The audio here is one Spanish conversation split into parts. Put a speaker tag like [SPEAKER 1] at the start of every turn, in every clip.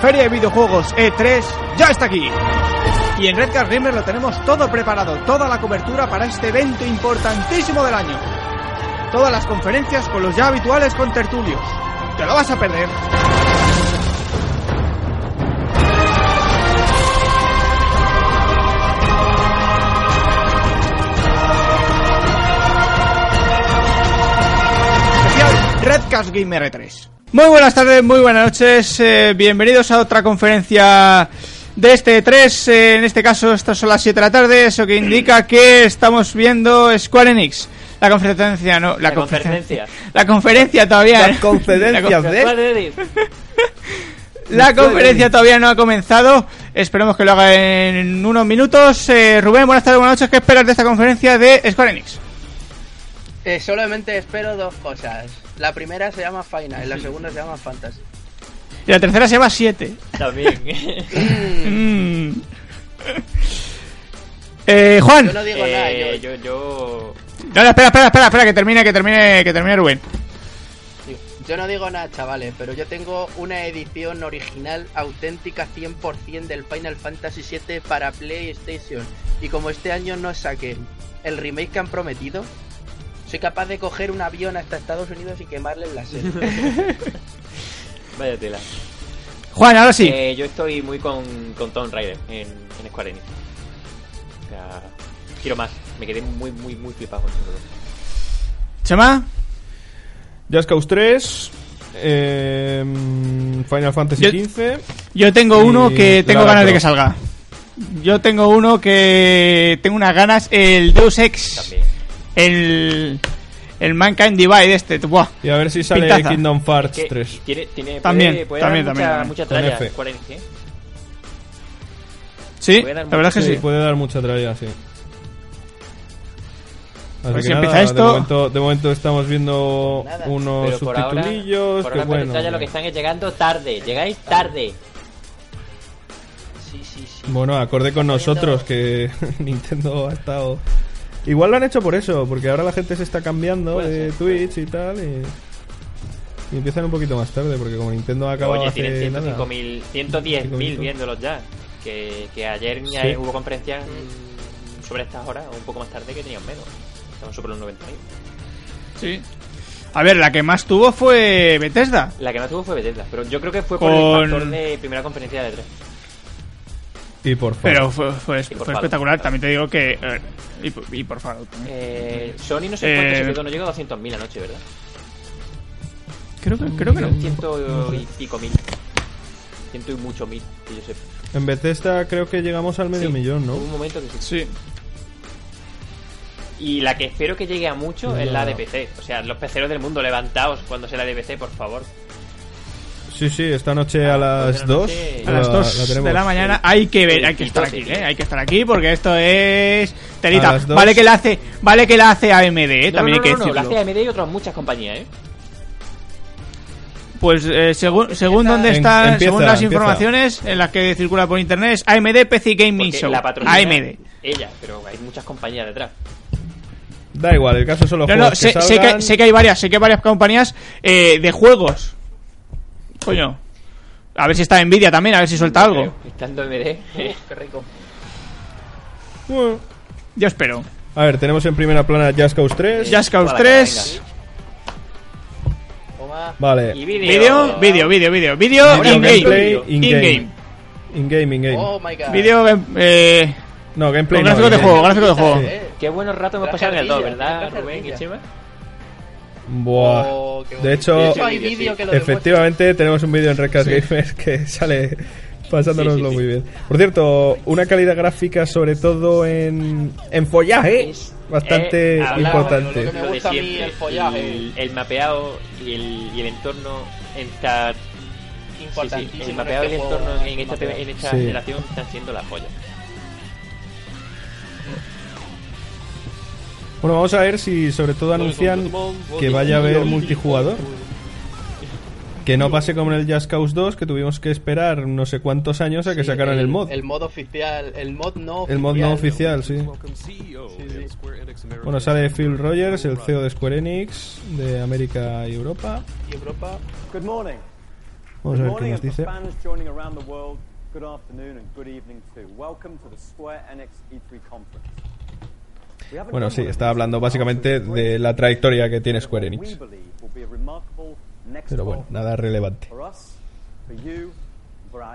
[SPEAKER 1] feria de videojuegos E3 ya está aquí. Y en Redcard Gamer lo tenemos todo preparado, toda la cobertura para este evento importantísimo del año. Todas las conferencias con los ya habituales contertulios. Te lo vas a perder. Especial Redcast Gamer E E3. Muy buenas tardes, muy buenas noches. eh, bienvenidos a otra conferencia de este 3. en este caso, estas son las 7 de la tarde. Eso que indica que estamos viendo Square Enix. La conferencia, no, la,
[SPEAKER 2] La
[SPEAKER 1] confer-
[SPEAKER 2] conferencia.
[SPEAKER 1] La conferencia todavía.
[SPEAKER 3] Las conferencias
[SPEAKER 2] ¿Se
[SPEAKER 3] de...
[SPEAKER 2] puede decir?
[SPEAKER 1] La conferencia todavía no ha comenzado. Esperemos que lo haga en unos minutos. Eh, Rubén, buenas tardes, buenas noches. ¿Qué esperas de esta conferencia de Square Enix?
[SPEAKER 4] Eh, solamente espero dos cosas. La primera se llama Faina y la segunda se llama Fantasy.
[SPEAKER 1] Y la tercera se llama 7.
[SPEAKER 2] También.
[SPEAKER 1] Mm. Eh, Juan.
[SPEAKER 4] Yo no digo nada. Yo,
[SPEAKER 2] Eh, yo, yo.
[SPEAKER 1] No, no, espera, espera, espera, espera, que termine, que termine, que termine Rubén.
[SPEAKER 4] digo- yo no digo nada, chavales, pero yo tengo una edición original auténtica 100% del Final Fantasy VII para PlayStation. Y como este año no saquen el remake que han prometido, soy capaz de coger un avión hasta Estados Unidos y quemarle la sede.
[SPEAKER 2] Vaya tela.
[SPEAKER 1] Juan, ahora sí.
[SPEAKER 2] Eh, yo estoy muy con, con Tomb Raider en, en Square Enix. O sea, quiero más. Me quedé muy, muy, muy flipado con ese juego.
[SPEAKER 1] Chema.
[SPEAKER 3] Just Cause 3, eh, Final Fantasy
[SPEAKER 1] Yo-
[SPEAKER 3] 15.
[SPEAKER 1] Yo tengo
[SPEAKER 3] Y
[SPEAKER 1] uno que tengo
[SPEAKER 3] Lara
[SPEAKER 1] ganas de que
[SPEAKER 3] Croft.
[SPEAKER 1] salga. Yo tengo uno que eh, tengo unas ganas, el Deus Ex.
[SPEAKER 2] También.
[SPEAKER 1] El, el Mankind Divide este. Buah.
[SPEAKER 3] Y a ver si sale
[SPEAKER 1] Pintaza.
[SPEAKER 3] Kingdom Hearts
[SPEAKER 2] ¿Qué?
[SPEAKER 3] 3.
[SPEAKER 2] Tiene, tiene,
[SPEAKER 1] También,
[SPEAKER 2] puede, puede
[SPEAKER 1] también,
[SPEAKER 2] dar
[SPEAKER 1] también, también.
[SPEAKER 2] mucha, mucha
[SPEAKER 3] Con
[SPEAKER 2] tralla
[SPEAKER 3] F.
[SPEAKER 2] Square Enix, ¿eh?
[SPEAKER 1] Sí,
[SPEAKER 2] Voy a
[SPEAKER 1] la
[SPEAKER 2] dar
[SPEAKER 1] verdad es que
[SPEAKER 3] Sí,
[SPEAKER 1] sí.
[SPEAKER 3] puede dar mucha tralla, sí. Así
[SPEAKER 1] Pues
[SPEAKER 3] que
[SPEAKER 1] si empieza esto-
[SPEAKER 3] De momento, de momento estamos viendo
[SPEAKER 4] Nada.
[SPEAKER 3] unos
[SPEAKER 2] Pero por ahora,
[SPEAKER 3] subtitulillos.
[SPEAKER 2] por
[SPEAKER 3] que
[SPEAKER 2] ahora me
[SPEAKER 3] bueno,
[SPEAKER 2] detalla lo que están es llegando tarde. Llegáis tarde.
[SPEAKER 4] sí, sí, sí.
[SPEAKER 3] bueno, acorde con nosotros que Nintendo ha estado. Igual lo han hecho por eso, porque ahora la gente se está cambiando
[SPEAKER 2] Puede
[SPEAKER 3] de
[SPEAKER 2] ser.
[SPEAKER 3] Twitch y tal. Y, y empiezan un poquito más tarde, porque como Nintendo ha acabado
[SPEAKER 2] Oye,
[SPEAKER 3] hace
[SPEAKER 2] tienen
[SPEAKER 3] nada.
[SPEAKER 2] 105.000, 110.000
[SPEAKER 3] 105.000.
[SPEAKER 2] viéndolos ya. Que, que ayer ni
[SPEAKER 3] Sí.
[SPEAKER 2] ayer hubo conferencias mm, sobre estas horas, o un poco más tarde, que tenían menos. Estamos sobre los 90.000.
[SPEAKER 1] Sí. A ver, la que más tuvo fue Bethesda.
[SPEAKER 2] La que no tuvo fue Bethesda, pero yo creo que fue por
[SPEAKER 1] Con-
[SPEAKER 2] el factor de primera conferencia de E tres.
[SPEAKER 3] Y por favor.
[SPEAKER 1] Pero fue, fue-
[SPEAKER 2] por
[SPEAKER 1] fue
[SPEAKER 2] Fallout.
[SPEAKER 1] espectacular. También te digo que. a ver, y, por- y por favor.
[SPEAKER 2] Eh, Sony no sé cuánto
[SPEAKER 1] Eh,
[SPEAKER 2] se quedó, no llegó a 200.000 anoche, ¿verdad?
[SPEAKER 1] Creo que, creo que no.
[SPEAKER 2] Ciento y pico mil. Ciento y mucho mil, que yo sepa.
[SPEAKER 3] En Bethesda creo que llegamos al medio
[SPEAKER 2] Sí,
[SPEAKER 3] millón, ¿no?
[SPEAKER 2] Hubo un momento que sí.
[SPEAKER 1] Sí.
[SPEAKER 2] Y la que espero que llegue a mucho
[SPEAKER 3] No,
[SPEAKER 2] es la
[SPEAKER 3] no.
[SPEAKER 2] de PC. O sea, los peceros del mundo, levantaos cuando sea la de PC, por favor.
[SPEAKER 3] Sí, sí, esta noche a
[SPEAKER 2] de
[SPEAKER 3] las
[SPEAKER 2] la
[SPEAKER 3] 2.
[SPEAKER 2] noche.
[SPEAKER 1] A las 2 de la mañana hay que ver, hay que
[SPEAKER 2] Sí,
[SPEAKER 1] estar
[SPEAKER 2] sí,
[SPEAKER 1] aquí,
[SPEAKER 2] sí.
[SPEAKER 1] ¿eh? Hay que estar aquí porque esto es
[SPEAKER 3] A
[SPEAKER 1] telita.
[SPEAKER 3] las dos.
[SPEAKER 1] Vale que la hace, vale que la hace AMD, ¿eh?
[SPEAKER 2] No,
[SPEAKER 1] también
[SPEAKER 2] no,
[SPEAKER 1] hay que
[SPEAKER 2] no, no, la
[SPEAKER 1] decirlo.
[SPEAKER 2] CMD y otras muchas compañías, ¿eh?
[SPEAKER 1] Pues eh, según según
[SPEAKER 4] Empieza-
[SPEAKER 1] donde
[SPEAKER 3] Em-
[SPEAKER 1] está,
[SPEAKER 3] empieza,
[SPEAKER 1] según las
[SPEAKER 3] empieza.
[SPEAKER 1] informaciones en las que circula por internet es AMD PC Gaming
[SPEAKER 2] Porque
[SPEAKER 1] Show.
[SPEAKER 2] la patrocina
[SPEAKER 1] AMD.
[SPEAKER 2] ella, pero hay muchas compañías detrás.
[SPEAKER 3] Da igual, el caso son los
[SPEAKER 1] No, no,
[SPEAKER 3] juegos
[SPEAKER 1] sé,
[SPEAKER 3] Pues que
[SPEAKER 1] sé que,
[SPEAKER 3] salgan.
[SPEAKER 1] sé que hay varias, sé que hay varias compañías eh, de juegos. Coño. A ver si está Nvidia también, a ver si suelta
[SPEAKER 2] No
[SPEAKER 1] algo.
[SPEAKER 2] creo. Estando eh, MD.
[SPEAKER 4] Uf, qué rico.
[SPEAKER 3] Bueno.
[SPEAKER 1] Yo espero.
[SPEAKER 3] A ver, tenemos en primera plana Just Cause 3.
[SPEAKER 1] Just Cause
[SPEAKER 2] Hola,
[SPEAKER 1] 3.
[SPEAKER 4] Toma.
[SPEAKER 2] Y
[SPEAKER 3] Vale.
[SPEAKER 1] Video,
[SPEAKER 2] vídeo.
[SPEAKER 1] vídeo, vídeo, vídeo. Video
[SPEAKER 3] Ahora
[SPEAKER 1] Oh, in-game.
[SPEAKER 3] gameplay, in-game.
[SPEAKER 1] In-game.
[SPEAKER 3] In-game, in-game.
[SPEAKER 4] Oh my god.
[SPEAKER 1] Video, eh,
[SPEAKER 3] No, gameplay
[SPEAKER 1] con
[SPEAKER 3] no.
[SPEAKER 1] gráficos de
[SPEAKER 3] in-game.
[SPEAKER 1] juego, gráficos de juego.
[SPEAKER 4] Eh,
[SPEAKER 2] Qué buenos ratos hemos
[SPEAKER 4] Las
[SPEAKER 2] pasado en el 2,
[SPEAKER 4] ardillas,
[SPEAKER 2] ¿verdad,
[SPEAKER 4] las
[SPEAKER 2] Rubén y
[SPEAKER 4] ardillas.
[SPEAKER 2] Chema?
[SPEAKER 3] Buah.
[SPEAKER 4] Oh, qué bonito.
[SPEAKER 3] de
[SPEAKER 4] De
[SPEAKER 3] hecho,
[SPEAKER 4] hecho, hay vídeo que lo
[SPEAKER 3] efectivamente tenemos un vídeo en Redcast Gamers que sale pasándonoslo
[SPEAKER 2] Sí, sí, sí.
[SPEAKER 3] muy bien. Por cierto, una calidad gráfica sobre todo en, en follaje
[SPEAKER 2] Es-
[SPEAKER 3] bastante
[SPEAKER 2] eh, hablamos
[SPEAKER 3] importante.
[SPEAKER 4] de lo que me
[SPEAKER 2] de
[SPEAKER 4] gusta a mí,
[SPEAKER 2] siempre,
[SPEAKER 4] el follaje.
[SPEAKER 2] El, el mapeado y el, y el entorno está... sí,
[SPEAKER 4] demuestra.
[SPEAKER 2] sí,
[SPEAKER 4] Importantísimo.
[SPEAKER 2] el
[SPEAKER 4] en
[SPEAKER 2] mapeado y el
[SPEAKER 4] este
[SPEAKER 2] entorno
[SPEAKER 4] juego,
[SPEAKER 2] en esta,
[SPEAKER 4] mapeado.
[SPEAKER 2] en esta
[SPEAKER 3] Sí.
[SPEAKER 2] generación están siendo la joya.
[SPEAKER 3] Bueno, vamos a ver si sobre todo anuncian que vaya a haber multijugador. Que no pase como en el Just Cause 2, que tuvimos que esperar no sé cuántos años a que
[SPEAKER 4] Sí,
[SPEAKER 3] sacaran el mod.
[SPEAKER 4] El mod oficial, el mod no oficial.
[SPEAKER 3] El mod no oficial, sí.
[SPEAKER 4] sí.
[SPEAKER 3] Bueno, sale Phil Rogers, el E CEO de Square Enix, de América y Europa.
[SPEAKER 4] Y Europa.
[SPEAKER 3] Vamos a ver qué nos dice.
[SPEAKER 4] E
[SPEAKER 3] Bueno, sí, está hablando básicamente de la trayectoria que tiene Square Enix. Pero bueno, nada relevante.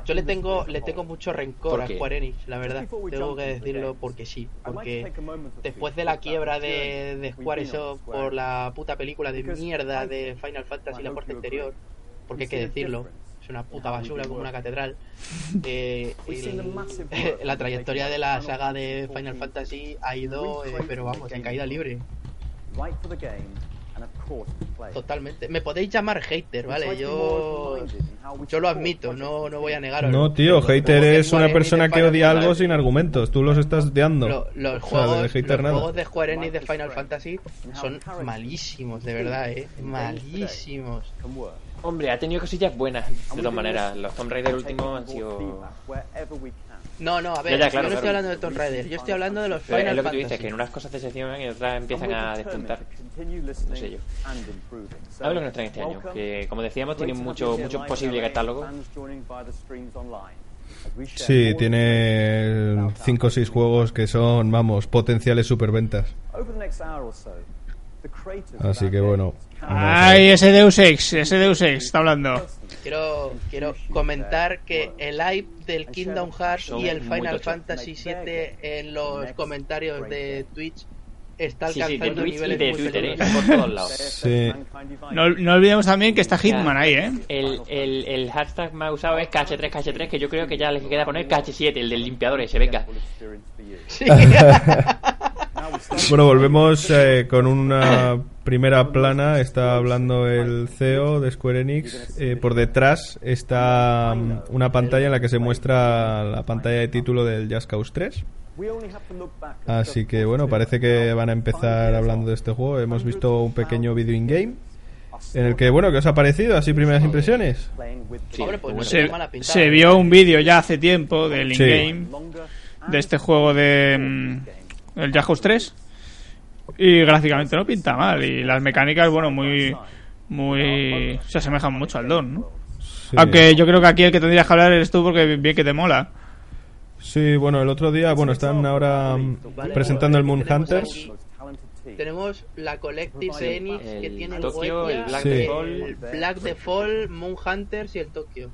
[SPEAKER 4] Yo le tengo, le tengo mucho rencor
[SPEAKER 2] ¿Por
[SPEAKER 4] a
[SPEAKER 2] qué?
[SPEAKER 4] Square Enix, la verdad. Tengo que decirlo porque sí. Porque después de la quiebra de, de Square Enix por la puta película de mierda de Final Fantasy la parte anterior, porque hay que decirlo, es una puta basura como una catedral. eh, el- la trayectoria de la saga de Final Fantasy ha ido, eh, pero vamos, en caída libre. Totalmente. Me podéis llamar hater, ¿vale? Yo, yo lo admito, no, no voy a negarlo.
[SPEAKER 3] No, tío, hater
[SPEAKER 4] Porque
[SPEAKER 3] es una
[SPEAKER 4] Square
[SPEAKER 3] persona
[SPEAKER 4] Enix
[SPEAKER 3] que
[SPEAKER 4] de
[SPEAKER 3] odia
[SPEAKER 4] Final
[SPEAKER 3] algo
[SPEAKER 4] Fantasy-
[SPEAKER 3] sin argumentos. Tú los estás odiando.
[SPEAKER 4] Lo-
[SPEAKER 3] O sea,
[SPEAKER 4] los
[SPEAKER 3] de
[SPEAKER 4] juegos,
[SPEAKER 3] hater
[SPEAKER 4] los
[SPEAKER 3] nada.
[SPEAKER 4] juegos de Square Enix de Final Fantasy son malísimos, de verdad, ¿eh? Malísimos.
[SPEAKER 2] Hombre, ha tenido cosillas buenas. De todas maneras, los Tomb Raider últimos han sido.
[SPEAKER 4] No, no, a ver,
[SPEAKER 2] Ya, ya, claro,
[SPEAKER 4] yo no estoy
[SPEAKER 2] claro.
[SPEAKER 4] hablando de Tomb Raider, yo estoy hablando de los
[SPEAKER 2] Pero es
[SPEAKER 4] Final
[SPEAKER 2] lo que tú
[SPEAKER 4] Fantasy.
[SPEAKER 2] dices, que en unas cosas te decepcionan y en otras empiezan a despuntar.
[SPEAKER 5] No sé yo.
[SPEAKER 2] A ver lo que nos traen este año. Que, como decíamos, tiene mucho, mucho posible catálogo.
[SPEAKER 3] Sí, tiene 5 o 6 juegos que son, vamos, potenciales superventas. Así que bueno.
[SPEAKER 1] Ay, ese Deus Ex, ese Deus Ex, está hablando.
[SPEAKER 4] Quiero, quiero comentar que el hype del Kingdom Hearts
[SPEAKER 2] Son
[SPEAKER 4] y el
[SPEAKER 2] muy
[SPEAKER 4] Final
[SPEAKER 2] tochos.
[SPEAKER 4] Fantasy VII en los comentarios de Twitch está
[SPEAKER 2] Sí, sí, de
[SPEAKER 4] alcanzando
[SPEAKER 2] Twitch y
[SPEAKER 4] niveles
[SPEAKER 2] de
[SPEAKER 4] muy
[SPEAKER 2] Twitter, ¿eh?
[SPEAKER 4] peligrosos.
[SPEAKER 2] por todos lados.
[SPEAKER 3] Sí.
[SPEAKER 1] No, no olvidemos también que está Hitman ahí, ¿eh?
[SPEAKER 2] El, el, el hashtag más usado es KH3, KH3, que yo creo que ya les queda poner KH7, el del limpiador ese, venga.
[SPEAKER 4] Sí.
[SPEAKER 3] Bueno, volvemos eh, con una primera plana. Está hablando el CEO de Square Enix. Eh, por detrás está mm, una pantalla en la que se muestra la pantalla de título del Just Cause 3. Así que bueno, parece que van a empezar hablando de este juego. Hemos visto un pequeño video in-game en el que, bueno, ¿qué os ha parecido? Así primeras impresiones.
[SPEAKER 2] Sí,
[SPEAKER 4] Hombre, pues no
[SPEAKER 2] bueno.
[SPEAKER 4] tiene
[SPEAKER 1] Se,
[SPEAKER 4] mala pinta.
[SPEAKER 2] ¿eh?
[SPEAKER 1] se vio un vídeo ya hace tiempo del
[SPEAKER 3] Sí.
[SPEAKER 1] in-game de este juego de mm, el Just Cause 3 y gráficamente no pinta mal y las mecánicas bueno muy muy se asemejan mucho al Don, ¿no?
[SPEAKER 3] Sí.
[SPEAKER 1] Aunque yo creo que aquí el que tendrías que hablar eres tú porque bien que te mola.
[SPEAKER 3] Sí, bueno, el otro día, Ah, bueno, están ahora mm,
[SPEAKER 4] Vale,
[SPEAKER 3] presentando el Moon
[SPEAKER 4] tenemos
[SPEAKER 3] Hunters.
[SPEAKER 4] aquí- Tenemos la Collective de Enix que
[SPEAKER 2] El
[SPEAKER 4] tiene
[SPEAKER 2] Tokio,
[SPEAKER 4] Goetia,
[SPEAKER 2] el Black
[SPEAKER 3] Sí.
[SPEAKER 4] el Black the Fall, Moon Hunters y el Tokio.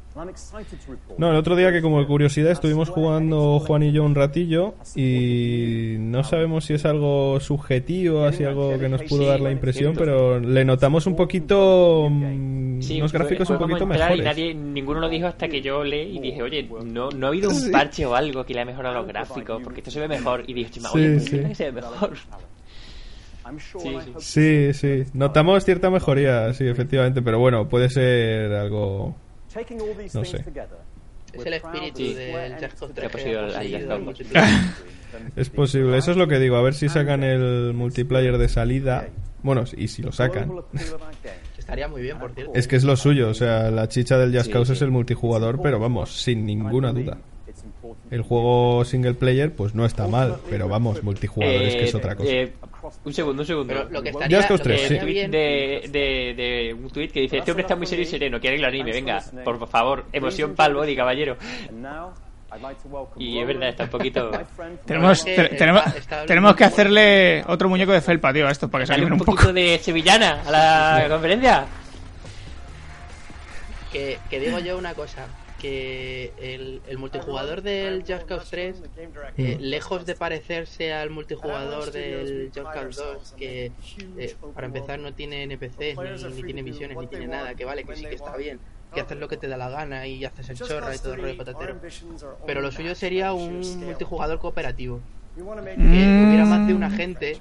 [SPEAKER 3] No, el otro día que como curiosidad estuvimos jugando Juan y yo un ratillo y no sabemos si es algo subjetivo, así algo que nos pudo dar la impresión, pero le notamos un poquito mm,
[SPEAKER 2] Sí,
[SPEAKER 3] unos
[SPEAKER 2] fue-
[SPEAKER 3] gráficos
[SPEAKER 2] fue
[SPEAKER 3] un
[SPEAKER 2] como
[SPEAKER 3] poquito
[SPEAKER 2] entrar y
[SPEAKER 3] mejores.
[SPEAKER 2] nadie, ninguno lo dijo hasta que yo leí y dije, oye, no, no ha habido un parche o algo que le ha mejorado los gráficos, porque esto se ve mejor. Y dije, chima, oye,
[SPEAKER 3] Sí,
[SPEAKER 2] ¿por
[SPEAKER 3] sí.
[SPEAKER 2] qué no se ve mejor? Sí, sí.
[SPEAKER 3] Sí, sí, notamos cierta mejoría, sí, efectivamente, pero bueno, puede ser algo... No sé.
[SPEAKER 4] Es el espíritu
[SPEAKER 2] Sí.
[SPEAKER 4] del Just Cause
[SPEAKER 2] Se ha
[SPEAKER 4] 3 que
[SPEAKER 2] poseído al- al
[SPEAKER 4] poseído
[SPEAKER 2] Just Cause.
[SPEAKER 4] mucho tiempo.
[SPEAKER 3] Es posible, eso es lo que digo, a ver
[SPEAKER 2] Ah,
[SPEAKER 3] si sacan el multiplayer de salida. Bueno, y si lo sacan.
[SPEAKER 4] Estaría muy bien, por cierto.
[SPEAKER 3] Es que es lo suyo, o sea, la chicha del Just
[SPEAKER 2] Sí,
[SPEAKER 3] Cause
[SPEAKER 2] sí.
[SPEAKER 3] es el multijugador, pero vamos, sin ninguna duda. El juego single player, pues no está mal, pero vamos, multijugador es que es
[SPEAKER 2] Eh,
[SPEAKER 3] otra cosa.
[SPEAKER 2] eh, un segundo, un segundo.
[SPEAKER 4] Pero lo que estaría,
[SPEAKER 3] Just Cause
[SPEAKER 4] lo que
[SPEAKER 3] 3,
[SPEAKER 2] Eh,
[SPEAKER 4] estaría
[SPEAKER 3] sí.
[SPEAKER 2] tuit
[SPEAKER 4] bien,
[SPEAKER 2] de, de, de un tuit que dice: Este hombre está muy serio y sereno, que arregla anime. Venga, por favor, emoción palvo de caballero. Y es verdad, está un poquito. Este
[SPEAKER 1] Tenemos,
[SPEAKER 4] Porque
[SPEAKER 1] te-
[SPEAKER 4] está-
[SPEAKER 1] tenemos,
[SPEAKER 4] está-
[SPEAKER 1] tenemos que hacerle otro muñeco de felpa, tío, a esto, para que se
[SPEAKER 2] Dale
[SPEAKER 1] animen
[SPEAKER 2] un
[SPEAKER 1] un poco.
[SPEAKER 2] poquito de sevillana a la conferencia.
[SPEAKER 4] que, que digo yo una cosa, que el, el multijugador del Just Cause 3, eh, lejos de parecerse al multijugador del Just Cause 2, que eh, para empezar no tiene NPCs, ni, ni tiene misiones, ni tiene nada, que vale, que sí que está bien, que haces lo que te da la gana y haces el chorra y todo el rollo patatero. Pero lo suyo sería un multijugador cooperativo, que
[SPEAKER 3] Mm.
[SPEAKER 4] hubiera más de un agente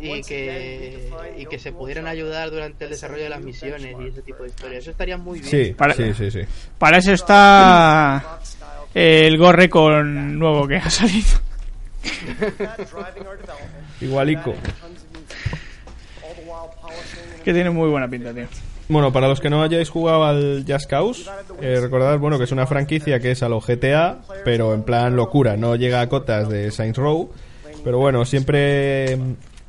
[SPEAKER 4] y que, y que se pudieran ayudar durante el desarrollo de las misiones y ese tipo de historias. Eso estaría muy bien.
[SPEAKER 3] Sí,
[SPEAKER 1] Para-
[SPEAKER 3] sí, sí, sí.
[SPEAKER 1] Para eso está el Gorre con nuevo que ha salido.
[SPEAKER 3] Igualico.
[SPEAKER 1] Que tiene muy buena pinta, tío.
[SPEAKER 3] Bueno, para los que no hayáis jugado al Just Cause, eh, recordad, bueno, que es una franquicia que es a lo GTA, pero en plan locura, no llega a cotas de Saints Row, pero bueno, siempre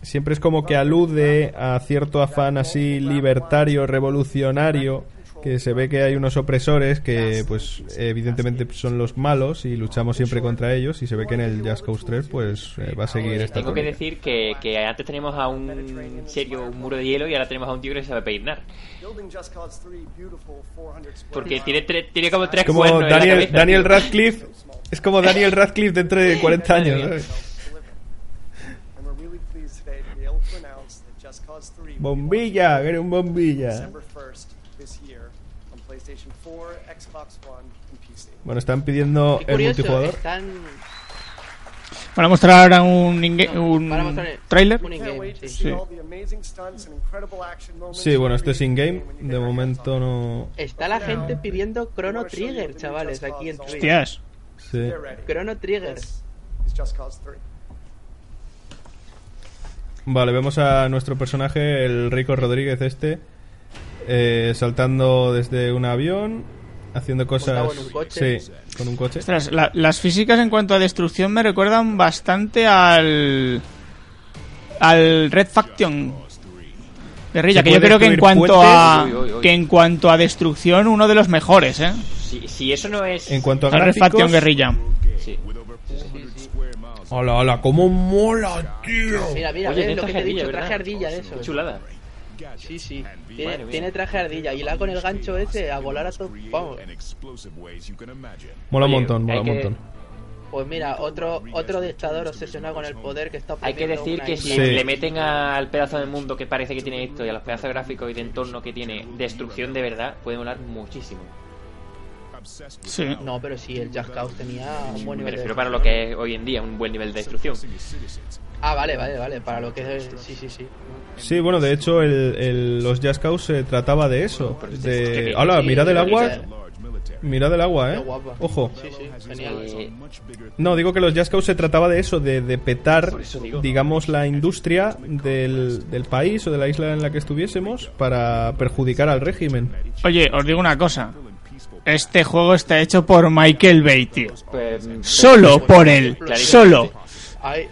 [SPEAKER 3] siempre es como que alude a cierto afán así libertario, revolucionario que se ve que hay unos opresores que pues evidentemente son los malos y luchamos siempre contra ellos y se ve que en el Just Cause 3 pues eh, va a seguir esta
[SPEAKER 2] Tengo que
[SPEAKER 3] tónica.
[SPEAKER 2] decir que, que antes teníamos a un serio un muro de hielo y ahora tenemos a un tío que se sabe peinar. Porque tiene, tres- tiene como tres
[SPEAKER 3] como
[SPEAKER 2] cuernos en la
[SPEAKER 3] Daniel,
[SPEAKER 2] cabeza,
[SPEAKER 3] Daniel
[SPEAKER 2] tío.
[SPEAKER 3] Radcliffe es como Daniel Radcliffe dentro de 40 años ¿sabes? bombilla eres un bombilla bueno están pidiendo
[SPEAKER 4] Qué
[SPEAKER 3] el
[SPEAKER 4] curioso, ¿eh?
[SPEAKER 3] multijugador
[SPEAKER 4] están...
[SPEAKER 1] Van a mostrar ahora un,
[SPEAKER 2] Eh,
[SPEAKER 1] inge- un
[SPEAKER 4] Van a mostrar
[SPEAKER 1] trailer.
[SPEAKER 4] un in-game, sí.
[SPEAKER 1] Sí.
[SPEAKER 3] sí bueno esto es in game de momento no
[SPEAKER 4] Está la gente pidiendo Chrono Trigger, chavales, aquí en Twitch.
[SPEAKER 1] Hostias.
[SPEAKER 3] sí.
[SPEAKER 4] Chrono Trigger.
[SPEAKER 3] Vale, vemos a nuestro personaje, el Rico Rodríguez este, eh, saltando desde un avión, haciendo cosas...
[SPEAKER 4] Montado en un coche.
[SPEAKER 3] Sí, con un coche.
[SPEAKER 1] Ostras, la- las físicas en cuanto a destrucción me recuerdan bastante al. al Red Faction. Guerrilla,
[SPEAKER 3] Se
[SPEAKER 1] que yo
[SPEAKER 3] puede
[SPEAKER 1] creo que en
[SPEAKER 3] destruir
[SPEAKER 1] cuanto
[SPEAKER 3] puentes.
[SPEAKER 1] a.
[SPEAKER 2] Uy, uy, uy.
[SPEAKER 1] que en cuanto a destrucción, uno de los mejores, ¿eh?
[SPEAKER 2] Si, si eso no es.
[SPEAKER 3] En cuanto a
[SPEAKER 1] Al Red Faction
[SPEAKER 3] gráficos...
[SPEAKER 1] Guerrilla.
[SPEAKER 2] sí.
[SPEAKER 3] Hola, hola, cómo mola, tío.
[SPEAKER 4] Mira, mira,
[SPEAKER 2] Oye,
[SPEAKER 4] ves
[SPEAKER 2] tiene
[SPEAKER 4] lo
[SPEAKER 2] traje
[SPEAKER 4] que te he
[SPEAKER 2] ardilla,
[SPEAKER 4] dicho,
[SPEAKER 2] ¿verdad?
[SPEAKER 4] traje ardilla de eso.
[SPEAKER 2] Qué chulada.
[SPEAKER 4] Sí, sí.
[SPEAKER 2] Madre
[SPEAKER 4] Tiene,
[SPEAKER 2] mía.
[SPEAKER 4] tiene traje ardilla y la con el gancho ese a volar a todo. Vamos.
[SPEAKER 3] Mola un
[SPEAKER 2] Oye,
[SPEAKER 3] montón, mola
[SPEAKER 2] hay
[SPEAKER 3] un
[SPEAKER 2] que-
[SPEAKER 3] montón.
[SPEAKER 4] Pues mira, otro otro dictador obsesionado con el poder que está
[SPEAKER 2] Hay que
[SPEAKER 4] poniendo
[SPEAKER 2] decir
[SPEAKER 4] una
[SPEAKER 2] que si
[SPEAKER 3] Sí.
[SPEAKER 2] le meten al pedazo de mundo que parece que tiene esto y a los pedazos gráficos y de entorno que tiene destrucción de verdad, puede volar muchísimo.
[SPEAKER 1] Sí.
[SPEAKER 4] No, pero sí, el Just Cause tenía un buen
[SPEAKER 2] Me
[SPEAKER 4] nivel. de-
[SPEAKER 2] refiero para lo que es hoy en día un buen nivel de destrucción.
[SPEAKER 4] Ah, vale, vale, vale. Para lo que es. Sí, sí, sí.
[SPEAKER 3] Sí, bueno, de hecho, el, el- los Jazz Cows se trataba de eso. De... Hola,
[SPEAKER 4] Sí,
[SPEAKER 3] Ah, mirad el
[SPEAKER 4] sí,
[SPEAKER 3] agua.
[SPEAKER 4] sí.
[SPEAKER 3] Mirad el agua,
[SPEAKER 4] Qué
[SPEAKER 3] eh.
[SPEAKER 4] guapa.
[SPEAKER 3] Ojo.
[SPEAKER 4] Sí, sí, genial.
[SPEAKER 2] Eh,
[SPEAKER 3] No, digo que los Jazz Cows se trataba de eso, de, de petar,
[SPEAKER 2] Por eso digo.
[SPEAKER 3] digamos, la industria del, del país o de la isla en la que estuviésemos para perjudicar al régimen.
[SPEAKER 1] Oye, os digo una cosa. Este juego está hecho por Michael Bay, tío.
[SPEAKER 2] pues, mm,
[SPEAKER 1] Solo por él. Solo.
[SPEAKER 4] Ay,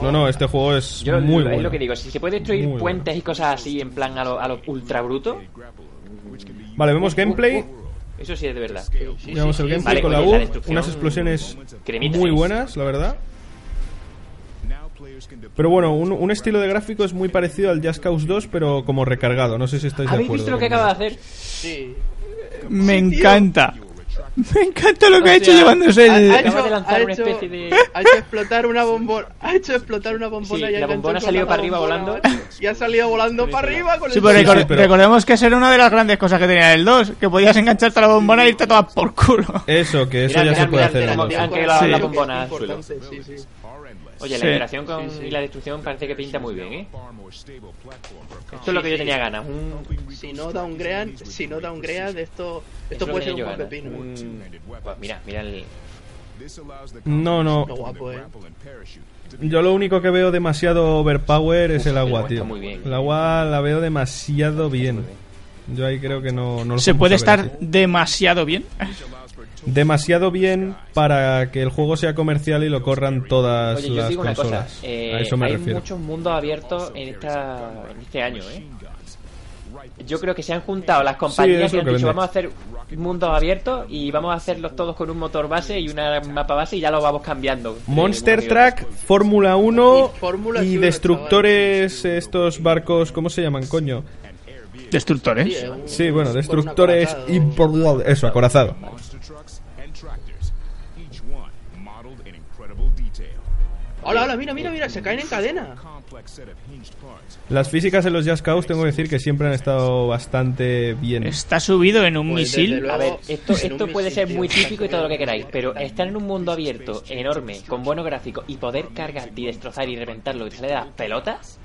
[SPEAKER 3] No, no, este juego es
[SPEAKER 2] yo
[SPEAKER 3] muy
[SPEAKER 2] lo, es
[SPEAKER 3] bueno.
[SPEAKER 2] lo que digo, si se puede destruir
[SPEAKER 3] Muy bueno.
[SPEAKER 2] puentes y cosas así en plan a lo, a lo ultra bruto,
[SPEAKER 3] Vale, vemos gameplay,
[SPEAKER 2] eso Uh, sí es de verdad.
[SPEAKER 4] sí,
[SPEAKER 3] miramos
[SPEAKER 4] sí,
[SPEAKER 3] el
[SPEAKER 4] sí.
[SPEAKER 3] gameplay
[SPEAKER 2] Vale,
[SPEAKER 3] con
[SPEAKER 2] oye,
[SPEAKER 3] la
[SPEAKER 2] la
[SPEAKER 3] U,
[SPEAKER 2] destrucción,
[SPEAKER 3] unas explosiones
[SPEAKER 2] cremita.
[SPEAKER 3] muy buenas, la verdad. Pero bueno, un, un estilo de gráfico es muy parecido al Just Cause 2, pero como recargado. No sé si estáis de
[SPEAKER 2] ¿Habéis
[SPEAKER 3] acuerdo.
[SPEAKER 2] visto lo que acaba de hacer?
[SPEAKER 4] Sí.
[SPEAKER 1] Me encanta. Me encanta lo que ha hecho
[SPEAKER 2] sea,
[SPEAKER 1] llevándose
[SPEAKER 4] Ha, ha
[SPEAKER 1] el.
[SPEAKER 2] Acaba
[SPEAKER 4] hecho,
[SPEAKER 2] de lanzar
[SPEAKER 4] ha
[SPEAKER 2] una
[SPEAKER 4] hecho-
[SPEAKER 2] especie de-
[SPEAKER 4] ha hecho explotar una bombona. Ha hecho explotar una bombona
[SPEAKER 2] Sí,
[SPEAKER 4] y ha
[SPEAKER 2] la
[SPEAKER 4] enganchado
[SPEAKER 2] bombona ha
[SPEAKER 4] con
[SPEAKER 2] salido
[SPEAKER 4] la
[SPEAKER 2] para arriba
[SPEAKER 4] bombona.
[SPEAKER 2] volando.
[SPEAKER 4] Y ha salido volando para arriba con
[SPEAKER 1] Sí,
[SPEAKER 4] el
[SPEAKER 1] pero,
[SPEAKER 3] Sí, sí,
[SPEAKER 1] recor-
[SPEAKER 3] pero-
[SPEAKER 1] recordemos que esa era una de las grandes cosas que tenía el 2, que podías engancharte a la bombona e irte a tomar por culo.
[SPEAKER 3] Eso, que eso
[SPEAKER 2] Mirad,
[SPEAKER 3] ya se
[SPEAKER 2] mirad,
[SPEAKER 3] puede
[SPEAKER 2] mirad, mirad,
[SPEAKER 3] hacer. en
[SPEAKER 2] mirad.
[SPEAKER 3] dos.
[SPEAKER 2] aunque la-
[SPEAKER 1] la
[SPEAKER 2] bombona al suelo.
[SPEAKER 4] importante, sí, sí.
[SPEAKER 2] Oye,
[SPEAKER 1] Sí.
[SPEAKER 2] la interacción con
[SPEAKER 4] Sí, sí.
[SPEAKER 2] y la destrucción parece que pinta muy bien, ¿eh? Esto es lo que yo tenía ganas, un...
[SPEAKER 4] Si no da un grean, si no da un grean, esto, esto
[SPEAKER 2] eso
[SPEAKER 4] puede ser
[SPEAKER 2] tenía
[SPEAKER 4] un
[SPEAKER 2] yo
[SPEAKER 4] buen
[SPEAKER 2] ganas.
[SPEAKER 4] pepino.
[SPEAKER 2] Un- Pues mira, mira el...
[SPEAKER 3] No, no.
[SPEAKER 4] Qué guapo, eh.
[SPEAKER 3] Yo lo único que veo demasiado overpower es el agua,
[SPEAKER 2] está
[SPEAKER 3] tío.
[SPEAKER 2] muy bien.
[SPEAKER 3] El agua la veo demasiado bien. Yo ahí creo que no, no lo
[SPEAKER 1] Se
[SPEAKER 3] podemos
[SPEAKER 1] puede
[SPEAKER 3] saber,
[SPEAKER 1] estar demasiado bien.
[SPEAKER 3] tío. demasiado bien para que el juego sea comercial y lo corran todas
[SPEAKER 2] Oye, yo
[SPEAKER 3] las
[SPEAKER 2] digo una cosa,
[SPEAKER 3] consolas.
[SPEAKER 2] eh,
[SPEAKER 3] A eso me
[SPEAKER 2] hay
[SPEAKER 3] refiero.
[SPEAKER 2] muchos mundos abiertos en, esta, en este año, ¿eh? Yo creo que se han juntado las
[SPEAKER 3] Sí,
[SPEAKER 2] compañías
[SPEAKER 3] es
[SPEAKER 2] y
[SPEAKER 3] lo
[SPEAKER 2] han
[SPEAKER 3] que
[SPEAKER 2] dicho,
[SPEAKER 3] vende.
[SPEAKER 2] vamos a hacer mundos abiertos y vamos a hacerlos todos con un motor base y una mapa base y ya lo vamos cambiando. eh, de
[SPEAKER 3] Monster
[SPEAKER 2] uno y otro.
[SPEAKER 3] Truck, Fórmula 1
[SPEAKER 4] Y Fórmula
[SPEAKER 3] y
[SPEAKER 4] Sur,
[SPEAKER 3] destructores, estos barcos, ¿cómo se llaman, coño?
[SPEAKER 4] Sí, es
[SPEAKER 1] Destructores.
[SPEAKER 4] un-
[SPEAKER 3] Sí, bueno,
[SPEAKER 4] un
[SPEAKER 3] destructores
[SPEAKER 4] acorazado.
[SPEAKER 3] y eso, acorazado.
[SPEAKER 4] Hola, hola, mira, mira, mira, se caen en cadena.
[SPEAKER 3] Las físicas en los Just Cause tengo que decir que siempre han estado bastante bien.
[SPEAKER 1] Está subido en un
[SPEAKER 4] Pues, desde
[SPEAKER 1] misil.
[SPEAKER 4] luego,
[SPEAKER 2] A ver, esto,
[SPEAKER 4] en un
[SPEAKER 2] esto puede ser
[SPEAKER 4] misil,
[SPEAKER 2] muy
[SPEAKER 4] tío.
[SPEAKER 2] típico y todo lo que queráis, pero estar en un mundo abierto, enorme, con buenos gráficos y poder cargarte y destrozar y reventar lo que se le da pelotas.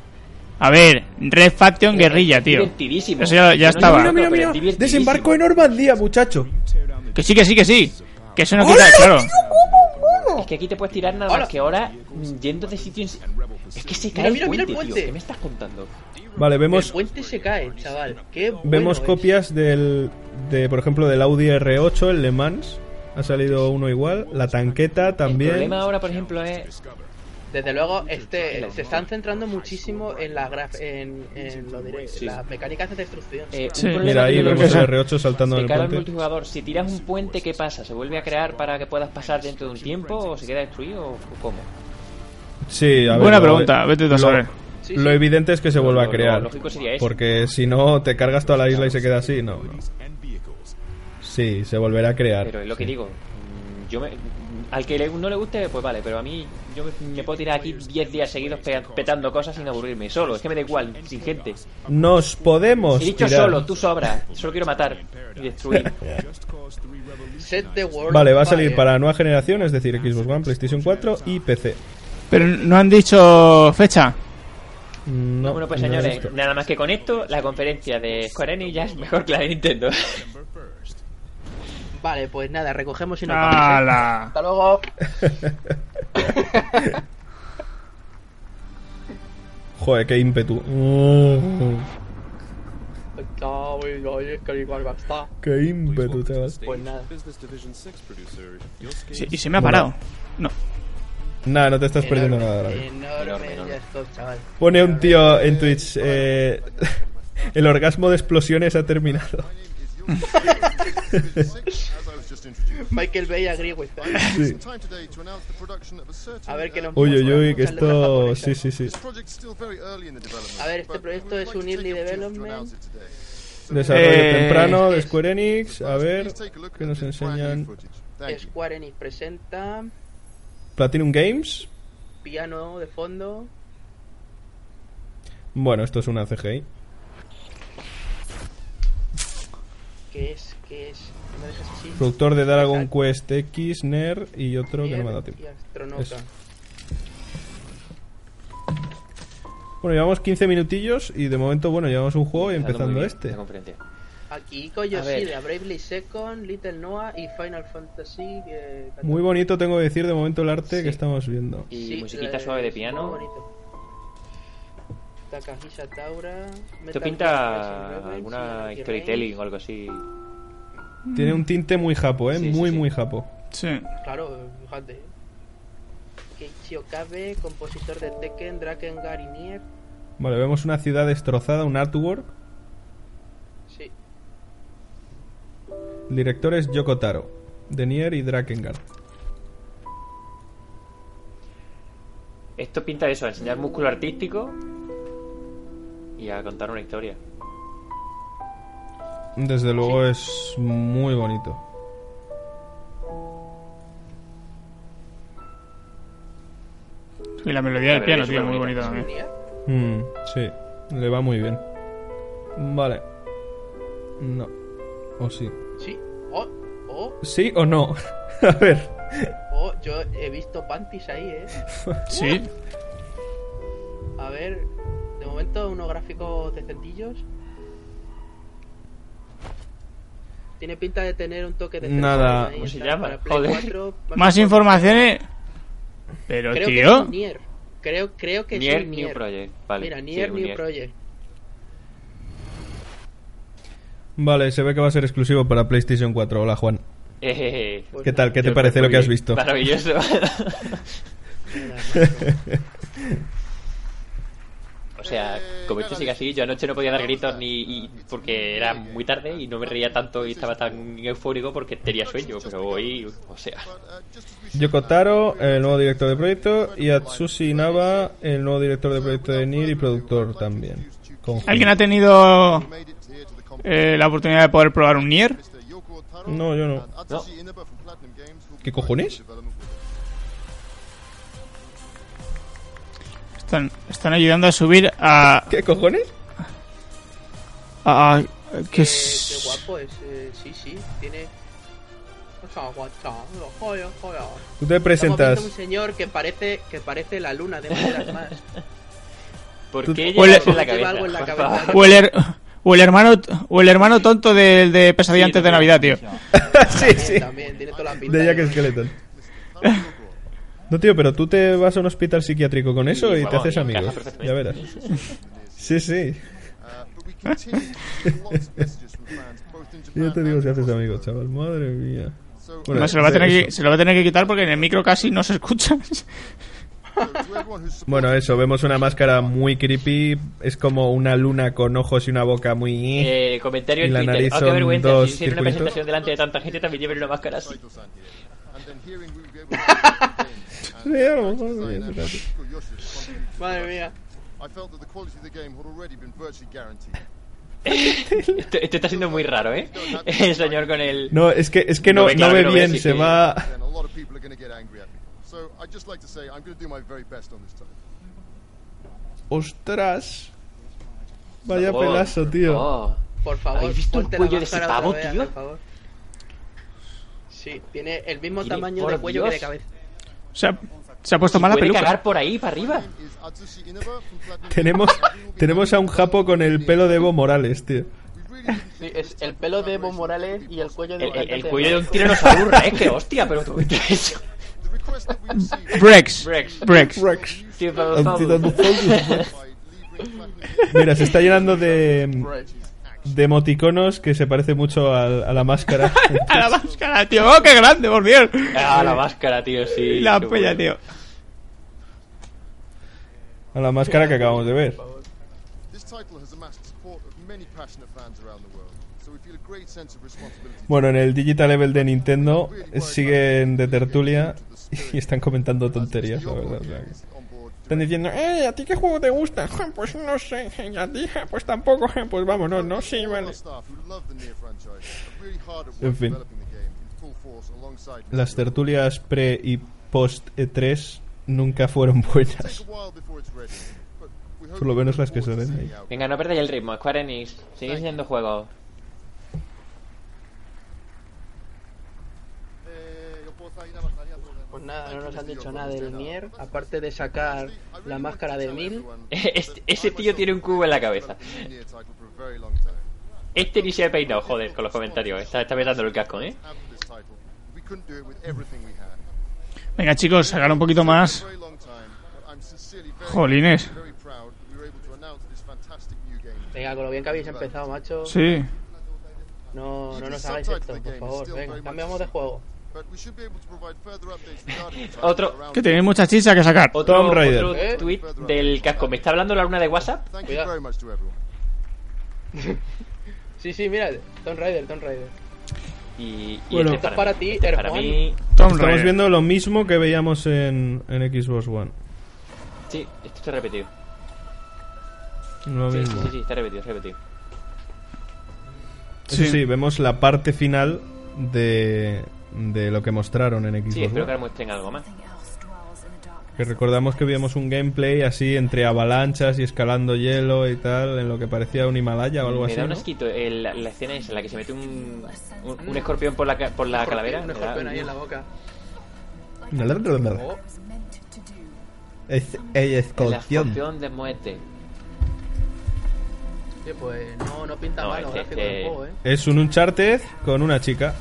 [SPEAKER 1] A ver, Red Faction Guerrilla, tío.
[SPEAKER 2] Divertidísimo.
[SPEAKER 1] Eso ya- ya
[SPEAKER 2] Que no es
[SPEAKER 1] estaba.
[SPEAKER 2] divertido, pero es divertidísimo.
[SPEAKER 3] en Normandía, muchacho.
[SPEAKER 1] Que sí, que sí, que sí. Que eso no quita, claro.
[SPEAKER 2] Es que aquí te puedes tirar nada
[SPEAKER 4] Hola.
[SPEAKER 2] más que ahora mm, yendo de sitio en si- Es que se
[SPEAKER 4] Mira,
[SPEAKER 2] cae
[SPEAKER 4] mira,
[SPEAKER 2] el,
[SPEAKER 4] mira
[SPEAKER 2] puente,
[SPEAKER 4] el puente.
[SPEAKER 2] tío. ¿Qué me estás contando?
[SPEAKER 3] Vale,
[SPEAKER 4] El
[SPEAKER 3] vemos,
[SPEAKER 4] puente se cae, chaval. Qué bueno
[SPEAKER 3] vemos
[SPEAKER 4] es.
[SPEAKER 3] copias del, de, por ejemplo, del Audi R8, el Le Mans. Ha salido uno igual. La tanqueta
[SPEAKER 2] El
[SPEAKER 3] también.
[SPEAKER 2] problema ahora, por ejemplo, es
[SPEAKER 4] Desde luego, este se están centrando muchísimo en, la graf- en, en lo diré,
[SPEAKER 2] Sí.
[SPEAKER 4] las mecánicas de destrucción.
[SPEAKER 2] Eh, un
[SPEAKER 1] Sí.
[SPEAKER 2] problema
[SPEAKER 3] Mira, ahí
[SPEAKER 2] que me
[SPEAKER 3] vemos
[SPEAKER 1] Esa.
[SPEAKER 3] el R8 saltando
[SPEAKER 2] De
[SPEAKER 3] en
[SPEAKER 2] cara
[SPEAKER 3] el
[SPEAKER 2] al
[SPEAKER 3] puente.
[SPEAKER 2] multijugador, si tiras un puente, ¿qué pasa? ¿Se vuelve a crear para que puedas pasar dentro de un tiempo o se queda destruido o cómo?
[SPEAKER 3] Sí, a ver,
[SPEAKER 1] Buena
[SPEAKER 3] lo-
[SPEAKER 1] pregunta, vete tú a
[SPEAKER 3] lo-
[SPEAKER 1] saber.
[SPEAKER 4] Sí,
[SPEAKER 3] Lo
[SPEAKER 4] sí.
[SPEAKER 3] evidente es que se vuelva
[SPEAKER 2] Lo- lo
[SPEAKER 3] a crear.
[SPEAKER 2] lógico sería eso.
[SPEAKER 3] Porque si no, te cargas toda la isla y se queda así. No, no. Sí, se volverá a crear.
[SPEAKER 2] Pero es lo que
[SPEAKER 3] sí.
[SPEAKER 2] digo. mm, Yo me- al que le- no le guste, pues vale, pero a mí yo me, me puedo tirar aquí 10 días seguidos pe- petando cosas sin aburrirme. Solo, es que me da igual, sin gente.
[SPEAKER 3] Nos podemos.
[SPEAKER 2] He dicho
[SPEAKER 3] tirar.
[SPEAKER 2] solo, tú sobra. Solo quiero matar y destruir.
[SPEAKER 4] Set the world
[SPEAKER 3] Vale, va a
[SPEAKER 4] on
[SPEAKER 3] salir
[SPEAKER 4] fire.
[SPEAKER 3] para nueva generación, es decir, Xbox One, PlayStation 4 y PC.
[SPEAKER 1] Pero no han dicho fecha.
[SPEAKER 3] No,
[SPEAKER 2] bueno, pues
[SPEAKER 3] no es
[SPEAKER 2] señores,
[SPEAKER 3] esto.
[SPEAKER 2] nada más que con esto, la conferencia de Square Enix ya es mejor que la de Nintendo.
[SPEAKER 4] Vale, pues nada, recogemos
[SPEAKER 3] Ah,
[SPEAKER 4] y nos vamos. ¿eh?
[SPEAKER 1] ¡Hala!
[SPEAKER 4] Hasta luego.
[SPEAKER 3] Joder, qué ímpetu. Oh, Qué ímpetu te vas.
[SPEAKER 4] Pues nada.
[SPEAKER 1] Sí, y se me ha parado. No.
[SPEAKER 3] Nada, no te estás perdiendo
[SPEAKER 4] Enorme,
[SPEAKER 3] nada. David.
[SPEAKER 4] Enorme,
[SPEAKER 2] Enorme,
[SPEAKER 4] ya estoy, chaval.
[SPEAKER 3] Pone un tío en Twitch. eh, el orgasmo de explosiones ha terminado.
[SPEAKER 4] Michael Bay agree with that.
[SPEAKER 3] Sí.
[SPEAKER 4] A ver que nos
[SPEAKER 3] Uy, uy,
[SPEAKER 4] muestran
[SPEAKER 3] uy, que
[SPEAKER 4] muchas letras
[SPEAKER 3] esto.
[SPEAKER 4] japonesas.
[SPEAKER 3] Sí, sí, sí.
[SPEAKER 4] A ver, este proyecto es un indie development.
[SPEAKER 3] Desarrollo
[SPEAKER 1] Eh,
[SPEAKER 3] temprano de Square Enix. A ver, ¿qué nos enseñan?
[SPEAKER 4] Square Enix presenta
[SPEAKER 3] Platinum Games.
[SPEAKER 4] piano de fondo.
[SPEAKER 3] Bueno, esto es una CGI.
[SPEAKER 4] ¿Qué es? ¿Qué es? ¿Qué me dejas así?
[SPEAKER 3] Productor de Dragon Quest X, NER y otro que no me ha dado tiempo.
[SPEAKER 4] Y astronauta.
[SPEAKER 3] Eso. Bueno, llevamos 15 minutillos y de momento, bueno, llevamos un juego y empezando este.
[SPEAKER 2] La conferencia.
[SPEAKER 4] Akihiko Yoshida, Bravely Second, Little Noah y Final Fantasy. eh,
[SPEAKER 3] Muy bonito, tengo que decir, de momento el arte que
[SPEAKER 2] Sí.
[SPEAKER 3] estamos viendo.
[SPEAKER 2] Y
[SPEAKER 4] Sí,
[SPEAKER 2] musiquita
[SPEAKER 4] la-
[SPEAKER 2] suave de
[SPEAKER 4] es muy
[SPEAKER 2] piano.
[SPEAKER 4] bonito. Takahisa Taura.
[SPEAKER 2] Esto
[SPEAKER 4] Metal Gear Solid
[SPEAKER 2] pinta
[SPEAKER 4] Rebels,
[SPEAKER 2] alguna
[SPEAKER 4] Metal Gear
[SPEAKER 2] storytelling o algo así.
[SPEAKER 3] Tiene un tinte muy japo, ¿eh?
[SPEAKER 2] Mm. Sí, sí,
[SPEAKER 3] muy,
[SPEAKER 2] sí.
[SPEAKER 3] muy japo.
[SPEAKER 1] Sí.
[SPEAKER 4] Race. Claro, fíjate. Keiichi Okabe, compositor de Tekken, Draken Garinier.
[SPEAKER 3] Vale, vemos una ciudad destrozada, un artwork.
[SPEAKER 4] Sí,
[SPEAKER 3] El director es Yoko Taro, de Nier y Drakengard.
[SPEAKER 2] Esto pinta eso, a enseñar músculo artístico y a contar una historia.
[SPEAKER 3] Desde luego es muy bonito.
[SPEAKER 1] Y la melodía del
[SPEAKER 2] La
[SPEAKER 1] piano,
[SPEAKER 2] melodía
[SPEAKER 1] tío,
[SPEAKER 2] es
[SPEAKER 1] muy bonita también.
[SPEAKER 2] superbonita.
[SPEAKER 4] Garinier.
[SPEAKER 3] Mm, sí, le va muy bien. Vale. No. ¿O sí?
[SPEAKER 4] Sí. Oh, oh,
[SPEAKER 3] ¿Sí o no? A ver.
[SPEAKER 4] oh, yo he visto panties ahí, eh.
[SPEAKER 1] Sí.
[SPEAKER 4] A ver, de momento unos gráficos decentillos. Tiene pinta de tener un toque de...
[SPEAKER 3] Nada.
[SPEAKER 4] Ahí
[SPEAKER 2] ¿Cómo se
[SPEAKER 4] está,
[SPEAKER 2] llama?
[SPEAKER 4] para Play
[SPEAKER 2] Joder.
[SPEAKER 4] 4, para-
[SPEAKER 1] Más informaciones. Pero,
[SPEAKER 4] Creo que es
[SPEAKER 1] tío.
[SPEAKER 4] un Nier. Creo, creo que es
[SPEAKER 2] Nier
[SPEAKER 4] un
[SPEAKER 2] New Project, vale.
[SPEAKER 4] Mira,
[SPEAKER 2] sí,
[SPEAKER 4] Nier
[SPEAKER 2] un
[SPEAKER 4] New Project.
[SPEAKER 3] Vale, se ve que va a ser exclusivo para PlayStation 4. Hola, Juan.
[SPEAKER 2] Eh,
[SPEAKER 4] Pues
[SPEAKER 3] ¿Qué tal? ¿Qué te
[SPEAKER 2] yo-
[SPEAKER 3] parece lo
[SPEAKER 2] muy
[SPEAKER 3] que has
[SPEAKER 2] bien,
[SPEAKER 3] visto?
[SPEAKER 2] Maravilloso.
[SPEAKER 4] nada, nada más.
[SPEAKER 2] o sea, como esto sigue así, yo anoche no podía dar gritos ni y- porque era muy tarde y no me reía tanto y estaba tan eufórico porque tenía sueño, pero hoy, o sea,
[SPEAKER 3] Yoko Taro, el nuevo director de proyecto, y Atsushi Inaba, el nuevo director de proyecto de Nier y productor también. Con-
[SPEAKER 1] ¿Alguien ha tenido eh, la oportunidad de poder probar un Nier?
[SPEAKER 3] No, yo no. ¿Qué cojones?
[SPEAKER 1] Están, están ayudando a subir a.
[SPEAKER 3] ¿Qué cojones?
[SPEAKER 1] a, a- que
[SPEAKER 4] Eh,
[SPEAKER 1] es-
[SPEAKER 4] qué guapo es. eh, sí, sí, tiene... O sea, guachao, lo joyo, joyo. Estamos
[SPEAKER 3] Tú te
[SPEAKER 4] viendo un
[SPEAKER 3] presentas.
[SPEAKER 4] señor que parece que parece la luna de Majora's Mask.
[SPEAKER 2] ¿por
[SPEAKER 3] Tú-
[SPEAKER 2] qué
[SPEAKER 1] Huele-
[SPEAKER 2] llevas en la
[SPEAKER 4] Lleva algo en la
[SPEAKER 2] cabeza? Por
[SPEAKER 4] cabeza.
[SPEAKER 2] favor.
[SPEAKER 1] O el, her- o el hermano o el hermano tonto del de Pesadilla antes de Navidad, tío.
[SPEAKER 3] sí, sí.
[SPEAKER 4] Eh, También tiene toda la pinta.
[SPEAKER 3] De Jack Skeleton. No, tío, pero tú te vas a un hospital psiquiátrico con eso
[SPEAKER 2] Sí,
[SPEAKER 3] y te
[SPEAKER 2] vamos,
[SPEAKER 3] haces
[SPEAKER 2] y
[SPEAKER 3] amigos.
[SPEAKER 2] encaja perfectamente.
[SPEAKER 3] Ya verás. Sí, sí. Yo te digo si haces amigos, chaval. Madre mía. Bueno,
[SPEAKER 1] Además, se, lo va a tener
[SPEAKER 3] eso.
[SPEAKER 1] que, se lo va a tener que quitar porque en el micro casi no se escucha.
[SPEAKER 3] Bueno, eso, vemos una máscara muy creepy. Es como una luna con ojos y una boca muy.
[SPEAKER 2] Eh, comentario
[SPEAKER 3] Y
[SPEAKER 2] en
[SPEAKER 3] la
[SPEAKER 2] Twitter.
[SPEAKER 3] nariz
[SPEAKER 2] Oh, qué
[SPEAKER 3] son
[SPEAKER 2] vergüenza.
[SPEAKER 3] dos
[SPEAKER 2] Si hiciera una
[SPEAKER 3] circulitos.
[SPEAKER 2] presentación delante de tanta gente, también lleven una máscara así.
[SPEAKER 3] eh,
[SPEAKER 4] Madre mía.
[SPEAKER 2] Esto, esto está siendo muy raro, ¿eh? El señor con el.
[SPEAKER 3] No, es que, es que no,
[SPEAKER 2] No
[SPEAKER 3] no,
[SPEAKER 2] ve claro,
[SPEAKER 3] ve
[SPEAKER 2] no ve,
[SPEAKER 3] bien,
[SPEAKER 2] sí,
[SPEAKER 3] se
[SPEAKER 2] sí.
[SPEAKER 3] va. ¡Ostras! Vaya
[SPEAKER 2] Oh,
[SPEAKER 3] pelazo, tío.
[SPEAKER 2] oh.
[SPEAKER 4] Por favor,
[SPEAKER 2] ¿Habéis visto el
[SPEAKER 4] ponte la
[SPEAKER 2] cuello de ese
[SPEAKER 4] máscara otra
[SPEAKER 2] pavo,
[SPEAKER 4] vez,
[SPEAKER 2] tío?
[SPEAKER 4] por favor. Sí, tiene el mismo
[SPEAKER 2] Tiene-
[SPEAKER 4] tamaño
[SPEAKER 2] por
[SPEAKER 4] de cuello que de
[SPEAKER 2] Dios.
[SPEAKER 4] cabeza.
[SPEAKER 1] Se ha, se ha puesto mala
[SPEAKER 2] Puede
[SPEAKER 1] peluca.
[SPEAKER 2] cagar por ahí, para arriba.
[SPEAKER 3] Tenemos, tenemos a un japo con el pelo de Evo Morales, tío.
[SPEAKER 4] Sí, es el pelo de Evo Morales y el cuello
[SPEAKER 2] El,
[SPEAKER 4] de
[SPEAKER 2] el- el cuello de un tiranosaurio, ¿eh? Que hostia, pero tú. ¿qué es eso?
[SPEAKER 1] Brex.
[SPEAKER 2] Brex.
[SPEAKER 1] Brex.
[SPEAKER 2] Tío, por favor.
[SPEAKER 3] Mira, se está llenando de,
[SPEAKER 4] Right.
[SPEAKER 3] de emoticonos que se parece mucho a, a la máscara.
[SPEAKER 1] A la máscara, tío. ¡Oh, qué grande, por Dios!
[SPEAKER 2] Ah, la máscara, tío, sí.
[SPEAKER 1] La
[SPEAKER 2] Qué
[SPEAKER 1] polla,
[SPEAKER 2] bueno.
[SPEAKER 1] tío.
[SPEAKER 3] A la máscara que acabamos de ver. Bueno, en el Digital Level de Nintendo eh, siguen de tertulia y están comentando tonterías, la verdad. o sea que- Están diciendo, eh, ¿a ti qué juego te gusta? "Ja, Pues no sé, y a ti, "Ja, pues tampoco, "Ja, pues vámonos, no, sí, vale. En fin. Las tertulias pre y post E3 nunca fueron buenas.
[SPEAKER 5] Por lo menos las que se ven ahí.
[SPEAKER 2] Venga, no perdáis el ritmo, Square Enix. Sigue enseñando juegos.
[SPEAKER 4] Pues nada, no nos han dicho nada del Nier, aparte de sacar la máscara de Mil.
[SPEAKER 2] Este- ese tío tiene un cubo en la cabeza. Este ni se ha peinado, joder, con los comentarios. ¿eh? Está, está petando el casco, ¿eh?
[SPEAKER 1] Venga, chicos, Pues sacar un poquito más. Jolines.
[SPEAKER 4] Venga, con lo bien que habéis empezado, macho.
[SPEAKER 1] Sí.
[SPEAKER 4] No, no nos hagáis esto, por favor. Venga, cambiamos de juego.
[SPEAKER 2] Otro-
[SPEAKER 1] Que tenéis mucha chicha que sacar.
[SPEAKER 2] Otro,
[SPEAKER 3] Tomb Raider.
[SPEAKER 2] otro
[SPEAKER 4] ¿Eh?
[SPEAKER 2] tweet del casco. ¿Me está hablando la luna de WhatsApp?
[SPEAKER 4] Sí, sí, mira, Tomb Raider, Tomb Raider.
[SPEAKER 2] Y, y
[SPEAKER 3] Bueno.
[SPEAKER 2] este
[SPEAKER 4] Esto
[SPEAKER 2] es
[SPEAKER 4] es para
[SPEAKER 2] mí,
[SPEAKER 4] ti,
[SPEAKER 2] este es para
[SPEAKER 4] Erjuan.
[SPEAKER 2] mí.
[SPEAKER 1] Tomb
[SPEAKER 3] Estamos
[SPEAKER 1] Raider.
[SPEAKER 3] viendo lo mismo que veíamos en, en Xbox One.
[SPEAKER 2] Sí, esto está repetido.
[SPEAKER 3] Lo
[SPEAKER 2] Sí, sí,
[SPEAKER 3] mismo.
[SPEAKER 2] sí, sí, está repetido, está repetido.
[SPEAKER 3] Eso
[SPEAKER 1] Sí.
[SPEAKER 3] sí, vemos la parte final de, de lo que mostraron en Xbox
[SPEAKER 2] Sí, espero que
[SPEAKER 3] One.
[SPEAKER 2] ahora muestren algo más.
[SPEAKER 3] Que recordamos que vimos un gameplay así entre avalanchas y escalando hielo y tal, en lo que parecía un Himalaya o algo
[SPEAKER 2] Me
[SPEAKER 3] así.
[SPEAKER 2] da un
[SPEAKER 3] ¿no?
[SPEAKER 2] asquito el- la, la escena esa en la que se mete un, un, un escorpión por la, ca- por la calavera.
[SPEAKER 4] Mm. Un
[SPEAKER 2] me da-
[SPEAKER 4] escorpión ahí en la boca. Oh,
[SPEAKER 3] Es el
[SPEAKER 2] El
[SPEAKER 3] escorpión.
[SPEAKER 2] escorpión de muerte.
[SPEAKER 4] sí, pues no, no pinta
[SPEAKER 2] No,
[SPEAKER 4] mal los
[SPEAKER 2] este-
[SPEAKER 4] gráficos del
[SPEAKER 2] este-
[SPEAKER 4] juego, eh.
[SPEAKER 3] Es un Uncharted con una chica.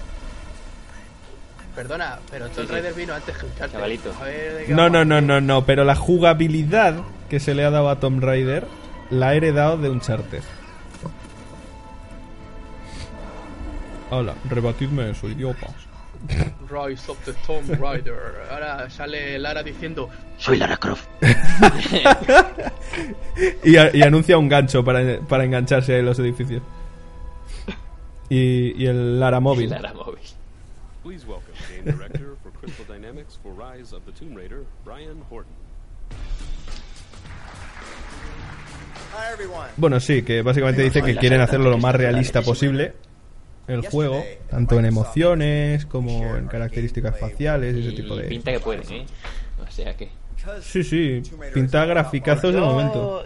[SPEAKER 4] Perdona, pero Tomb
[SPEAKER 2] sí.
[SPEAKER 4] Raider vino antes que Uncharted.
[SPEAKER 2] Chavalito.
[SPEAKER 4] A ver, de qué
[SPEAKER 3] No, no,
[SPEAKER 4] vamos.
[SPEAKER 3] no, no, no, pero la jugabilidad que se le ha dado a Tomb Raider la ha heredado de Uncharted. Hola, rebatidme eso, idiota.
[SPEAKER 4] Rise of the Tomb Raider. Ahora sale Lara diciendo,
[SPEAKER 3] Y, a- y anuncia un gancho para, para engancharse a los edificios. Y, y el Lara móvil.
[SPEAKER 2] Lara móvil.
[SPEAKER 6] Please welcome Game Director for Crystal Dynamics for Rise of the Tomb Raider, Brian Horton.
[SPEAKER 3] Bueno, sí, que básicamente dice que quieren hacerlo lo más realista posible el juego, tanto en emociones como en características faciales y ese
[SPEAKER 2] Y
[SPEAKER 3] tipo de...
[SPEAKER 2] pinta que pueden, ¿eh? O sea que.
[SPEAKER 3] Sí, sí, pinta graficazos de
[SPEAKER 4] yo,
[SPEAKER 3] momento.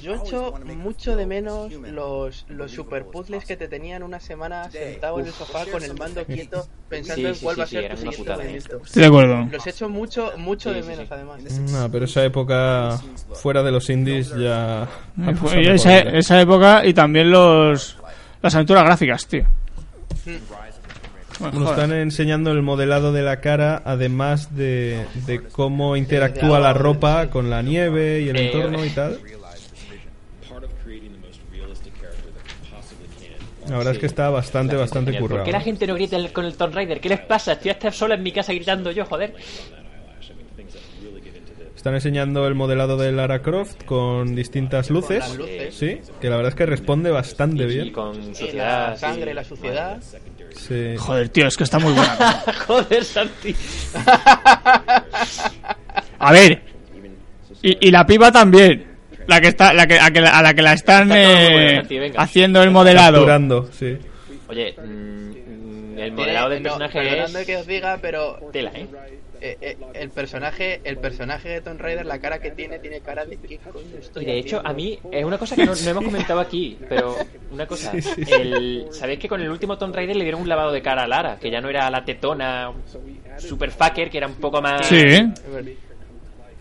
[SPEAKER 4] yo echo mucho de menos los, los super puzzles que te tenían una semana sentado en el sofá con el mando quieto pensando
[SPEAKER 2] Sí,
[SPEAKER 4] en
[SPEAKER 2] sí,
[SPEAKER 4] cuál
[SPEAKER 2] sí,
[SPEAKER 4] va a
[SPEAKER 2] sí,
[SPEAKER 4] ser
[SPEAKER 2] eran
[SPEAKER 4] tu
[SPEAKER 2] una
[SPEAKER 4] siguiente
[SPEAKER 2] putada, ¿eh?
[SPEAKER 4] movimiento.
[SPEAKER 1] Estoy de acuerdo.
[SPEAKER 4] Los echo mucho, mucho
[SPEAKER 2] Sí,
[SPEAKER 4] de
[SPEAKER 2] sí,
[SPEAKER 4] menos,
[SPEAKER 2] sí.
[SPEAKER 4] además.
[SPEAKER 3] No, Ah, pero esa época fuera de los indies ya... ha
[SPEAKER 1] Y
[SPEAKER 3] pasado ¿eh?
[SPEAKER 1] fue- y Pues esa,
[SPEAKER 3] por-
[SPEAKER 1] esa época y también los las aventuras gráficas, tío. Bueno,
[SPEAKER 3] Nos
[SPEAKER 1] joder.
[SPEAKER 3] están enseñando el modelado de la cara, además de, de cómo interactúa la ropa con la nieve y el
[SPEAKER 2] Eh,
[SPEAKER 3] entorno y tal. La verdad es que está bastante, bastante
[SPEAKER 2] Genial. ¿Por
[SPEAKER 3] currado.
[SPEAKER 2] qué la gente no grita el- con el Tomb Raider? ¿Qué les pasa? Estoy hasta sola en mi casa gritando yo, joder.
[SPEAKER 3] Están enseñando el modelado de Lara Croft con distintas luces.
[SPEAKER 4] Las luces.
[SPEAKER 3] Sí, que la verdad es que responde bastante
[SPEAKER 2] Y, y
[SPEAKER 3] bien.
[SPEAKER 2] con
[SPEAKER 4] Sí,
[SPEAKER 2] suciedad.
[SPEAKER 4] la sangre,
[SPEAKER 2] sí.
[SPEAKER 4] la suciedad.
[SPEAKER 3] Sí.
[SPEAKER 1] Joder, tío, es que está muy buena.
[SPEAKER 2] Joder, Santi.
[SPEAKER 1] A ver. Y, y la piba también. La que está, la que, a, que la- a la que la están
[SPEAKER 2] Está todo muy
[SPEAKER 1] eh,
[SPEAKER 2] bueno, Santi, venga.
[SPEAKER 1] haciendo el modelado.
[SPEAKER 3] Capturando, sí.
[SPEAKER 2] Oye, mm, mm, el modelado del
[SPEAKER 4] Tiene- no,
[SPEAKER 2] personaje
[SPEAKER 4] perdonadme
[SPEAKER 2] es.
[SPEAKER 4] que os diga, pero
[SPEAKER 2] Tela, ¿eh?
[SPEAKER 4] eh, eh, el personaje, el personaje de Tomb Raider, la cara que tiene, tiene cara de qué coño estoy
[SPEAKER 2] Y de hecho,
[SPEAKER 4] haciendo?".
[SPEAKER 2] a mí es una cosa que no, no hemos comentado aquí, pero una cosa. El, ¿Sabéis que con el último Tomb Raider le dieron un lavado de cara a Lara? Que ya no era la tetona super fucker, que era un poco más.
[SPEAKER 1] Sí.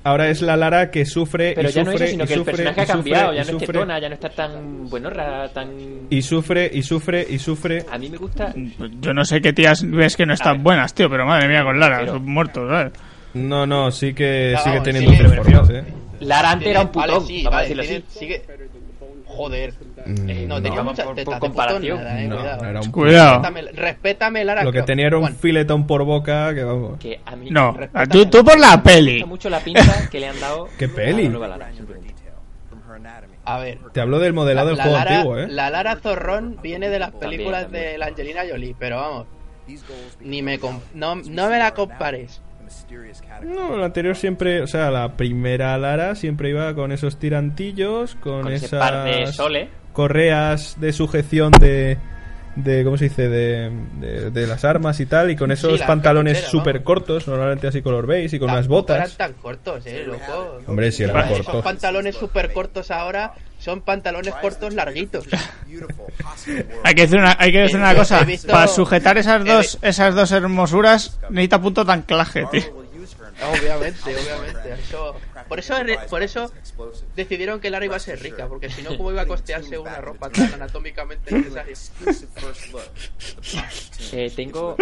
[SPEAKER 3] Ahora es la Lara que sufre
[SPEAKER 2] Pero
[SPEAKER 3] y
[SPEAKER 2] ya
[SPEAKER 3] sufre
[SPEAKER 2] no es eso, sino
[SPEAKER 3] y
[SPEAKER 2] que el
[SPEAKER 3] sufre,
[SPEAKER 2] personaje
[SPEAKER 3] y
[SPEAKER 2] ha cambiado, ya
[SPEAKER 3] sufre, y
[SPEAKER 2] no es
[SPEAKER 3] sufre,
[SPEAKER 2] tetona, ya no está tan buenorra, tan.
[SPEAKER 3] Y sufre y sufre y sufre.
[SPEAKER 2] A mí me gusta.
[SPEAKER 1] Yo no sé qué tías ves que no
[SPEAKER 2] A ver.
[SPEAKER 1] están buenas, tío, pero madre mía, con Lara,
[SPEAKER 2] Pero-
[SPEAKER 1] son muertos, ¿sabes?
[SPEAKER 3] No, no, sí que
[SPEAKER 4] Ah,
[SPEAKER 3] sigue
[SPEAKER 4] vamos,
[SPEAKER 3] teniendo
[SPEAKER 4] sí,
[SPEAKER 3] tres
[SPEAKER 4] me
[SPEAKER 3] formas, ¿eh?
[SPEAKER 2] Lara antes era un
[SPEAKER 4] Vale,
[SPEAKER 2] putón,
[SPEAKER 4] sí,
[SPEAKER 2] vamos a
[SPEAKER 4] vale,
[SPEAKER 2] decirlo así.
[SPEAKER 4] tiene- sigue- Joder. Eh, No,
[SPEAKER 2] no,
[SPEAKER 4] tenía
[SPEAKER 2] vamos,
[SPEAKER 4] muchas
[SPEAKER 2] por-
[SPEAKER 4] tetas.
[SPEAKER 2] por
[SPEAKER 4] de
[SPEAKER 2] comparación,
[SPEAKER 4] putón, nada, eh,
[SPEAKER 3] No,
[SPEAKER 4] cuidado.
[SPEAKER 3] no era un
[SPEAKER 1] Cuidado.
[SPEAKER 4] Respétame, respétame, Lara.
[SPEAKER 3] Lo que
[SPEAKER 4] Croft,
[SPEAKER 3] tenía era un
[SPEAKER 4] Juan.
[SPEAKER 3] filetón por boca, que vamos.
[SPEAKER 2] Que a mí
[SPEAKER 1] No,
[SPEAKER 2] me
[SPEAKER 1] a tú, tú por la peli.
[SPEAKER 2] gusta mucho la pinta que le han dado.
[SPEAKER 3] ¿Qué
[SPEAKER 2] a la
[SPEAKER 3] peli?
[SPEAKER 2] nueva Lara, simplemente.
[SPEAKER 4] A ver.
[SPEAKER 3] Te hablo del modelado del juego
[SPEAKER 4] Lara,
[SPEAKER 3] antiguo, ¿eh?
[SPEAKER 4] la Lara Zorrón viene de las
[SPEAKER 2] También,
[SPEAKER 4] películas
[SPEAKER 2] también.
[SPEAKER 4] de la Angelina Jolie, pero vamos, ni me com- no, no me la compares.
[SPEAKER 3] No, la anterior siempre, o sea, la primera Lara siempre iba con esos tirantillos, con,
[SPEAKER 2] Con ese
[SPEAKER 3] esas
[SPEAKER 2] par de soles.
[SPEAKER 3] correas de sujeción de, de ¿cómo se dice? De, de- de las armas y tal, y con esos
[SPEAKER 4] las
[SPEAKER 3] pantalones
[SPEAKER 4] capucheras, vamos.
[SPEAKER 3] súper cortos, normalmente así color beige, y con unas
[SPEAKER 4] Tampoco
[SPEAKER 3] botas.
[SPEAKER 4] Eran tan cortos, eh, loco.
[SPEAKER 3] Hombre, sí, eran
[SPEAKER 4] Ahora,
[SPEAKER 3] cortos.
[SPEAKER 4] Esos pantalones súper cortos ahora son pantalones cortos larguitos.
[SPEAKER 1] Hay que decir una, hay que decir una
[SPEAKER 4] Yo
[SPEAKER 1] cosa.
[SPEAKER 4] he visto-
[SPEAKER 1] Para sujetar esas
[SPEAKER 4] he
[SPEAKER 1] dos, esas dos hermosuras, necesita punto de anclaje, tío.
[SPEAKER 4] Obviamente, obviamente. eso- por, eso, por eso decidieron que Lara iba a ser rica, porque si no, ¿cómo iba a costearse una ropa tan anatómicamente necesaria?
[SPEAKER 2] Eh, tengo.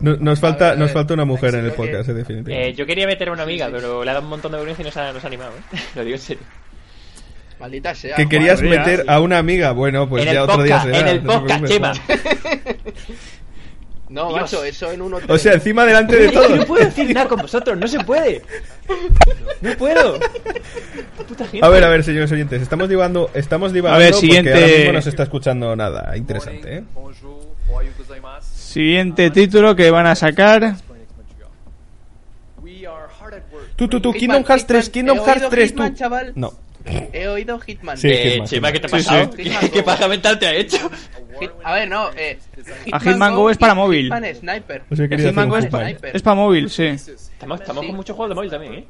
[SPEAKER 3] No- nos
[SPEAKER 4] A
[SPEAKER 3] falta,
[SPEAKER 4] ver, a
[SPEAKER 3] nos
[SPEAKER 4] ver.
[SPEAKER 3] falta una mujer en
[SPEAKER 4] Creo
[SPEAKER 3] el
[SPEAKER 4] que-
[SPEAKER 3] podcast, eh, definitivamente.
[SPEAKER 2] eh, yo quería meter a una amiga, pero le ha dado un montón de vergüenza y no se ha, no se ha animado, ¿eh? Lo digo en serio.
[SPEAKER 4] Maldita sea.
[SPEAKER 3] que
[SPEAKER 4] Juan.
[SPEAKER 3] querías
[SPEAKER 1] Madre mía.
[SPEAKER 3] meter a una amiga, bueno, pues
[SPEAKER 2] en
[SPEAKER 3] ya
[SPEAKER 2] el
[SPEAKER 3] otro día
[SPEAKER 2] podcast,
[SPEAKER 3] será.
[SPEAKER 2] en el
[SPEAKER 3] no te
[SPEAKER 2] podcast, Chema.
[SPEAKER 3] preocupes.
[SPEAKER 4] No,
[SPEAKER 2] Dios.
[SPEAKER 4] macho, eso en un hotel.
[SPEAKER 3] O sea, encima delante de
[SPEAKER 2] No
[SPEAKER 3] todos.
[SPEAKER 2] puedo decir nada con vosotros, no se puede. No puedo. Puta gente.
[SPEAKER 3] A ver, a ver, señores oyentes, estamos divagando, estamos divagando
[SPEAKER 1] A ver,
[SPEAKER 3] porque ahora
[SPEAKER 1] siguiente.
[SPEAKER 3] mismo no se está escuchando nada interesante, ¿eh?
[SPEAKER 1] Siguiente título que van a sacar.
[SPEAKER 3] Tú, tú, tú,
[SPEAKER 4] Hitman,
[SPEAKER 3] Kingdom Hearts 3,
[SPEAKER 4] Hitman,
[SPEAKER 3] Kingdom
[SPEAKER 4] he
[SPEAKER 3] Hearts
[SPEAKER 4] oído
[SPEAKER 3] 3,
[SPEAKER 4] Hitman,
[SPEAKER 3] tú.
[SPEAKER 4] chaval.
[SPEAKER 3] No.
[SPEAKER 4] He oído Hitman.
[SPEAKER 3] Sí.
[SPEAKER 2] Eh,
[SPEAKER 3] Hitman,
[SPEAKER 2] Chema, ¿qué te ha
[SPEAKER 1] Hitman. Sí,
[SPEAKER 2] pasado?
[SPEAKER 1] sí.
[SPEAKER 2] ¿Qué, qué paja mental te ha hecho?
[SPEAKER 4] Hit- A ver, no. Eh,
[SPEAKER 1] A Hitman Go es para móvil.
[SPEAKER 4] Hitman Sniper.
[SPEAKER 3] No sé,
[SPEAKER 1] El
[SPEAKER 3] quería hacer
[SPEAKER 1] Hitman
[SPEAKER 3] un
[SPEAKER 1] Go es,
[SPEAKER 3] Hitman.
[SPEAKER 4] Sniper.
[SPEAKER 1] para móvil, sí.
[SPEAKER 2] Estamos, estamos con muchos juegos de móvil también, ¿eh?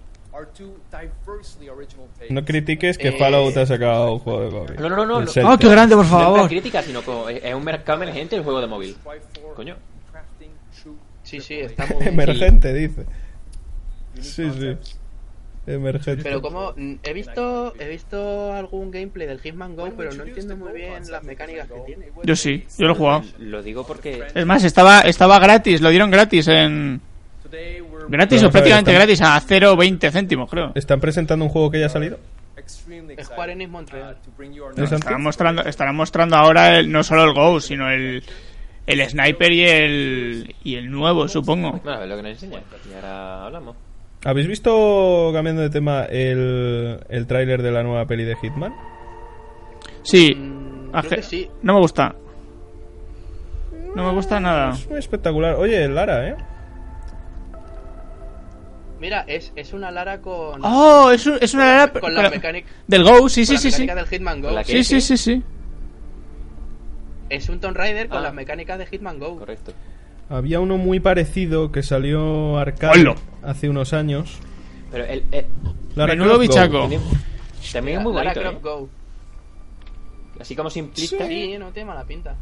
[SPEAKER 3] No critiques que
[SPEAKER 4] Eh,
[SPEAKER 3] Fallout ha sacado un juego de móvil.
[SPEAKER 2] No, no, no, Ah, no.
[SPEAKER 3] El Shelter.
[SPEAKER 1] ¡Oh, qué grande, por
[SPEAKER 2] No es una
[SPEAKER 1] favor!
[SPEAKER 2] crítica, sino como es es un mercado emergente el juego de móvil. Coño.
[SPEAKER 4] Sí, sí, está muy bien.
[SPEAKER 3] Emergente, dice. Sí, sí. Emergente.
[SPEAKER 4] Pero como mm, he visto, he visto algún gameplay del Hitman Go, pero no entiendo muy bien las mecánicas que tiene.
[SPEAKER 1] Yo sí, yo lo he jugado.
[SPEAKER 2] Lo digo porque.
[SPEAKER 1] Es más, estaba, estaba gratis, lo dieron gratis en... Gratis
[SPEAKER 3] Vamos a
[SPEAKER 1] o
[SPEAKER 3] ver,
[SPEAKER 1] prácticamente
[SPEAKER 3] están-
[SPEAKER 1] gratis, a 0,20 céntimos, creo.
[SPEAKER 3] ¿Están presentando un juego que ya ha salido?
[SPEAKER 4] Square Enix Montreal.
[SPEAKER 1] No, estarán,
[SPEAKER 3] ¿Es antes?
[SPEAKER 1] mostrando, estarán mostrando ahora el- no solo el Go, sino el, el Sniper y el, y el nuevo, supongo.
[SPEAKER 2] Bueno, a ver lo que nos enseña. Y ahora hablamos.
[SPEAKER 3] ¿Habéis visto, cambiando de tema, el, el tráiler de la nueva peli de Hitman?
[SPEAKER 1] Sí,
[SPEAKER 4] Mm,
[SPEAKER 1] a
[SPEAKER 3] Ah,
[SPEAKER 4] creo
[SPEAKER 1] ge-
[SPEAKER 4] que sí.
[SPEAKER 1] no me gusta. No me gusta
[SPEAKER 4] Mm.
[SPEAKER 1] nada.
[SPEAKER 3] Es muy espectacular. Oye, Lara, ¿eh?
[SPEAKER 4] Mira, es, es una Lara con,
[SPEAKER 3] Ah,
[SPEAKER 1] Oh, es, un- es una Lara
[SPEAKER 4] con
[SPEAKER 1] pero-
[SPEAKER 4] la mecánica,
[SPEAKER 1] del Go, sí, sí,
[SPEAKER 4] con
[SPEAKER 1] sí,
[SPEAKER 4] la
[SPEAKER 1] sí.
[SPEAKER 4] mecánica del Hitman Go.
[SPEAKER 2] Con la que-
[SPEAKER 1] Sí, sí, sí, sí.
[SPEAKER 4] Es un Tomb Raider con
[SPEAKER 2] Ah.
[SPEAKER 4] las mecánicas de Hitman Go.
[SPEAKER 2] Correcto.
[SPEAKER 3] Había uno muy parecido que salió arcade
[SPEAKER 1] Hola.
[SPEAKER 3] hace unos años.
[SPEAKER 2] Pero el. el-
[SPEAKER 1] Menudo
[SPEAKER 3] Croft Go.
[SPEAKER 1] bichaco.
[SPEAKER 2] también, también es muy
[SPEAKER 4] Lara
[SPEAKER 2] bonito.
[SPEAKER 4] Croft
[SPEAKER 2] ¿eh?
[SPEAKER 4] Go.
[SPEAKER 2] Así como simplista.
[SPEAKER 4] Sí, no tiene mala pinta.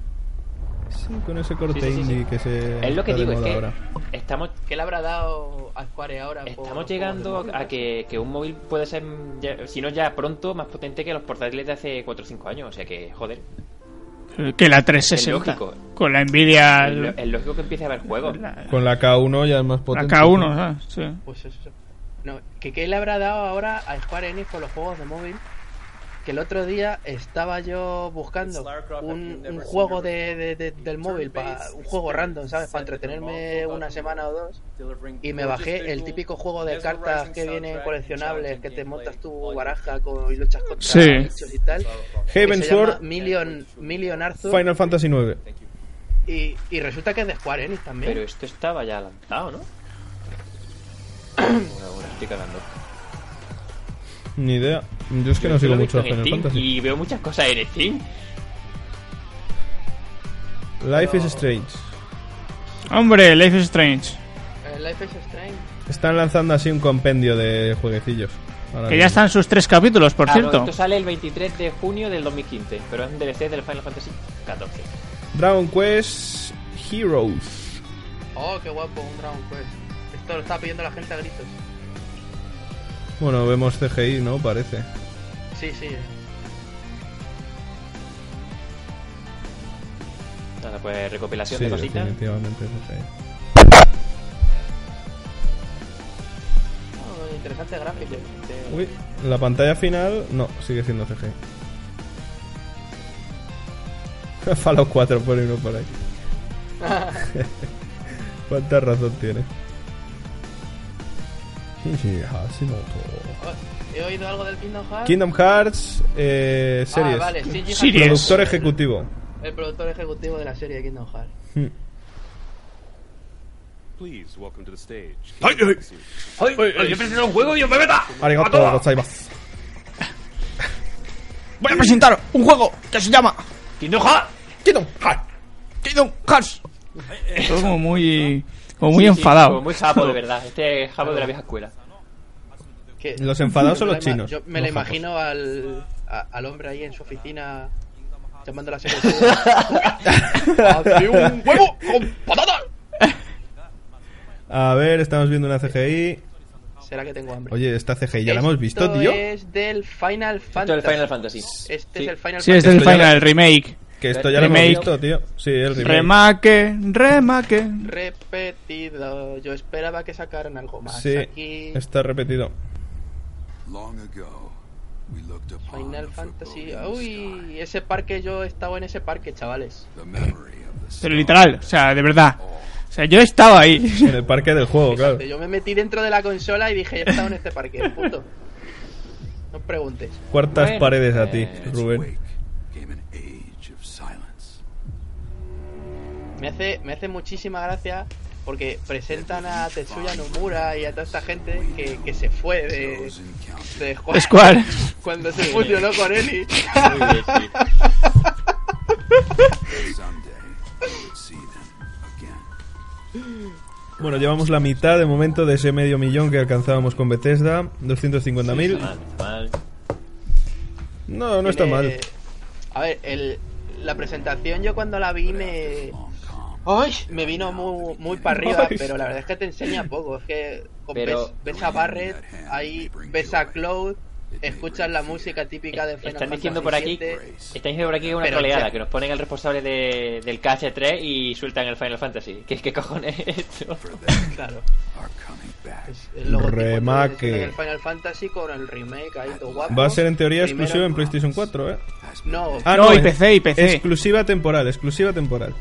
[SPEAKER 3] Sí, con ese corte
[SPEAKER 2] Sí, sí, sí,
[SPEAKER 3] indie que se.
[SPEAKER 2] Es lo que
[SPEAKER 3] está de
[SPEAKER 2] digo, es
[SPEAKER 3] moda
[SPEAKER 2] que
[SPEAKER 3] ahora.
[SPEAKER 2] estamos,
[SPEAKER 4] ¿Qué le habrá dado a Square ahora? por-
[SPEAKER 2] estamos
[SPEAKER 4] por-
[SPEAKER 2] llegando a que, que un móvil puede ser, mm, ya- si no ya pronto, más potente que los portátiles de hace 4 o 5 años. O sea que, joder,
[SPEAKER 1] eh, Que la
[SPEAKER 2] Es
[SPEAKER 1] 360.
[SPEAKER 2] lógico.
[SPEAKER 1] Con la Nvidia...
[SPEAKER 2] es, lo- es lógico que empiece a haber juegos.
[SPEAKER 1] la-
[SPEAKER 3] Con la K1 ya es más
[SPEAKER 1] la
[SPEAKER 3] potente.
[SPEAKER 1] K1, ¿sabes? ah, Sí.
[SPEAKER 4] Pues eso. No, ¿qué, qué le habrá dado ahora a Square Enix con los juegos de móvil? que el otro día estaba yo buscando un, un juego de, de- de- del móvil, pa- un juego random, ¿sabes? Para entretenerme una semana o dos. Y me bajé el típico juego de cartas que vienen coleccionables, que te montas tu baraja con, y luchas contra
[SPEAKER 1] Sí.
[SPEAKER 4] bichos y tal.
[SPEAKER 3] Heaven
[SPEAKER 4] que se llama
[SPEAKER 3] Sword,
[SPEAKER 4] Million, Million Arthur.
[SPEAKER 3] Final Fantasy IX.
[SPEAKER 4] Y, y resulta que es de Square Enix también.
[SPEAKER 2] Pero esto estaba ya lanzado, ¿no? Bueno, bueno, estoy cagando.
[SPEAKER 3] Ni idea. Yo es que no
[SPEAKER 2] Yo lo
[SPEAKER 3] sigo
[SPEAKER 2] he visto
[SPEAKER 3] mucho a
[SPEAKER 2] en
[SPEAKER 3] Final
[SPEAKER 2] Steam
[SPEAKER 3] Fantasy.
[SPEAKER 2] Y veo muchas cosas en Steam.
[SPEAKER 3] Life is Strange.
[SPEAKER 1] Hombre, Life is Strange.
[SPEAKER 4] Eh, Life is Strange.
[SPEAKER 3] Están lanzando así un compendio de jueguecillos. Ahora
[SPEAKER 1] Que ya
[SPEAKER 3] mismo.
[SPEAKER 1] están sus tres capítulos, por
[SPEAKER 2] Claro,
[SPEAKER 1] cierto.
[SPEAKER 2] esto sale el 23 de junio del 2015, pero es un DLC del Final Fantasy XIV.
[SPEAKER 3] Dragon Quest Heroes.
[SPEAKER 4] Oh, qué guapo, un Dragon Quest. Esto lo estaba pidiendo la gente a gritos.
[SPEAKER 3] Bueno, vemos CGI, ¿no? Parece.
[SPEAKER 4] Sí, sí.
[SPEAKER 2] Nada, pues recopilación
[SPEAKER 3] Sí,
[SPEAKER 2] de cositas.
[SPEAKER 3] definitivamente CGI.
[SPEAKER 4] Oh, interesante gráfico.
[SPEAKER 3] Uy, la pantalla final. No, sigue siendo CGI. Fallout 4 por uno por ahí. ¿Cuánta razón tiene? Shinji Hashimoto.
[SPEAKER 4] Oh, He oído algo del Kingdom Hearts.
[SPEAKER 3] Kingdom Hearts eh, series.
[SPEAKER 4] Ah, vale, Shinji
[SPEAKER 1] Series.
[SPEAKER 4] Hamaguchi,
[SPEAKER 3] Productor ejecutivo.
[SPEAKER 4] El productor ejecutivo de la serie de Kingdom Hearts.
[SPEAKER 3] Hmm.
[SPEAKER 6] Please welcome to the stage.
[SPEAKER 7] Ay, ay. Ay, yo presiono un juego y yo me meta.
[SPEAKER 3] Arigato
[SPEAKER 7] Atoa.
[SPEAKER 3] gozaimasu.
[SPEAKER 1] Voy a presentar un juego que se llama
[SPEAKER 7] Kinoha.
[SPEAKER 3] Kingdom Hearts.
[SPEAKER 1] Kingdom Hearts. Todo como muy, como muy
[SPEAKER 2] Sí, sí,
[SPEAKER 1] enfadado.
[SPEAKER 2] como muy japo, de verdad. Este es japo de la vieja escuela.
[SPEAKER 4] Que-
[SPEAKER 3] Los enfadados son
[SPEAKER 4] yo me
[SPEAKER 3] los
[SPEAKER 4] la ima-
[SPEAKER 3] chinos,
[SPEAKER 4] Yo me la
[SPEAKER 3] no japos.
[SPEAKER 4] imagino al, a- al hombre ahí en su oficina llamando a la serie. ¡Abre un huevo con patata!
[SPEAKER 3] A ver, estamos viendo una CGI.
[SPEAKER 4] ¿Será que tengo hambre?
[SPEAKER 3] Oye, esta CGI ya la
[SPEAKER 4] Esto
[SPEAKER 3] hemos visto, tío.
[SPEAKER 4] es del Final
[SPEAKER 2] Esto
[SPEAKER 4] Fantasy.
[SPEAKER 2] es el Final Fantasy.
[SPEAKER 4] Este
[SPEAKER 2] Sí.
[SPEAKER 4] es el Final
[SPEAKER 1] Sí, es del
[SPEAKER 3] Esto ya
[SPEAKER 1] final,
[SPEAKER 3] lo-
[SPEAKER 1] el remake.
[SPEAKER 3] Que esto ya lo hemos
[SPEAKER 1] Remake.
[SPEAKER 3] visto, tío. Sí, el remake.
[SPEAKER 1] Remake, remake.
[SPEAKER 4] repetido. Yo esperaba que sacaran algo más.
[SPEAKER 3] Sí,
[SPEAKER 4] Aquí
[SPEAKER 3] está repetido.
[SPEAKER 5] Long ago, we looked upon
[SPEAKER 4] Final
[SPEAKER 5] the
[SPEAKER 4] Fantasy.
[SPEAKER 5] foreboding sky,
[SPEAKER 4] Uy, ese parque yo he estado en ese parque, chavales.
[SPEAKER 5] the memory of the
[SPEAKER 1] Pero literal, o sea, de verdad. O sea, yo estaba ahí.
[SPEAKER 3] En el parque del juego, claro.
[SPEAKER 4] Yo me metí dentro de la consola y dije, he estado en este parque, punto. No preguntes.
[SPEAKER 3] Cuartas
[SPEAKER 2] Bueno,
[SPEAKER 3] paredes a ti,
[SPEAKER 2] eh,
[SPEAKER 3] Rubén.
[SPEAKER 5] came an age of silence.
[SPEAKER 4] Me hace, me hace muchísima gracia porque presentan a Tetsuya Nomura y a toda esta gente que, que se fue de,
[SPEAKER 5] Those encounters
[SPEAKER 4] de Square
[SPEAKER 1] Squad.
[SPEAKER 4] cuando se fusionó con Eli.
[SPEAKER 2] Muy bien, sí.
[SPEAKER 5] someday we would see them again.
[SPEAKER 3] Bueno, llevamos la mitad de momento de ese medio millón que alcanzábamos con Bethesda. 250.000.
[SPEAKER 2] Mal, mal.
[SPEAKER 3] No, no está
[SPEAKER 4] Tiene-
[SPEAKER 3] mal.
[SPEAKER 4] A ver, el, la presentación yo cuando la vi me. ¡Ay! Me vino muy, muy para arriba,
[SPEAKER 3] Ay.
[SPEAKER 4] pero la verdad es que te enseña poco. Es que con-
[SPEAKER 2] Pero-
[SPEAKER 4] ves, ves a Barrett, ahí ves a Cloud, escuchas la música típica de Final
[SPEAKER 2] Están diciendo por
[SPEAKER 4] Fantasy
[SPEAKER 2] aquí,
[SPEAKER 4] VII.
[SPEAKER 2] están diciendo por aquí que es una
[SPEAKER 4] Pero,
[SPEAKER 2] troleada,
[SPEAKER 4] che.
[SPEAKER 2] que nos ponen el responsable de- del KH3 y sueltan el Final Fantasy. ¿Qué, qué cojones es esto?
[SPEAKER 4] Claro.
[SPEAKER 5] Are coming back.
[SPEAKER 4] es el logotipo de-
[SPEAKER 3] Remake.
[SPEAKER 4] del Final Fantasy con el remake ahí todo guapo.
[SPEAKER 3] Va a ser en teoría
[SPEAKER 4] Primero-
[SPEAKER 3] exclusivo en PlayStation 4, ¿eh?
[SPEAKER 4] No,
[SPEAKER 3] Ah,
[SPEAKER 1] No,
[SPEAKER 3] no,
[SPEAKER 1] y
[SPEAKER 3] es-
[SPEAKER 1] PC, y PC.
[SPEAKER 3] Exclusiva temporal, exclusiva temporal.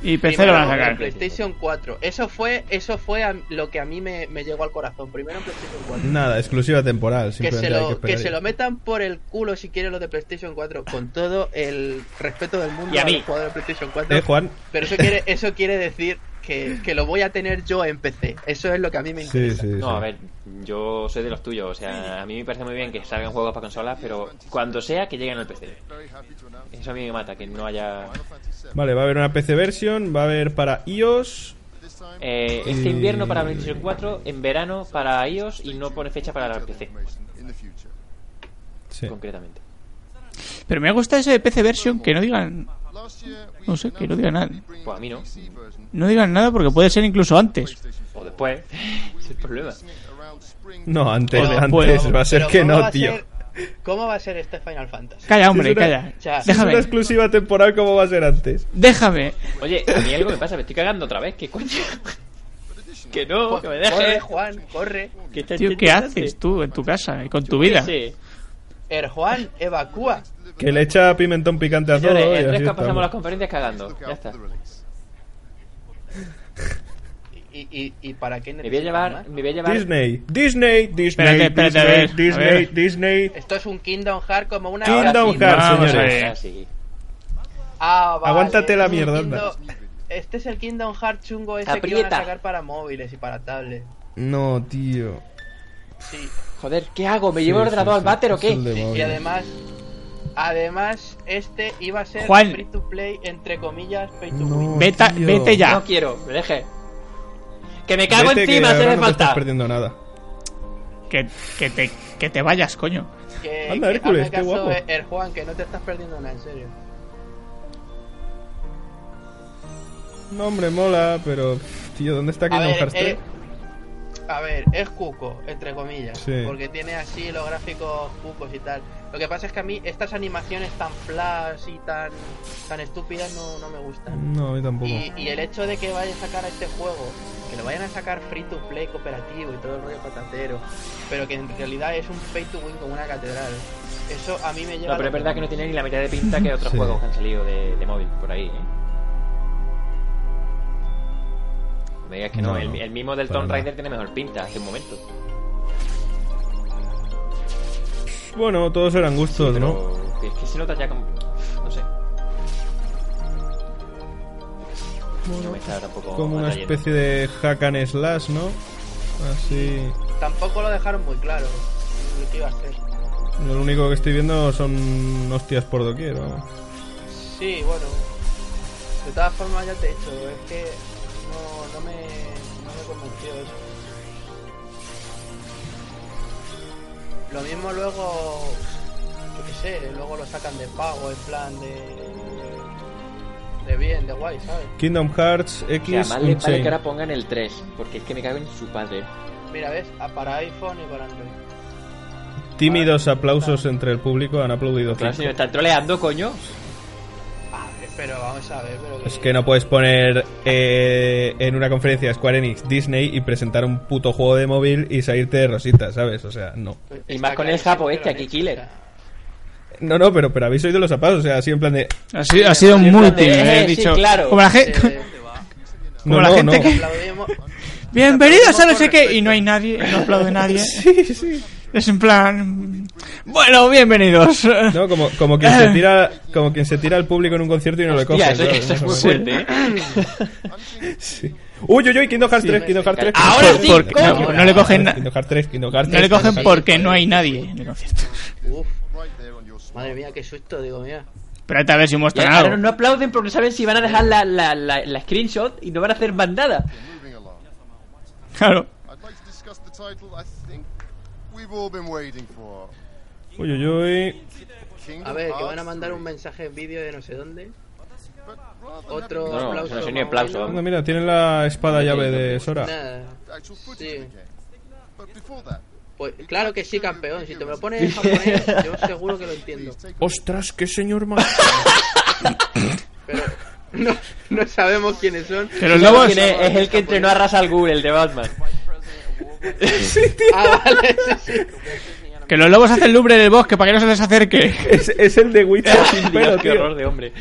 [SPEAKER 1] Y PC lo van a
[SPEAKER 4] primero en
[SPEAKER 1] sacar.
[SPEAKER 4] PlayStation 4. Eso fue, eso fue a- lo que a mí me, me llegó al corazón. Primero en PlayStation 4.
[SPEAKER 3] Nada, exclusiva temporal.
[SPEAKER 4] que
[SPEAKER 3] Simplemente
[SPEAKER 4] se,
[SPEAKER 3] hay que
[SPEAKER 4] lo, que,
[SPEAKER 3] esperar.
[SPEAKER 4] se lo metan por el culo si quieren los de PlayStation 4, con todo el respeto del mundo
[SPEAKER 2] Y a mí.
[SPEAKER 4] los jugadores de PlayStation 4.
[SPEAKER 3] Eh, Juan.
[SPEAKER 4] Pero eso quiere, eso quiere decir que, que lo voy a tener yo en PC. Eso es lo que a mí me
[SPEAKER 3] Sí,
[SPEAKER 4] interesa.
[SPEAKER 3] sí,
[SPEAKER 2] No,
[SPEAKER 3] sí.
[SPEAKER 2] a ver, yo soy de los tuyos, o sea, a mí me parece muy bien que salgan juegos para consolas, pero cuando sea que lleguen al PC. Eso a mí me mata, que no haya...
[SPEAKER 3] Vale, va a haber una PC version, va a haber para iOS.
[SPEAKER 2] Eh, este invierno para PlayStation 4, en verano para iOS y no pone fecha para la PC,
[SPEAKER 3] Sí.
[SPEAKER 2] concretamente.
[SPEAKER 1] Pero me gusta ese de PC version que no digan. No sé, que no digan nada.
[SPEAKER 2] Pues a mí no,
[SPEAKER 1] No digan nada porque puede ser incluso antes.
[SPEAKER 2] o después, es el problema.
[SPEAKER 3] No, antes,
[SPEAKER 1] Bueno,
[SPEAKER 3] antes
[SPEAKER 1] pues,
[SPEAKER 3] va a ser
[SPEAKER 4] Ah, Pero
[SPEAKER 3] que
[SPEAKER 4] ¿cómo va
[SPEAKER 3] no,
[SPEAKER 4] a
[SPEAKER 3] tío.
[SPEAKER 4] ser- ¿Cómo va a ser este Final Fantasy?
[SPEAKER 1] Calla, hombre,
[SPEAKER 3] Es una-
[SPEAKER 1] calla.
[SPEAKER 4] O sea,
[SPEAKER 3] Si es
[SPEAKER 1] Déjame.
[SPEAKER 3] una exclusiva temporal, ¿cómo va a ser antes?
[SPEAKER 1] Déjame.
[SPEAKER 2] Oye, a mí algo me pasa, me estoy cagando otra vez, ¿qué coño? Que
[SPEAKER 4] Pues,
[SPEAKER 2] no, que me
[SPEAKER 4] Corre,
[SPEAKER 2] dejes.
[SPEAKER 4] Juan, corre.
[SPEAKER 2] que está
[SPEAKER 1] Tío, ¿qué
[SPEAKER 2] intentando-
[SPEAKER 1] haces tú en tu casa y con tu
[SPEAKER 2] Yo qué
[SPEAKER 1] vida?
[SPEAKER 2] sé.
[SPEAKER 4] Er Juan, evacúa.
[SPEAKER 3] Que le echa pimentón picante a todo.
[SPEAKER 2] Señores,
[SPEAKER 3] y
[SPEAKER 2] en
[SPEAKER 3] así
[SPEAKER 2] tres pasamos
[SPEAKER 3] estamos.
[SPEAKER 2] las conferencias cagando. Ya está.
[SPEAKER 4] ¿Y, y, y para qué
[SPEAKER 2] Me voy a
[SPEAKER 4] necesitas
[SPEAKER 2] llevar.
[SPEAKER 4] más?
[SPEAKER 2] Me voy a llevar.
[SPEAKER 3] Disney, Disney, Disney,
[SPEAKER 1] Espérate, espérate, a ver,
[SPEAKER 3] Disney,
[SPEAKER 1] a
[SPEAKER 3] Disney,
[SPEAKER 1] ver.
[SPEAKER 3] Disney.
[SPEAKER 4] Esto es un Kingdom Hearts como una...
[SPEAKER 2] Ahora
[SPEAKER 3] Kingdom
[SPEAKER 2] sí,
[SPEAKER 3] Hearts,
[SPEAKER 2] vamos
[SPEAKER 3] señores.
[SPEAKER 2] a ver, sí.
[SPEAKER 4] Ah, vale,
[SPEAKER 3] Aguántate la
[SPEAKER 4] es un
[SPEAKER 3] mierda,
[SPEAKER 4] Kingdom- Este es el Kingdom Hearts chungo ese que iban
[SPEAKER 2] Aprieta.
[SPEAKER 4] a sacar para móviles y para tablets.
[SPEAKER 3] No, tío.
[SPEAKER 4] Sí.
[SPEAKER 2] Joder, ¿qué hago? ¿Me llevo el
[SPEAKER 3] Sí,
[SPEAKER 2] ordenador
[SPEAKER 3] sí,
[SPEAKER 2] al váter
[SPEAKER 3] sí,
[SPEAKER 2] o
[SPEAKER 3] es el de
[SPEAKER 2] qué?
[SPEAKER 4] Y
[SPEAKER 3] móvil.
[SPEAKER 4] además, además este iba a ser
[SPEAKER 1] Juan.
[SPEAKER 4] free to play entre comillas, pay to
[SPEAKER 3] No.
[SPEAKER 4] win.
[SPEAKER 1] Vete,
[SPEAKER 3] tío.
[SPEAKER 1] vete ya.
[SPEAKER 2] No quiero, me deje. Que me cago
[SPEAKER 3] Vete, que
[SPEAKER 2] encima, se
[SPEAKER 3] ahora
[SPEAKER 2] me
[SPEAKER 3] no te
[SPEAKER 2] falta.
[SPEAKER 3] estás perdiendo nada.
[SPEAKER 1] Que, que te, que te vayas, coño.
[SPEAKER 4] Que,
[SPEAKER 3] Anda,
[SPEAKER 4] que
[SPEAKER 3] Hércules,
[SPEAKER 4] hazme
[SPEAKER 3] qué
[SPEAKER 4] caso,
[SPEAKER 3] guapo.
[SPEAKER 4] eh, El Juan, que no te estás perdiendo nada, en serio.
[SPEAKER 3] No, hombre, mola, pero. pff, Tío, ¿dónde está
[SPEAKER 4] A
[SPEAKER 3] Kingdom
[SPEAKER 4] ver,
[SPEAKER 3] Hearts 3?
[SPEAKER 4] eh, a ver, es cuco, entre comillas,
[SPEAKER 3] Sí.
[SPEAKER 4] porque tiene así los gráficos cucos y tal. Lo que pasa es que a mí estas animaciones tan flash y tan, tan estúpidas no, no me gustan.
[SPEAKER 3] No, a mí tampoco.
[SPEAKER 4] Y, y el hecho de que vayan a sacar a este juego, que lo vayan a sacar free to play cooperativo y todo el rollo patatero, pero que en realidad es un pay to win como una catedral, eso a mí me lleva.
[SPEAKER 2] No, pero es verdad que no tiene ni la mitad de pinta que otros
[SPEAKER 3] Sí.
[SPEAKER 2] juegos que han salido de, de móvil por ahí, ¿eh? No me digas que no,
[SPEAKER 3] No,
[SPEAKER 2] el,
[SPEAKER 3] no,
[SPEAKER 2] el mismo del
[SPEAKER 3] para
[SPEAKER 2] Tomb
[SPEAKER 3] nada.
[SPEAKER 2] Raider tiene mejor pinta hace un momento.
[SPEAKER 3] Bueno, todos eran gustos, ¿no?
[SPEAKER 2] Pero es que se nota ya como. No sé. No me está tampoco
[SPEAKER 3] Como una
[SPEAKER 2] atrayendo.
[SPEAKER 3] especie de hack and slash, ¿no? Así.
[SPEAKER 4] Tampoco lo dejaron muy claro lo que iba a ser.
[SPEAKER 3] Yo lo único que estoy viendo son hostias por doquier, vamos.
[SPEAKER 4] Sí, bueno. De todas formas, ya te he dicho, es que no, no, me, no me convenció eso. Lo mismo luego, yo qué sé, luego lo sacan de pago en plan de. de- de bien, de guay, ¿sabes?
[SPEAKER 3] Kingdom Hearts
[SPEAKER 2] Que
[SPEAKER 3] X
[SPEAKER 2] además le vale
[SPEAKER 3] Unchained.
[SPEAKER 2] que ahora pongan el 3, porque es que me cago en su padre.
[SPEAKER 4] Mira, ves, Ah, para iPhone y para Android.
[SPEAKER 3] Tímidos aplausos entre el público han aplaudido.
[SPEAKER 2] Ah, Claro,
[SPEAKER 3] cinco.
[SPEAKER 2] señor, están troleando, coño.
[SPEAKER 4] Ah, eh, pero vamos a ver, pero.
[SPEAKER 3] Es que no puedes poner eh, en una conferencia Square Enix Disney y presentar un puto juego de móvil y salirte de rosita, ¿sabes? O sea, no.
[SPEAKER 2] Y más con el
[SPEAKER 4] japo
[SPEAKER 2] japo este, aquí, Killer.
[SPEAKER 3] No, no, pero, pero habéis oído los aplausos, o sea, así en plan de...
[SPEAKER 1] Ha sido, ha sido un
[SPEAKER 2] ¿dónde?
[SPEAKER 1] multi,
[SPEAKER 2] Eh,
[SPEAKER 1] he
[SPEAKER 2] sí,
[SPEAKER 1] dicho.
[SPEAKER 2] claro.
[SPEAKER 1] Como la gente.
[SPEAKER 3] No,
[SPEAKER 1] Como la
[SPEAKER 3] no,
[SPEAKER 1] gente
[SPEAKER 3] no.
[SPEAKER 1] que-
[SPEAKER 4] Aplaudimos.
[SPEAKER 1] Bienvenidos a no sé qué. Y no hay nadie, no aplaude nadie.
[SPEAKER 3] Sí, sí.
[SPEAKER 1] Es en plan. Bueno, bienvenidos.
[SPEAKER 3] No, como, como, quien se tira, como quien se tira al público en un concierto y no le coge.
[SPEAKER 2] Tía, eso,
[SPEAKER 3] ¿sabes?
[SPEAKER 2] eso es muy
[SPEAKER 3] Más o menos.
[SPEAKER 2] fuerte, ¿eh?
[SPEAKER 3] Sí. Uy, uy, uy, Kingdom Hearts 3, Kingdom Hearts 3.
[SPEAKER 2] Ahora
[SPEAKER 3] Kingdom
[SPEAKER 2] sí,
[SPEAKER 3] Hearts 3,
[SPEAKER 2] coño.
[SPEAKER 3] Kingdom
[SPEAKER 1] No le cogen
[SPEAKER 3] Hearts
[SPEAKER 1] na-
[SPEAKER 3] 3, Kingdom Hearts 3, Kingdom Hearts
[SPEAKER 1] No le
[SPEAKER 3] 3,
[SPEAKER 1] cogen
[SPEAKER 3] Kingdom Hearts
[SPEAKER 1] porque no hay nadie en el concierto.
[SPEAKER 4] Uf, madre mía, qué susto, digo, mira.
[SPEAKER 1] Espérate a ver si
[SPEAKER 2] Y ahora
[SPEAKER 1] muestran algo.
[SPEAKER 2] no aplauden porque no saben si van a dejar la, la, la, la screenshot y no van a hacer más nada.
[SPEAKER 1] Claro.
[SPEAKER 3] tres. Uy, uy, uy.
[SPEAKER 4] A ver, que van a mandar un mensaje en vídeo de no sé dónde. Otro
[SPEAKER 2] No, no,
[SPEAKER 4] aplauso.
[SPEAKER 2] no sé ni
[SPEAKER 4] más
[SPEAKER 2] aplauso,
[SPEAKER 4] bueno.
[SPEAKER 3] Anda, mira, tiene la espada llave de Sora.
[SPEAKER 4] Nada. Sí.
[SPEAKER 5] Sí.
[SPEAKER 4] Pues claro que sí, campeón. Si te me lo pones en japonés, yo seguro que lo entiendo.
[SPEAKER 3] Ostras, qué señor más...
[SPEAKER 4] Pero no, no sabemos quiénes son.
[SPEAKER 1] Que los
[SPEAKER 2] ¿Sabes
[SPEAKER 1] lobos.
[SPEAKER 2] quién es? Es el que entrenó a Ras al Ghul, el de Batman.
[SPEAKER 4] Ah, vale, sí, sí.
[SPEAKER 1] Que los lobos hacen lumbre del bosque para que no se les acerque.
[SPEAKER 3] Es, es el de Witcher sin pelo,
[SPEAKER 2] Dios, qué horror
[SPEAKER 3] tío.
[SPEAKER 2] de hombre.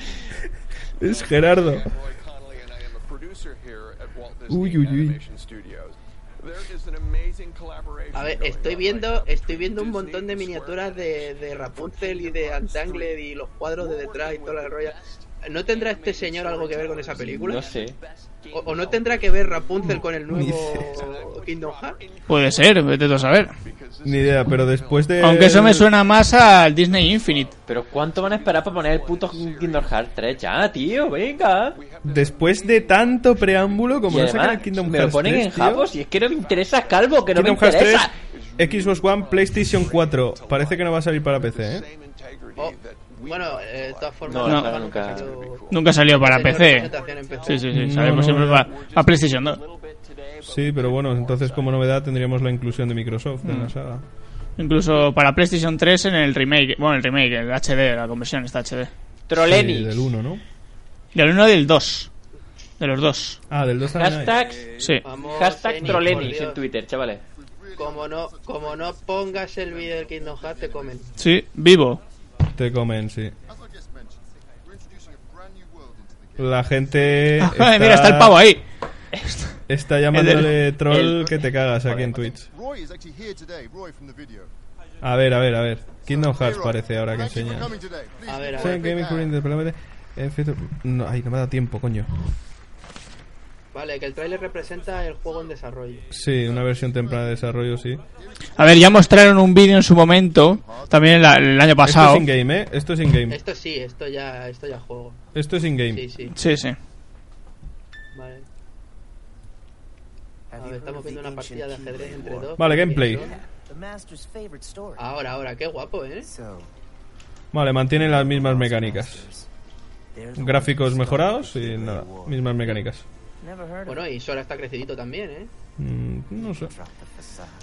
[SPEAKER 3] Es Gerardo. Uy, uy, uy.
[SPEAKER 4] A ver, estoy viendo, estoy viendo un montón de miniaturas de, de Rapunzel y de Untangled y los cuadros de detrás y toda la rolla. ¿No tendrá este señor algo que ver con esa película?
[SPEAKER 2] No sé.
[SPEAKER 4] ¿O, o no tendrá que ver Rapunzel con el nuevo Kingdom Hearts?
[SPEAKER 1] Puede ser, vete tú a saber.
[SPEAKER 3] Ni idea, pero después de...
[SPEAKER 1] Aunque eso me suena más al Disney Infinite.
[SPEAKER 2] Pero ¿cuánto van a esperar para poner el puto Kingdom Hearts 3? Ya, tío, venga.
[SPEAKER 3] Después de tanto preámbulo, como
[SPEAKER 2] y
[SPEAKER 3] no sacan
[SPEAKER 2] además,
[SPEAKER 3] el Kingdom
[SPEAKER 2] me lo
[SPEAKER 3] Hearts
[SPEAKER 2] ponen
[SPEAKER 3] 3,
[SPEAKER 2] en
[SPEAKER 3] tío.
[SPEAKER 2] japos y es que no me interesa, Calvo, que no
[SPEAKER 3] Kingdom
[SPEAKER 2] me
[SPEAKER 3] Hearts
[SPEAKER 2] interesa.
[SPEAKER 3] 3, Xbox One, PlayStation 4. Parece que no va a salir para PC, ¿eh?
[SPEAKER 4] Oh, bueno, eh, de todas formas,
[SPEAKER 2] No,
[SPEAKER 1] No.
[SPEAKER 2] no, nunca.
[SPEAKER 1] Nunca salió para PC. Sí, sí, sí,
[SPEAKER 3] No,
[SPEAKER 1] sabemos
[SPEAKER 3] no.
[SPEAKER 1] siempre para, para PlayStation 2.
[SPEAKER 3] Sí, pero bueno, entonces como novedad tendríamos la inclusión de Microsoft en la saga.
[SPEAKER 1] Incluso para PlayStation 3 en el remake. Bueno, el remake, el HD, la conversión está HD.
[SPEAKER 2] Troleni.
[SPEAKER 3] Sí, del 1, ¿no?
[SPEAKER 1] Del 1 y del 2. De los dos.
[SPEAKER 3] Ah, del 2 también hay.
[SPEAKER 4] Eh,
[SPEAKER 2] Hashtags,
[SPEAKER 1] Sí.
[SPEAKER 2] hashtag trolenis en Twitter, chavales.
[SPEAKER 4] Como no, como no pongas el vídeo del Kingdom Hearts, te comen.
[SPEAKER 1] Sí, vivo.
[SPEAKER 3] Te comen, sí. La gente.
[SPEAKER 1] Ay, mira, está el pavo ahí.
[SPEAKER 3] Está llamándole
[SPEAKER 1] El-
[SPEAKER 3] troll
[SPEAKER 2] el-
[SPEAKER 3] que te cagas aquí en Twitch. A ver, a ver, a ver. Kingdom Hearts parece ahora que enseña.
[SPEAKER 4] A ver, a
[SPEAKER 3] Sonic
[SPEAKER 4] ver.
[SPEAKER 3] Gaming Community Development, eh, feature- No, ay, no me da tiempo, coño.
[SPEAKER 4] Vale, que el tráiler representa el juego en desarrollo.
[SPEAKER 3] Sí, una versión temprana de desarrollo, sí.
[SPEAKER 1] A ver, ya mostraron un vídeo en su momento, también la- el año
[SPEAKER 3] Esto
[SPEAKER 1] pasado.
[SPEAKER 3] es in-game, ¿eh? Esto es in-game.
[SPEAKER 4] Esto sí, esto ya, esto ya juego.
[SPEAKER 3] Esto es
[SPEAKER 4] Sí,
[SPEAKER 3] in-game.
[SPEAKER 4] sí,
[SPEAKER 1] Sí, sí.
[SPEAKER 4] vale. A ver, estamos viendo una partida de ajedrez entre dos.
[SPEAKER 3] Vale, gameplay.
[SPEAKER 4] Ahora, ahora, qué guapo, ¿eh?
[SPEAKER 3] Vale, mantienen las mismas mecánicas. Gráficos mejorados y nada, mismas mecánicas.
[SPEAKER 4] Bueno, y Sora está crecidito también, ¿eh?
[SPEAKER 3] Mm, no sé.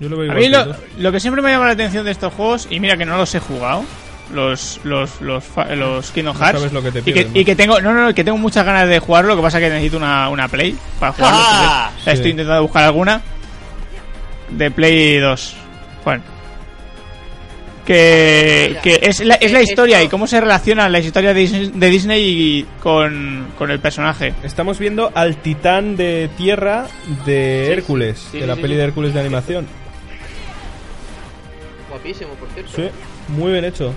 [SPEAKER 3] Yo lo veo
[SPEAKER 1] A
[SPEAKER 3] igual
[SPEAKER 1] mí
[SPEAKER 3] que
[SPEAKER 1] lo,
[SPEAKER 3] los dos.
[SPEAKER 1] lo que siempre me llama la atención de estos juegos, y mira que no los he jugado, los los los, fa- los Kingdom
[SPEAKER 3] No
[SPEAKER 1] Hearts.
[SPEAKER 3] sabes lo que te
[SPEAKER 1] y,
[SPEAKER 3] pierdes,
[SPEAKER 1] que, y que tengo no, no, no, que tengo muchas ganas de jugarlo, lo que pasa que necesito una, una Play para jugarlo.
[SPEAKER 2] ¡Ah!
[SPEAKER 1] entonces la Estoy
[SPEAKER 3] Sí.
[SPEAKER 1] intentando buscar alguna de Play 2. Juan. Que, que es, la, es la
[SPEAKER 4] Eh,
[SPEAKER 1] historia
[SPEAKER 4] esto-
[SPEAKER 1] y cómo se relacionan la historia de Disney, de Disney y- con, con el personaje.
[SPEAKER 3] Estamos viendo al titán de tierra de Hércules,
[SPEAKER 2] sí,
[SPEAKER 3] de
[SPEAKER 2] sí,
[SPEAKER 3] la
[SPEAKER 2] sí,
[SPEAKER 3] peli
[SPEAKER 2] sí.
[SPEAKER 3] de Hércules de animación.
[SPEAKER 4] Guapísimo, por cierto.
[SPEAKER 3] Sí, muy bien hecho.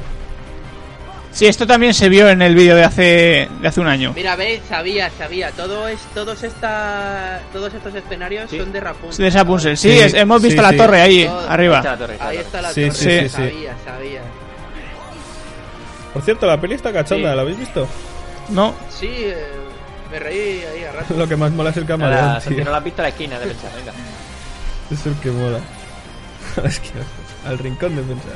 [SPEAKER 1] Sí, esto también se vio en el vídeo de hace, de hace un año.
[SPEAKER 4] Mira, veis, sabía, sabía. Todo es, todos esta, todos estos escenarios
[SPEAKER 2] Sí.
[SPEAKER 4] son de Rapunzel.
[SPEAKER 1] De Rapunzel. Sí,
[SPEAKER 3] Sí,
[SPEAKER 1] es- hemos
[SPEAKER 3] sí,
[SPEAKER 1] visto la
[SPEAKER 3] sí.
[SPEAKER 1] torre ahí,
[SPEAKER 4] Todo-
[SPEAKER 1] arriba.
[SPEAKER 2] Está la torre, está la
[SPEAKER 4] Ahí
[SPEAKER 2] torre.
[SPEAKER 4] está la
[SPEAKER 3] Sí,
[SPEAKER 4] torre.
[SPEAKER 3] sí,
[SPEAKER 1] sí, sí.
[SPEAKER 4] sabía, sabía.
[SPEAKER 3] Por cierto, la peli está cachonda,
[SPEAKER 2] Sí.
[SPEAKER 3] ¿la habéis visto?
[SPEAKER 1] No,
[SPEAKER 4] Sí, eh, me reí ahí a rato.
[SPEAKER 3] Lo que más mola es el
[SPEAKER 2] Ahora,
[SPEAKER 3] camaleón,
[SPEAKER 2] Santi,
[SPEAKER 3] tío.
[SPEAKER 2] no la has visto a la esquina de pensar, Eh, venga.
[SPEAKER 3] Es el que mola. A la esquina, al rincón de pensar.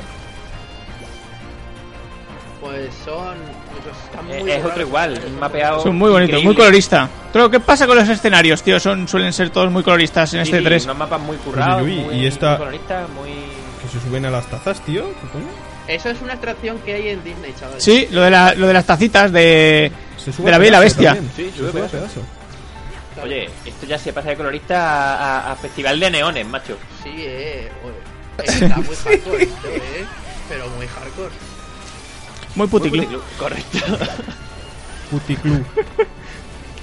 [SPEAKER 4] Pues son, pues están muy
[SPEAKER 2] Eh, es otro
[SPEAKER 4] raros.
[SPEAKER 2] igual, un mapeado.
[SPEAKER 1] son muy bonitos,
[SPEAKER 2] increíble.
[SPEAKER 1] muy colorista. Pero ¿qué pasa con los escenarios, tío? Son, suelen ser todos muy coloristas en
[SPEAKER 2] Sí,
[SPEAKER 1] este
[SPEAKER 2] sí,
[SPEAKER 1] 3.
[SPEAKER 2] Unos mapas muy currados,
[SPEAKER 3] Uy, uy,
[SPEAKER 2] muy,
[SPEAKER 3] y esta-
[SPEAKER 2] muy coloristas, muy.
[SPEAKER 3] Que se suben a las tazas, tío. ¿Qué coño?
[SPEAKER 4] Eso es una atracción que hay en Disney, chaval.
[SPEAKER 1] Sí, lo de, la- lo de las tacitas de...
[SPEAKER 3] Se sube
[SPEAKER 1] De la
[SPEAKER 3] a
[SPEAKER 1] Bella y la
[SPEAKER 3] pedazo
[SPEAKER 1] Bestia.
[SPEAKER 3] también.
[SPEAKER 2] Sí,
[SPEAKER 3] Se
[SPEAKER 2] sube
[SPEAKER 3] sube a
[SPEAKER 2] pedazo.
[SPEAKER 3] pedazo.
[SPEAKER 2] Oye, esto ya se pasa de colorista a, a- a festival de neones, macho.
[SPEAKER 4] Sí, eh. oye, Está muy hardcore esto, eh. Pero muy hardcore.
[SPEAKER 1] Muy puticlub.
[SPEAKER 2] Puticlub, Correcto.
[SPEAKER 3] Puticlub.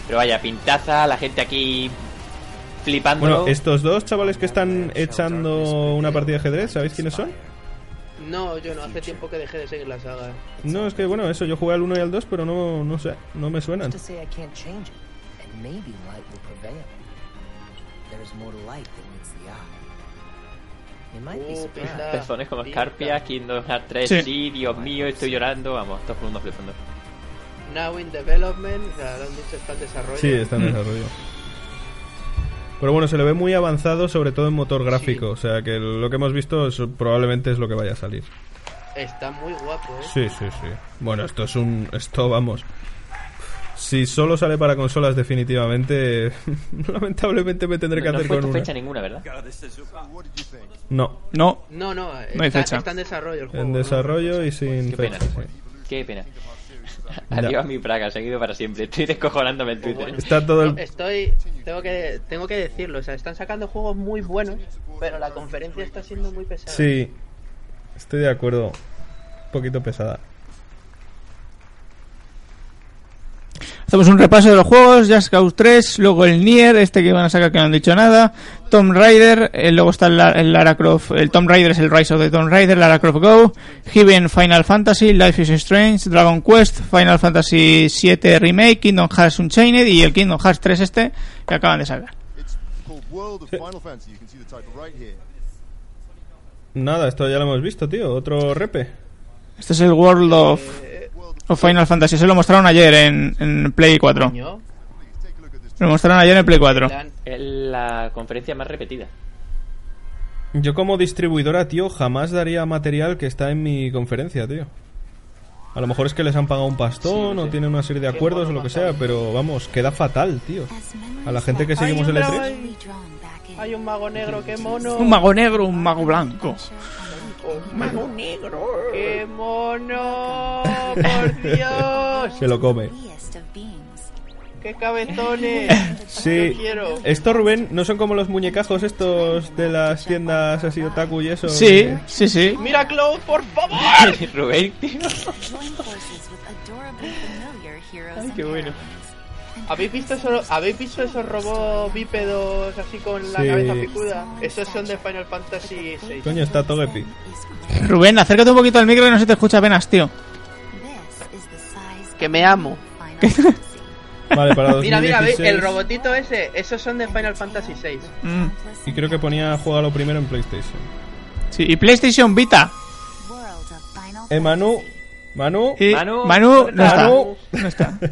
[SPEAKER 2] Pero vaya, pintaza, la gente aquí flipando.
[SPEAKER 3] Bueno, estos dos chavales que están echando una partida de ajedrez, ¿sabéis quiénes son?
[SPEAKER 4] No, yo no, hace tiempo que dejé de seguir la saga.
[SPEAKER 3] No, es que bueno, eso, yo jugué al 1 y al 2, pero no, no sé, no me suenan.
[SPEAKER 8] to say I can't change it, and maybe light will prevail. There is more to light than meets the eye. You might be
[SPEAKER 4] Uh,
[SPEAKER 8] surprised.
[SPEAKER 4] pinta-
[SPEAKER 2] Pezones como
[SPEAKER 4] pinta.
[SPEAKER 2] escarpias, Kingdom Hearts 3,
[SPEAKER 1] Sí.
[SPEAKER 2] sí. Dios mío, estoy llorando. Vamos, todo el mundo flipando.
[SPEAKER 4] Now in development, o sea, lo han dicho, está en desarrollo.
[SPEAKER 3] Sí, está en
[SPEAKER 1] Mm.
[SPEAKER 3] desarrollo. Pero bueno, se le ve muy avanzado, sobre todo en motor gráfico. O sea que lo que hemos visto es- probablemente es lo que vaya a salir.
[SPEAKER 4] Está muy guapo, eh.
[SPEAKER 3] Sí, sí, sí. Bueno, esto es un. Esto vamos. Si solo sale para consolas, definitivamente. lamentablemente me tendré que
[SPEAKER 2] No, no
[SPEAKER 3] hacer
[SPEAKER 2] fue
[SPEAKER 3] con
[SPEAKER 2] tu
[SPEAKER 3] una.
[SPEAKER 2] fecha ninguna, ¿verdad?
[SPEAKER 3] No,
[SPEAKER 1] No,
[SPEAKER 4] No, no, está,
[SPEAKER 1] hay fecha.
[SPEAKER 4] está en desarrollo el juego.
[SPEAKER 3] en
[SPEAKER 4] ¿no?
[SPEAKER 3] desarrollo y sin
[SPEAKER 2] Oh, Qué pena.
[SPEAKER 3] fecha. sí.
[SPEAKER 2] Qué pena.
[SPEAKER 3] Ya.
[SPEAKER 2] Adiós a mi Praga, seguido para siempre. Estoy descojonándome en Twitter.
[SPEAKER 3] Está todo
[SPEAKER 4] No,
[SPEAKER 3] el.
[SPEAKER 4] Estoy, tengo que, tengo que decirlo, o sea, están sacando juegos muy buenos, pero la conferencia está siendo muy pesada.
[SPEAKER 3] Sí, estoy de acuerdo. Un poquito pesada.
[SPEAKER 1] Hacemos un repaso de los juegos, Just Cause 3, luego el Nier, este que van a sacar que no han dicho nada, Tomb Raider, eh, luego está el, La- el Lara Croft, el Tomb Raider es el Rise of the Tomb Raider, Lara Croft Go, Heaven Final Fantasy, Life is Strange, Dragon Quest, Final Fantasy VII Remake, Kingdom Hearts Unchained y el Kingdom Hearts 3 este que acaban de sacar.
[SPEAKER 3] Nada, esto ya lo hemos visto, tío. Otro repe.
[SPEAKER 1] Este es el World of, of Final Fantasy, se lo mostraron ayer en, en Play 4.
[SPEAKER 4] Coño,
[SPEAKER 1] Lo mostraron ayer en Play 4.
[SPEAKER 4] le han-
[SPEAKER 2] Es la conferencia más repetida.
[SPEAKER 3] Yo como distribuidora, tío, jamás daría material que está en mi conferencia, tío. A lo mejor es que les han pagado un pastón o tienen una serie de acuerdos o lo que sea, pero vamos, queda fatal, tío. A la gente que seguimos el E3.
[SPEAKER 4] Hay un mago negro, qué mono.
[SPEAKER 1] Un mago negro, un mago blanco.
[SPEAKER 4] Un mago negro. ¡Qué mono! ¡Por Dios!
[SPEAKER 3] Se lo come.
[SPEAKER 4] ¡Qué cabezones!
[SPEAKER 3] Sí. Eh.
[SPEAKER 4] Yo quiero.
[SPEAKER 3] Estos, Rubén, no son como los muñecajos estos de las tiendas así otaku y eso.
[SPEAKER 1] Sí, sí, sí.
[SPEAKER 4] ¡Mira, Cloud, por favor!
[SPEAKER 2] Rubén, tío.
[SPEAKER 9] Join forces with adorably familiar heroes
[SPEAKER 2] Ay,
[SPEAKER 9] and
[SPEAKER 2] qué bueno.
[SPEAKER 9] heroines. And
[SPEAKER 4] ¿Habéis visto, eso, ¿Habéis visto esos robots bípedos así con la
[SPEAKER 3] Sí.
[SPEAKER 4] cabeza picuda? Esos son de Final Fantasy VI.
[SPEAKER 3] Coño, está todo epi.
[SPEAKER 9] is great.
[SPEAKER 1] Rubén, acércate un poquito al micro que no se te escucha apenas, tío.
[SPEAKER 9] This is the size
[SPEAKER 4] Que me amo.
[SPEAKER 9] Final Fantasy.
[SPEAKER 3] Vale, para 2016.
[SPEAKER 4] Mira, mira, ¿veis? El robotito ese. Esos son de Final Fantasy VI.
[SPEAKER 1] Mm,
[SPEAKER 3] Y creo que ponía juega lo primero en PlayStation.
[SPEAKER 1] sí. Y PlayStation Vita.
[SPEAKER 9] World of Final
[SPEAKER 3] Eh, Manu. Manu.
[SPEAKER 1] Y
[SPEAKER 2] Manu,
[SPEAKER 1] Manu no está.
[SPEAKER 3] Manu.
[SPEAKER 1] No está.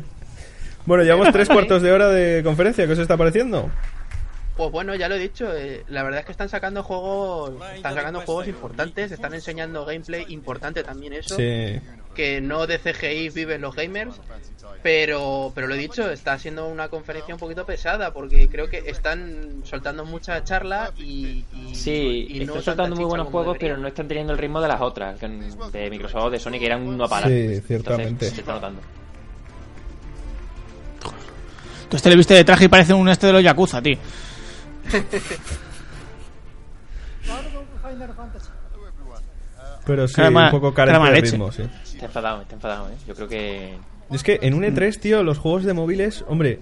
[SPEAKER 3] Bueno, llevamos tres cuartos de hora de conferencia. ¿Qué os está pareciendo?
[SPEAKER 4] Pues bueno, ya lo he dicho, eh, la verdad es que están sacando juegos, están sacando juegos importantes, están enseñando gameplay importante también eso,
[SPEAKER 3] Sí.
[SPEAKER 4] que no de CGI viven los gamers, pero pero lo he dicho, está siendo una conferencia un poquito pesada porque creo que están soltando mucha charla y, y-
[SPEAKER 2] Sí,
[SPEAKER 4] y no
[SPEAKER 2] están
[SPEAKER 4] tanta
[SPEAKER 2] soltando muy
[SPEAKER 4] chicha
[SPEAKER 2] buenos
[SPEAKER 4] como
[SPEAKER 2] juegos,
[SPEAKER 4] debería.
[SPEAKER 2] pero no están teniendo el ritmo de las otras, que- de Microsoft, de Sony, que eran uno a parar.
[SPEAKER 3] Sí,
[SPEAKER 2] Entonces,
[SPEAKER 3] ciertamente.
[SPEAKER 2] se está notando.
[SPEAKER 1] Tú este le viste de traje y parece un este de los Yakuza, tío.
[SPEAKER 3] Pero sí,
[SPEAKER 1] Cara ma-
[SPEAKER 3] un poco
[SPEAKER 1] cara
[SPEAKER 3] carente
[SPEAKER 1] mala
[SPEAKER 3] de
[SPEAKER 1] leche.
[SPEAKER 3] ritmo, sí.
[SPEAKER 2] Está enfadado, está enfadado, ¿eh? Yo creo que...
[SPEAKER 3] Es que en un E3, tío, los juegos de móviles, hombre,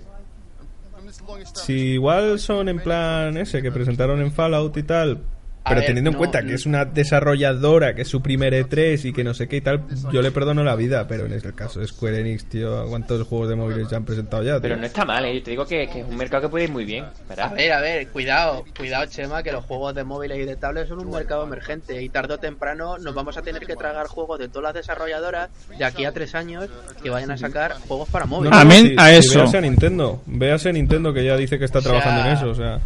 [SPEAKER 3] si igual son en plan ese que presentaron en Fallout y tal,
[SPEAKER 4] A
[SPEAKER 3] pero
[SPEAKER 4] ver,
[SPEAKER 3] teniendo en
[SPEAKER 4] no,
[SPEAKER 3] cuenta
[SPEAKER 4] no.
[SPEAKER 3] que es una desarrolladora, que es su primer E3 y que no sé qué y tal, yo le perdono la vida, pero en el caso de Square Enix, tío, ¿cuántos juegos de móviles ya han presentado ya? tío?
[SPEAKER 2] Pero no está mal, ¿eh? Yo te digo que, que es un mercado que puede ir muy bien,
[SPEAKER 4] A
[SPEAKER 2] ¿verdad?
[SPEAKER 4] ver, a ver, cuidado, cuidado Chema, que los juegos de móviles y de tablets son un mercado emergente y tarde o temprano nos vamos a tener que tragar juegos de todas las desarrolladoras de aquí a tres años que vayan a sacar juegos para móviles.
[SPEAKER 1] no, Amén
[SPEAKER 3] si-
[SPEAKER 1] a
[SPEAKER 3] si
[SPEAKER 1] eso.
[SPEAKER 3] véase a Nintendo, véase a Nintendo que ya dice que está
[SPEAKER 4] sea,
[SPEAKER 3] trabajando en eso, o sea,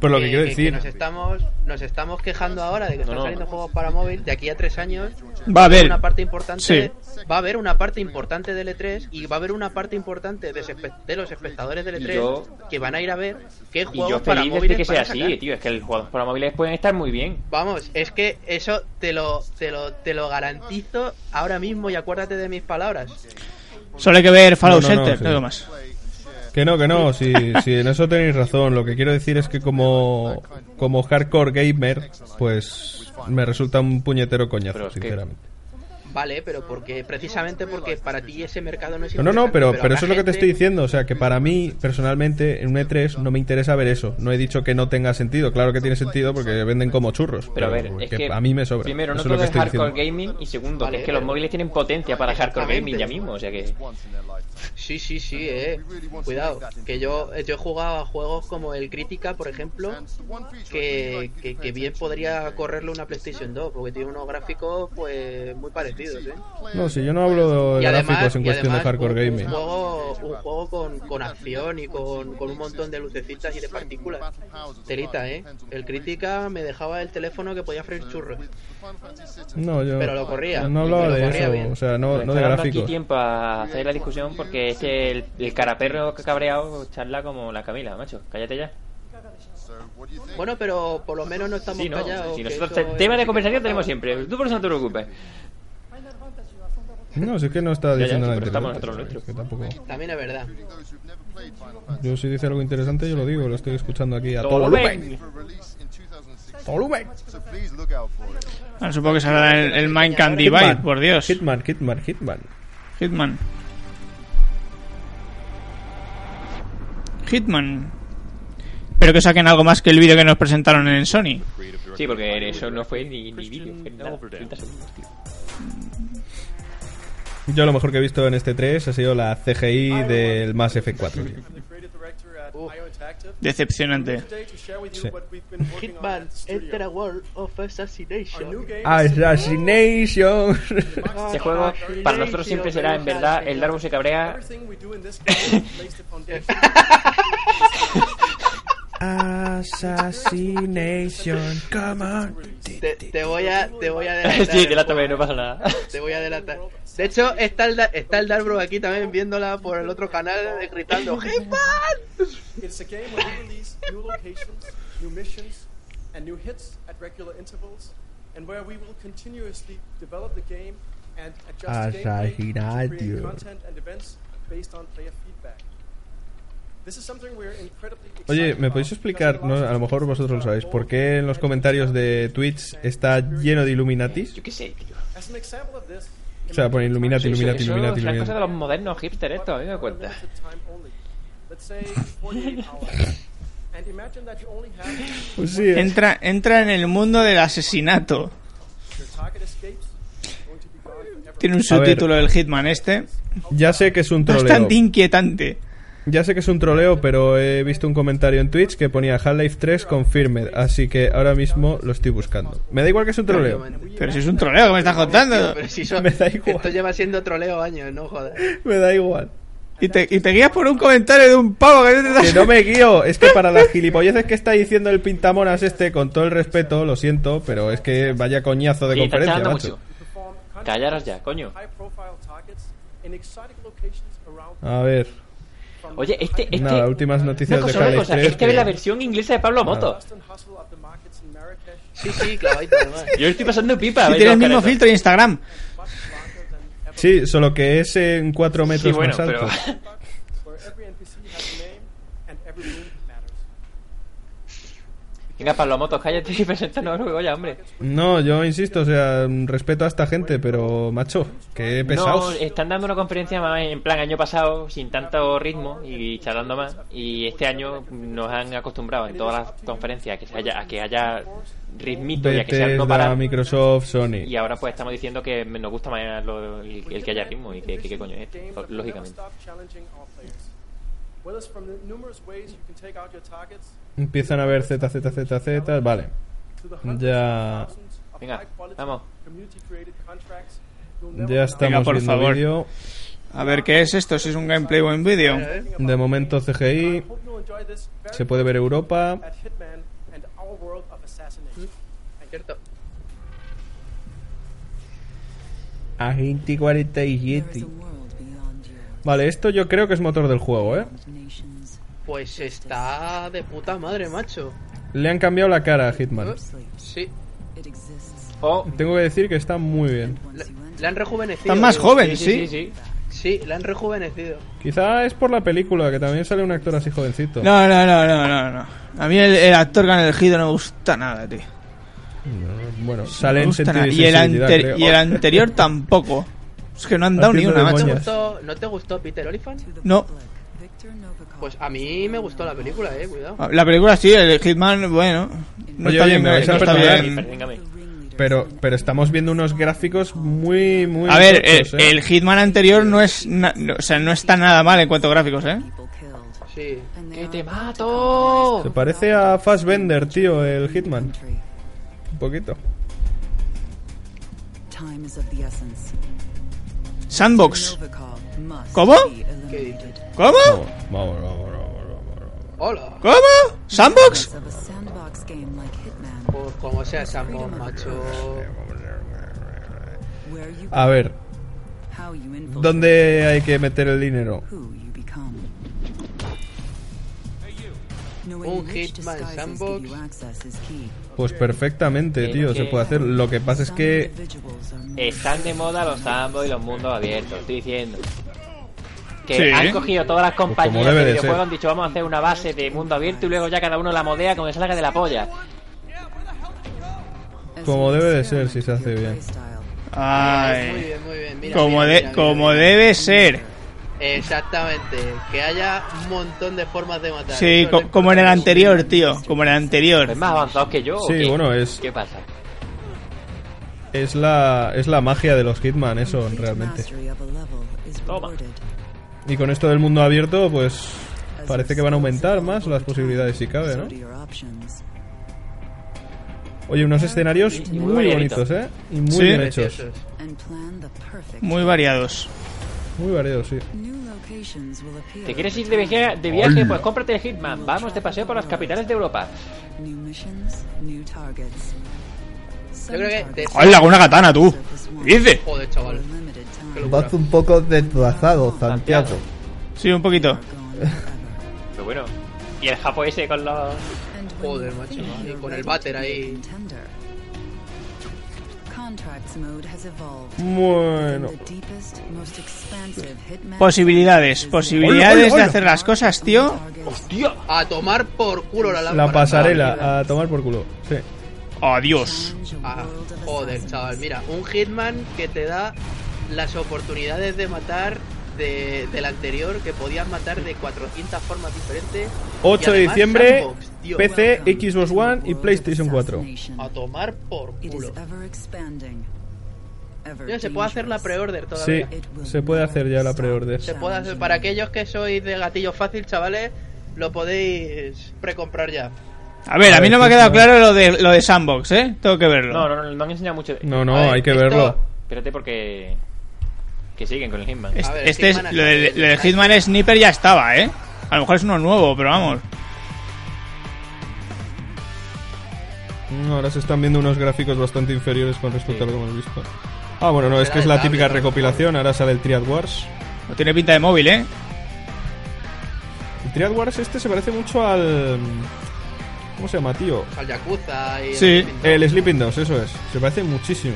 [SPEAKER 3] por lo que quiero decir.
[SPEAKER 4] nos estamos, nos estamos quejando ahora de que están
[SPEAKER 2] no.
[SPEAKER 4] saliendo juegos para móvil de aquí a tres años.
[SPEAKER 1] Va a haber.
[SPEAKER 4] Una parte importante,
[SPEAKER 1] Sí.
[SPEAKER 4] Va a haber una parte importante del E3 y va a haber una parte importante de, ese espe- de los espectadores del
[SPEAKER 2] Y
[SPEAKER 4] E3
[SPEAKER 2] yo-
[SPEAKER 4] que van a ir a ver qué
[SPEAKER 2] Y yo
[SPEAKER 4] juegos para
[SPEAKER 2] feliz desde
[SPEAKER 4] móviles
[SPEAKER 2] que
[SPEAKER 4] van
[SPEAKER 2] sea
[SPEAKER 4] a
[SPEAKER 2] así,
[SPEAKER 4] sacar.
[SPEAKER 2] tío. Es que los juegos para móviles pueden estar muy bien.
[SPEAKER 4] Vamos, es que eso te lo, te lo, te lo garantizo ahora mismo y acuérdate de mis palabras.
[SPEAKER 1] Solo hay que ver Fallout
[SPEAKER 3] No, no, no,
[SPEAKER 1] Shelter,
[SPEAKER 3] sí.
[SPEAKER 1] no digo más.
[SPEAKER 3] Que no, que no, si, si en eso tenéis razón. Lo que quiero decir es que como, como hardcore gamer, pues me resulta un puñetero coñazo,
[SPEAKER 2] Pero es que-
[SPEAKER 3] sinceramente.
[SPEAKER 4] Vale, pero porque precisamente porque para ti ese mercado no es
[SPEAKER 3] No, no, no,
[SPEAKER 4] importante,
[SPEAKER 3] pero, pero
[SPEAKER 4] habrá
[SPEAKER 3] eso es lo que
[SPEAKER 4] gente-
[SPEAKER 3] te estoy diciendo. O sea, que para mí, personalmente, en un E3 no me interesa ver eso. No he dicho que no tenga sentido. Claro que tiene sentido porque venden como churros.
[SPEAKER 2] Pero a ver, es que,
[SPEAKER 3] a mí me sobra.
[SPEAKER 2] Primero, no
[SPEAKER 3] Eso es
[SPEAKER 2] todo
[SPEAKER 3] lo que
[SPEAKER 2] es
[SPEAKER 3] estoy
[SPEAKER 2] hardcore
[SPEAKER 3] diciendo.
[SPEAKER 2] gaming. Y segundo,
[SPEAKER 4] Vale,
[SPEAKER 2] que es que los
[SPEAKER 4] pero-
[SPEAKER 2] móviles tienen potencia para hardcore gaming ya
[SPEAKER 4] Exactamente.
[SPEAKER 2] mismo. O sea que.
[SPEAKER 4] Sí, sí, sí, eh. Cuidado, que yo, yo he jugado a juegos como el Crítica, por ejemplo, que, que, que bien podría correrle una PlayStation 2, porque tiene unos gráficos pues muy parecidos, eh.
[SPEAKER 3] No, si yo no hablo de
[SPEAKER 4] Y además,
[SPEAKER 3] gráficos en
[SPEAKER 4] y
[SPEAKER 3] cuestión de
[SPEAKER 4] además pues,
[SPEAKER 3] hardcore
[SPEAKER 4] un, un
[SPEAKER 3] gaming.
[SPEAKER 4] juego, un juego con, con acción y con, con un montón de lucecitas y de partículas. Telita, ¿eh? El crítica me dejaba el teléfono que podía freír churros.
[SPEAKER 3] No, yo
[SPEAKER 4] pues, Pero lo corría,
[SPEAKER 3] no hablaba
[SPEAKER 4] pero
[SPEAKER 3] de
[SPEAKER 4] corría
[SPEAKER 3] eso.
[SPEAKER 4] bien.
[SPEAKER 3] O sea, no,
[SPEAKER 2] Nos
[SPEAKER 3] no
[SPEAKER 2] está
[SPEAKER 3] de
[SPEAKER 2] dando
[SPEAKER 3] gráficos.
[SPEAKER 2] Pues aquí tiempo a hacer la discusión porque es que el, el caraperro cabreado charla como la Camila, macho. Cállate ya.
[SPEAKER 4] Bueno, pero por lo menos no estamos
[SPEAKER 2] Sí, no.
[SPEAKER 4] callados.
[SPEAKER 2] Si
[SPEAKER 4] que
[SPEAKER 2] nosotros te-
[SPEAKER 4] eso es
[SPEAKER 2] tema
[SPEAKER 4] lo
[SPEAKER 2] de
[SPEAKER 4] que
[SPEAKER 2] conversación
[SPEAKER 4] faltaba.
[SPEAKER 2] tenemos siempre. Tú por eso no te preocupes.
[SPEAKER 3] No, si es que no está
[SPEAKER 2] Ya, ya,
[SPEAKER 3] diciendo nada
[SPEAKER 2] pero estamos
[SPEAKER 3] interesante,
[SPEAKER 2] nosotros
[SPEAKER 3] es que tampoco...
[SPEAKER 4] También es verdad.
[SPEAKER 3] Yo si dice algo interesante yo lo digo, lo estoy escuchando aquí a todo
[SPEAKER 2] Todo
[SPEAKER 3] volumen.
[SPEAKER 2] ven.
[SPEAKER 3] Todo volumen.
[SPEAKER 1] Bueno, Ah, supongo que será el, el Mankind Divide, por Dios.
[SPEAKER 3] Hitman, Hitman, Hitman.
[SPEAKER 1] Hitman. Hitman. Espero que saquen algo más que el vídeo que nos presentaron en Sony.
[SPEAKER 2] Sí, porque eso no fue ni, ni vídeo. fue
[SPEAKER 6] Christian
[SPEAKER 2] nada,
[SPEAKER 6] Elverdale.
[SPEAKER 2] 30 segundos, tío.
[SPEAKER 3] Yo lo mejor que he visto en este 3 ha sido la CGI del Mass Effect 4. tío.
[SPEAKER 1] Decepcionante.
[SPEAKER 3] Sí.
[SPEAKER 4] Hitman, Enter a World of Assassination.
[SPEAKER 3] Ah. Assassination.
[SPEAKER 2] Este juego para nosotros siempre será en verdad el Darbo se cabrea
[SPEAKER 3] Assassination. Come on.
[SPEAKER 4] Te, te voy a, te voy a delatar.
[SPEAKER 2] Sí, te la tomé, no pasa nada.
[SPEAKER 4] Te voy a delatar. De hecho, está el, da- está el Darbro aquí también viéndola por el otro canal eh, gritando ¡Hitman!
[SPEAKER 10] It's a game where you release new locations, new missions, and new hits at regular intervals, and where we will continuously develop the game and adjust the gameplay to create
[SPEAKER 3] Assassinadio.
[SPEAKER 10] content and events based on player feedback. This is something we're incredibly
[SPEAKER 3] Oye,
[SPEAKER 10] excited
[SPEAKER 3] ¿me podéis
[SPEAKER 10] about
[SPEAKER 3] explicar, no, a lo mejor vosotros lo sabéis, por qué en los comentarios de Twitch está lleno de Illuminatis?
[SPEAKER 2] Yo qué sé, tío.
[SPEAKER 10] As an example of this,
[SPEAKER 3] O sea, pone Illuminati,
[SPEAKER 2] Sí, sí,
[SPEAKER 3] Illuminati,
[SPEAKER 2] eso
[SPEAKER 3] Illuminati,
[SPEAKER 2] Es una cosa de
[SPEAKER 3] Illuminati.
[SPEAKER 2] los modernos hipsters esto, a mí me cuenta.
[SPEAKER 10] time only. Let's say 48 hours. And imagine that you only have
[SPEAKER 3] Pues sí, eh.
[SPEAKER 1] Entra, entra en el mundo del asesinato.
[SPEAKER 10] your target escapes, going to be gone forever.
[SPEAKER 1] Tiene un
[SPEAKER 3] A ver.
[SPEAKER 1] subtítulo del Hitman este.
[SPEAKER 3] Ya sé que es un troleo.
[SPEAKER 1] Bastante inquietante.
[SPEAKER 3] Ya sé que es un troleo, pero he visto un comentario en Twitch que ponía Half-Life 3 Confirmed, así que ahora mismo lo estoy buscando. Me da igual que es un troleo.
[SPEAKER 1] Pero si es un troleo que me estás contando.
[SPEAKER 4] Pero si son-
[SPEAKER 3] Me da igual.
[SPEAKER 4] Esto lleva siendo troleo años, no jodas.
[SPEAKER 3] Me da igual.
[SPEAKER 1] Y te, y te guías por un comentario de un pavo que no te
[SPEAKER 3] Que
[SPEAKER 1] das-
[SPEAKER 3] no me guío, es que para las gilipolleces que está diciendo el pintamonas este, con todo el respeto, lo siento, pero es que vaya coñazo de
[SPEAKER 2] Sí, está
[SPEAKER 3] conferencia,
[SPEAKER 2] charlando
[SPEAKER 3] macho.
[SPEAKER 2] mucho. Callaros ya, coño.
[SPEAKER 10] High profile targets in exotic locations around
[SPEAKER 3] A ver,
[SPEAKER 2] Oye, este, este...
[SPEAKER 3] nada, últimas
[SPEAKER 2] una
[SPEAKER 3] noticias de
[SPEAKER 2] cosa, una
[SPEAKER 3] Half-Life
[SPEAKER 2] cosa,
[SPEAKER 3] 3.
[SPEAKER 2] este
[SPEAKER 3] que-
[SPEAKER 2] es la versión inglesa de Pablo Moto.
[SPEAKER 10] Western hustle of the markets in Marrakesh,
[SPEAKER 4] Sí, sí, clavadito además.
[SPEAKER 2] Yo estoy pasando pipa.
[SPEAKER 1] Y
[SPEAKER 2] ¿veis,
[SPEAKER 1] tiene el
[SPEAKER 2] Oscar,
[SPEAKER 1] mismo
[SPEAKER 2] eso?
[SPEAKER 1] filtro de Instagram.
[SPEAKER 10] much larger than ever,
[SPEAKER 3] Sí, solo que es en 4 metros
[SPEAKER 2] Sí, bueno,
[SPEAKER 3] más
[SPEAKER 2] pero...
[SPEAKER 3] alto.
[SPEAKER 10] where every NPC has a name and every move matters.
[SPEAKER 2] Venga, Pablo Moto, cállate y preséntanos el juego ya, hombre.
[SPEAKER 3] No, yo insisto, o sea, respeto a esta gente, pero macho, que
[SPEAKER 2] No,
[SPEAKER 3] pesados.
[SPEAKER 2] están dando una conferencia más en plan año pasado, sin tanto ritmo y charlando más. Y este año nos han acostumbrado en todas las conferencias a que, se haya, a que haya ritmito y a que sea no
[SPEAKER 3] Bethesda,
[SPEAKER 2] parar.
[SPEAKER 3] Microsoft, Sony.
[SPEAKER 2] Y ahora pues estamos diciendo que nos gusta más lo- el, el que haya ritmo y Pues que, que- que coño es esto, lógicamente.
[SPEAKER 10] Stop challenging our players. Well, it's from the numerous ways you can take out your targets
[SPEAKER 3] Empiezan a ver ZZZZ, vale.
[SPEAKER 10] to the hundreds
[SPEAKER 3] Ya.
[SPEAKER 10] of thousands of
[SPEAKER 2] Venga,
[SPEAKER 10] high quality
[SPEAKER 2] vamos.
[SPEAKER 10] community created contracts you'll never
[SPEAKER 3] Ya
[SPEAKER 1] Venga,
[SPEAKER 3] estamos
[SPEAKER 1] por
[SPEAKER 3] viendo
[SPEAKER 1] favor.
[SPEAKER 3] vídeo.
[SPEAKER 1] A ver qué es esto, si es un gameplay o un vídeo.
[SPEAKER 3] De momento
[SPEAKER 10] I
[SPEAKER 3] CGI,
[SPEAKER 10] hope you'll enjoy this very
[SPEAKER 3] se puede ver Europa.
[SPEAKER 10] at Hitman and our world of assassination.
[SPEAKER 4] Cierto.
[SPEAKER 3] Agente 47.
[SPEAKER 8] world beyond yours.
[SPEAKER 3] Vale, esto yo creo que es motor del juego, ¿eh?
[SPEAKER 8] Nations
[SPEAKER 4] Pues está de puta madre, macho.
[SPEAKER 3] Le han cambiado la cara a Hitman.
[SPEAKER 8] sleep.
[SPEAKER 4] Sí.
[SPEAKER 8] It exists.
[SPEAKER 2] Oh,
[SPEAKER 3] Tengo que decir que está muy bien.
[SPEAKER 8] Once
[SPEAKER 4] La,
[SPEAKER 8] you enter,
[SPEAKER 4] la han rejuvenecido.
[SPEAKER 1] Estás más
[SPEAKER 4] tío.
[SPEAKER 1] joven, ¿sí?
[SPEAKER 2] sí, sí.
[SPEAKER 4] Sí, la han rejuvenecido.
[SPEAKER 3] Quizá es por la película, que también sale un actor así jovencito.
[SPEAKER 1] No, no, no, no, no, no. A mí el, el actor que han elegido no me gusta nada, tío.
[SPEAKER 3] Bueno,
[SPEAKER 1] No
[SPEAKER 3] sale
[SPEAKER 1] me
[SPEAKER 3] en
[SPEAKER 1] gusta
[SPEAKER 3] sentido
[SPEAKER 1] nada.
[SPEAKER 3] de
[SPEAKER 1] Y el,
[SPEAKER 3] sensibilidad,
[SPEAKER 1] anter-
[SPEAKER 3] creo. Oh,
[SPEAKER 1] y el anterior tampoco. Es que no han dado ni
[SPEAKER 3] Haciendo
[SPEAKER 1] una,
[SPEAKER 3] de
[SPEAKER 4] ¿No te
[SPEAKER 1] macho.
[SPEAKER 3] moñas.
[SPEAKER 4] gustó, ¿no te gustó Peter Oliphant?
[SPEAKER 8] to the
[SPEAKER 1] No.
[SPEAKER 8] public, Victor Novikov
[SPEAKER 4] Pues a mí me gustó la película, eh, cuidado.
[SPEAKER 1] La película sí, el Hitman, bueno. No
[SPEAKER 3] Oye,
[SPEAKER 1] está
[SPEAKER 3] oye,
[SPEAKER 1] bien,
[SPEAKER 3] me vais a
[SPEAKER 1] no está
[SPEAKER 3] perdonar.
[SPEAKER 1] bien.
[SPEAKER 2] Perdóngame.
[SPEAKER 8] the ringleader
[SPEAKER 3] Pero,
[SPEAKER 8] is an
[SPEAKER 3] pero estamos viendo unos gráficos muy, muy...
[SPEAKER 1] A ver, el,
[SPEAKER 3] tochos, ¿eh?
[SPEAKER 1] el Hitman anterior no es, na- no- o sea, no está nada mal en cuanto a gráficos, ¿eh?
[SPEAKER 8] people killed.
[SPEAKER 4] Sí.
[SPEAKER 8] And they
[SPEAKER 2] ¡Que
[SPEAKER 8] are
[SPEAKER 2] te
[SPEAKER 8] about to
[SPEAKER 2] mato!
[SPEAKER 3] Se parece a Fassbender, tío, el Hitman.
[SPEAKER 8] country.
[SPEAKER 3] Un poquito.
[SPEAKER 8] Time is of the essence.
[SPEAKER 1] Sandbox.
[SPEAKER 8] Novikov must
[SPEAKER 1] ¿Cómo?
[SPEAKER 8] be eliminated.
[SPEAKER 1] ¿Cómo?
[SPEAKER 3] Vamos, vamos, vamos, vamos, vamos, vamos.
[SPEAKER 4] Hola.
[SPEAKER 1] ¿Cómo? ¿Sandbox?
[SPEAKER 8] Of a sandbox game like Hitman,
[SPEAKER 4] Pues como sea Sambo, macho.
[SPEAKER 8] where you
[SPEAKER 3] A ver,
[SPEAKER 8] how you infiltrate,
[SPEAKER 3] ¿dónde hay que meter el dinero?
[SPEAKER 8] who you become. Knowing
[SPEAKER 4] Un
[SPEAKER 8] which
[SPEAKER 4] Hitman
[SPEAKER 8] disguises
[SPEAKER 4] sandbox.
[SPEAKER 8] give you access is key.
[SPEAKER 3] Pues perfectamente, tío, se puede hacer. Lo que pasa es
[SPEAKER 8] Some
[SPEAKER 3] que
[SPEAKER 8] individuals are more
[SPEAKER 2] Están de moda los ambos y los mundos abiertos, estoy diciendo. Que
[SPEAKER 1] Sí.
[SPEAKER 2] han cogido todas las compañías
[SPEAKER 3] como debe
[SPEAKER 2] de
[SPEAKER 3] de
[SPEAKER 2] videojuegos,
[SPEAKER 3] ser.
[SPEAKER 2] han dicho vamos a hacer una base de mundo abierto y luego ya cada uno la modea como que salga de la polla.
[SPEAKER 8] as
[SPEAKER 3] como
[SPEAKER 8] an
[SPEAKER 3] debe de ser si se
[SPEAKER 8] experiment
[SPEAKER 3] hace
[SPEAKER 8] with your
[SPEAKER 3] bien.
[SPEAKER 8] playstyle.
[SPEAKER 4] Muy
[SPEAKER 1] Ay.
[SPEAKER 4] bien, muy bien. Mira,
[SPEAKER 1] Como,
[SPEAKER 4] mira,
[SPEAKER 1] de,
[SPEAKER 4] mira,
[SPEAKER 1] como
[SPEAKER 4] mira.
[SPEAKER 1] debe ser.
[SPEAKER 4] Exactamente. Que haya un montón de formas de matar.
[SPEAKER 1] Sí,
[SPEAKER 4] Eso
[SPEAKER 1] co-
[SPEAKER 4] no
[SPEAKER 1] como en el
[SPEAKER 4] importa.
[SPEAKER 1] anterior, tío. Como en el
[SPEAKER 2] ¿Es
[SPEAKER 1] anterior.
[SPEAKER 2] más avanzado Oh, que yo? o
[SPEAKER 3] Sí,
[SPEAKER 2] qué?
[SPEAKER 3] bueno, es-
[SPEAKER 2] ¿Qué pasa?
[SPEAKER 3] es la, es la magia de los Hitman, eso,
[SPEAKER 8] Complete
[SPEAKER 3] realmente.
[SPEAKER 8] mastery of a level is
[SPEAKER 2] Toma.
[SPEAKER 8] rewarded.
[SPEAKER 3] Y con esto del mundo abierto, pues
[SPEAKER 8] As
[SPEAKER 3] parece
[SPEAKER 8] your
[SPEAKER 3] que van a aumentar
[SPEAKER 8] skills
[SPEAKER 3] más
[SPEAKER 8] evolve
[SPEAKER 3] las
[SPEAKER 8] over
[SPEAKER 3] posibilidades si
[SPEAKER 8] time,
[SPEAKER 3] cabe,
[SPEAKER 8] so
[SPEAKER 3] ¿no?
[SPEAKER 8] do your options.
[SPEAKER 3] Oye, unos escenarios
[SPEAKER 2] Y- y muy
[SPEAKER 3] muy
[SPEAKER 2] variadito.
[SPEAKER 3] bonitos, ¿eh? Y muy
[SPEAKER 1] Sí.
[SPEAKER 3] bien hechos.
[SPEAKER 4] Preciosos.
[SPEAKER 8] And plan the perfect
[SPEAKER 1] Muy variados.
[SPEAKER 3] Muy variados, sí.
[SPEAKER 8] New locations will appear
[SPEAKER 2] ¿Te quieres
[SPEAKER 8] over
[SPEAKER 2] ir de viaje,
[SPEAKER 8] time.
[SPEAKER 2] de viaje? Pues cómprate el Hitman. Vamos de paseo por las capitales de Europa.
[SPEAKER 8] New missions, new targets. Some
[SPEAKER 4] creo que
[SPEAKER 8] targets
[SPEAKER 4] de-
[SPEAKER 1] ¡Hala, con una katana, tú!
[SPEAKER 8] surface once
[SPEAKER 1] ¿Qué dices?
[SPEAKER 4] Joder,
[SPEAKER 8] for
[SPEAKER 4] chaval.
[SPEAKER 8] a limited time.
[SPEAKER 11] Vas un poco desplazado, Santiago.
[SPEAKER 1] Sí, un poquito.
[SPEAKER 8] Are gone forever.
[SPEAKER 2] Pero bueno, y el japo ese con los...
[SPEAKER 8] And when
[SPEAKER 4] Joder,
[SPEAKER 8] you
[SPEAKER 4] macho,
[SPEAKER 8] think
[SPEAKER 4] y
[SPEAKER 8] you're
[SPEAKER 4] con el
[SPEAKER 8] ready
[SPEAKER 4] váter
[SPEAKER 8] to be a
[SPEAKER 4] ahí.
[SPEAKER 8] contender,
[SPEAKER 5] Contacts mode has evolved.
[SPEAKER 3] Bueno.
[SPEAKER 5] The deepest, most expansive hitman.
[SPEAKER 7] Posibilidades, posibilidades de hacer las cosas, tío.
[SPEAKER 4] Hostia, a tomar por culo la lámpara.
[SPEAKER 3] La pasarela, a tomar por culo. Sí.
[SPEAKER 7] Adiós.
[SPEAKER 4] Ah, joder, chaval, mira, un Hitman que te da las oportunidades de matar de, del anterior, que podías matar de 400 formas diferentes.
[SPEAKER 3] 8
[SPEAKER 4] Y
[SPEAKER 3] de
[SPEAKER 4] además
[SPEAKER 3] diciembre,
[SPEAKER 4] sandbox, tío.
[SPEAKER 3] PC, Xbox One y PlayStation 4.
[SPEAKER 4] A tomar por
[SPEAKER 5] It is
[SPEAKER 4] culo.
[SPEAKER 5] ever expanding. Ever
[SPEAKER 4] Mira, se puede hacer la pre-order
[SPEAKER 3] Sí,
[SPEAKER 4] todavía.
[SPEAKER 3] se puede hacer ya la preorden.
[SPEAKER 4] Se puede hacer, para aquellos que sois de gatillo fácil, chavales, lo podéis precomprar ya.
[SPEAKER 7] A ver, a mí no me ha quedado claro lo de, lo de Sandbox, ¿eh? Tengo que verlo.
[SPEAKER 2] No, no, no, no han enseñado mucho. de-
[SPEAKER 3] No, no,
[SPEAKER 2] A ver,
[SPEAKER 3] hay que
[SPEAKER 2] esto-
[SPEAKER 3] verlo.
[SPEAKER 2] Espérate porque. Que siguen con el Hitman.
[SPEAKER 7] Este, este es, lo del, lo del Hitman Sniper ya estaba, ¿eh? A lo mejor es uno nuevo, pero vamos.
[SPEAKER 3] Mm, Ahora se están viendo unos gráficos bastante inferiores con respecto a lo que hemos visto. Ah, bueno, no, es que es la típica recopilación. Ahora sale el Triad Wars.
[SPEAKER 7] No tiene pinta de móvil, ¿eh?
[SPEAKER 3] El Triad Wars este se parece mucho al... ¿Cómo se llama, tío?
[SPEAKER 4] Al Yakuza y...
[SPEAKER 3] Sí, el Sleeping Dogs, eso es. Se parece muchísimo.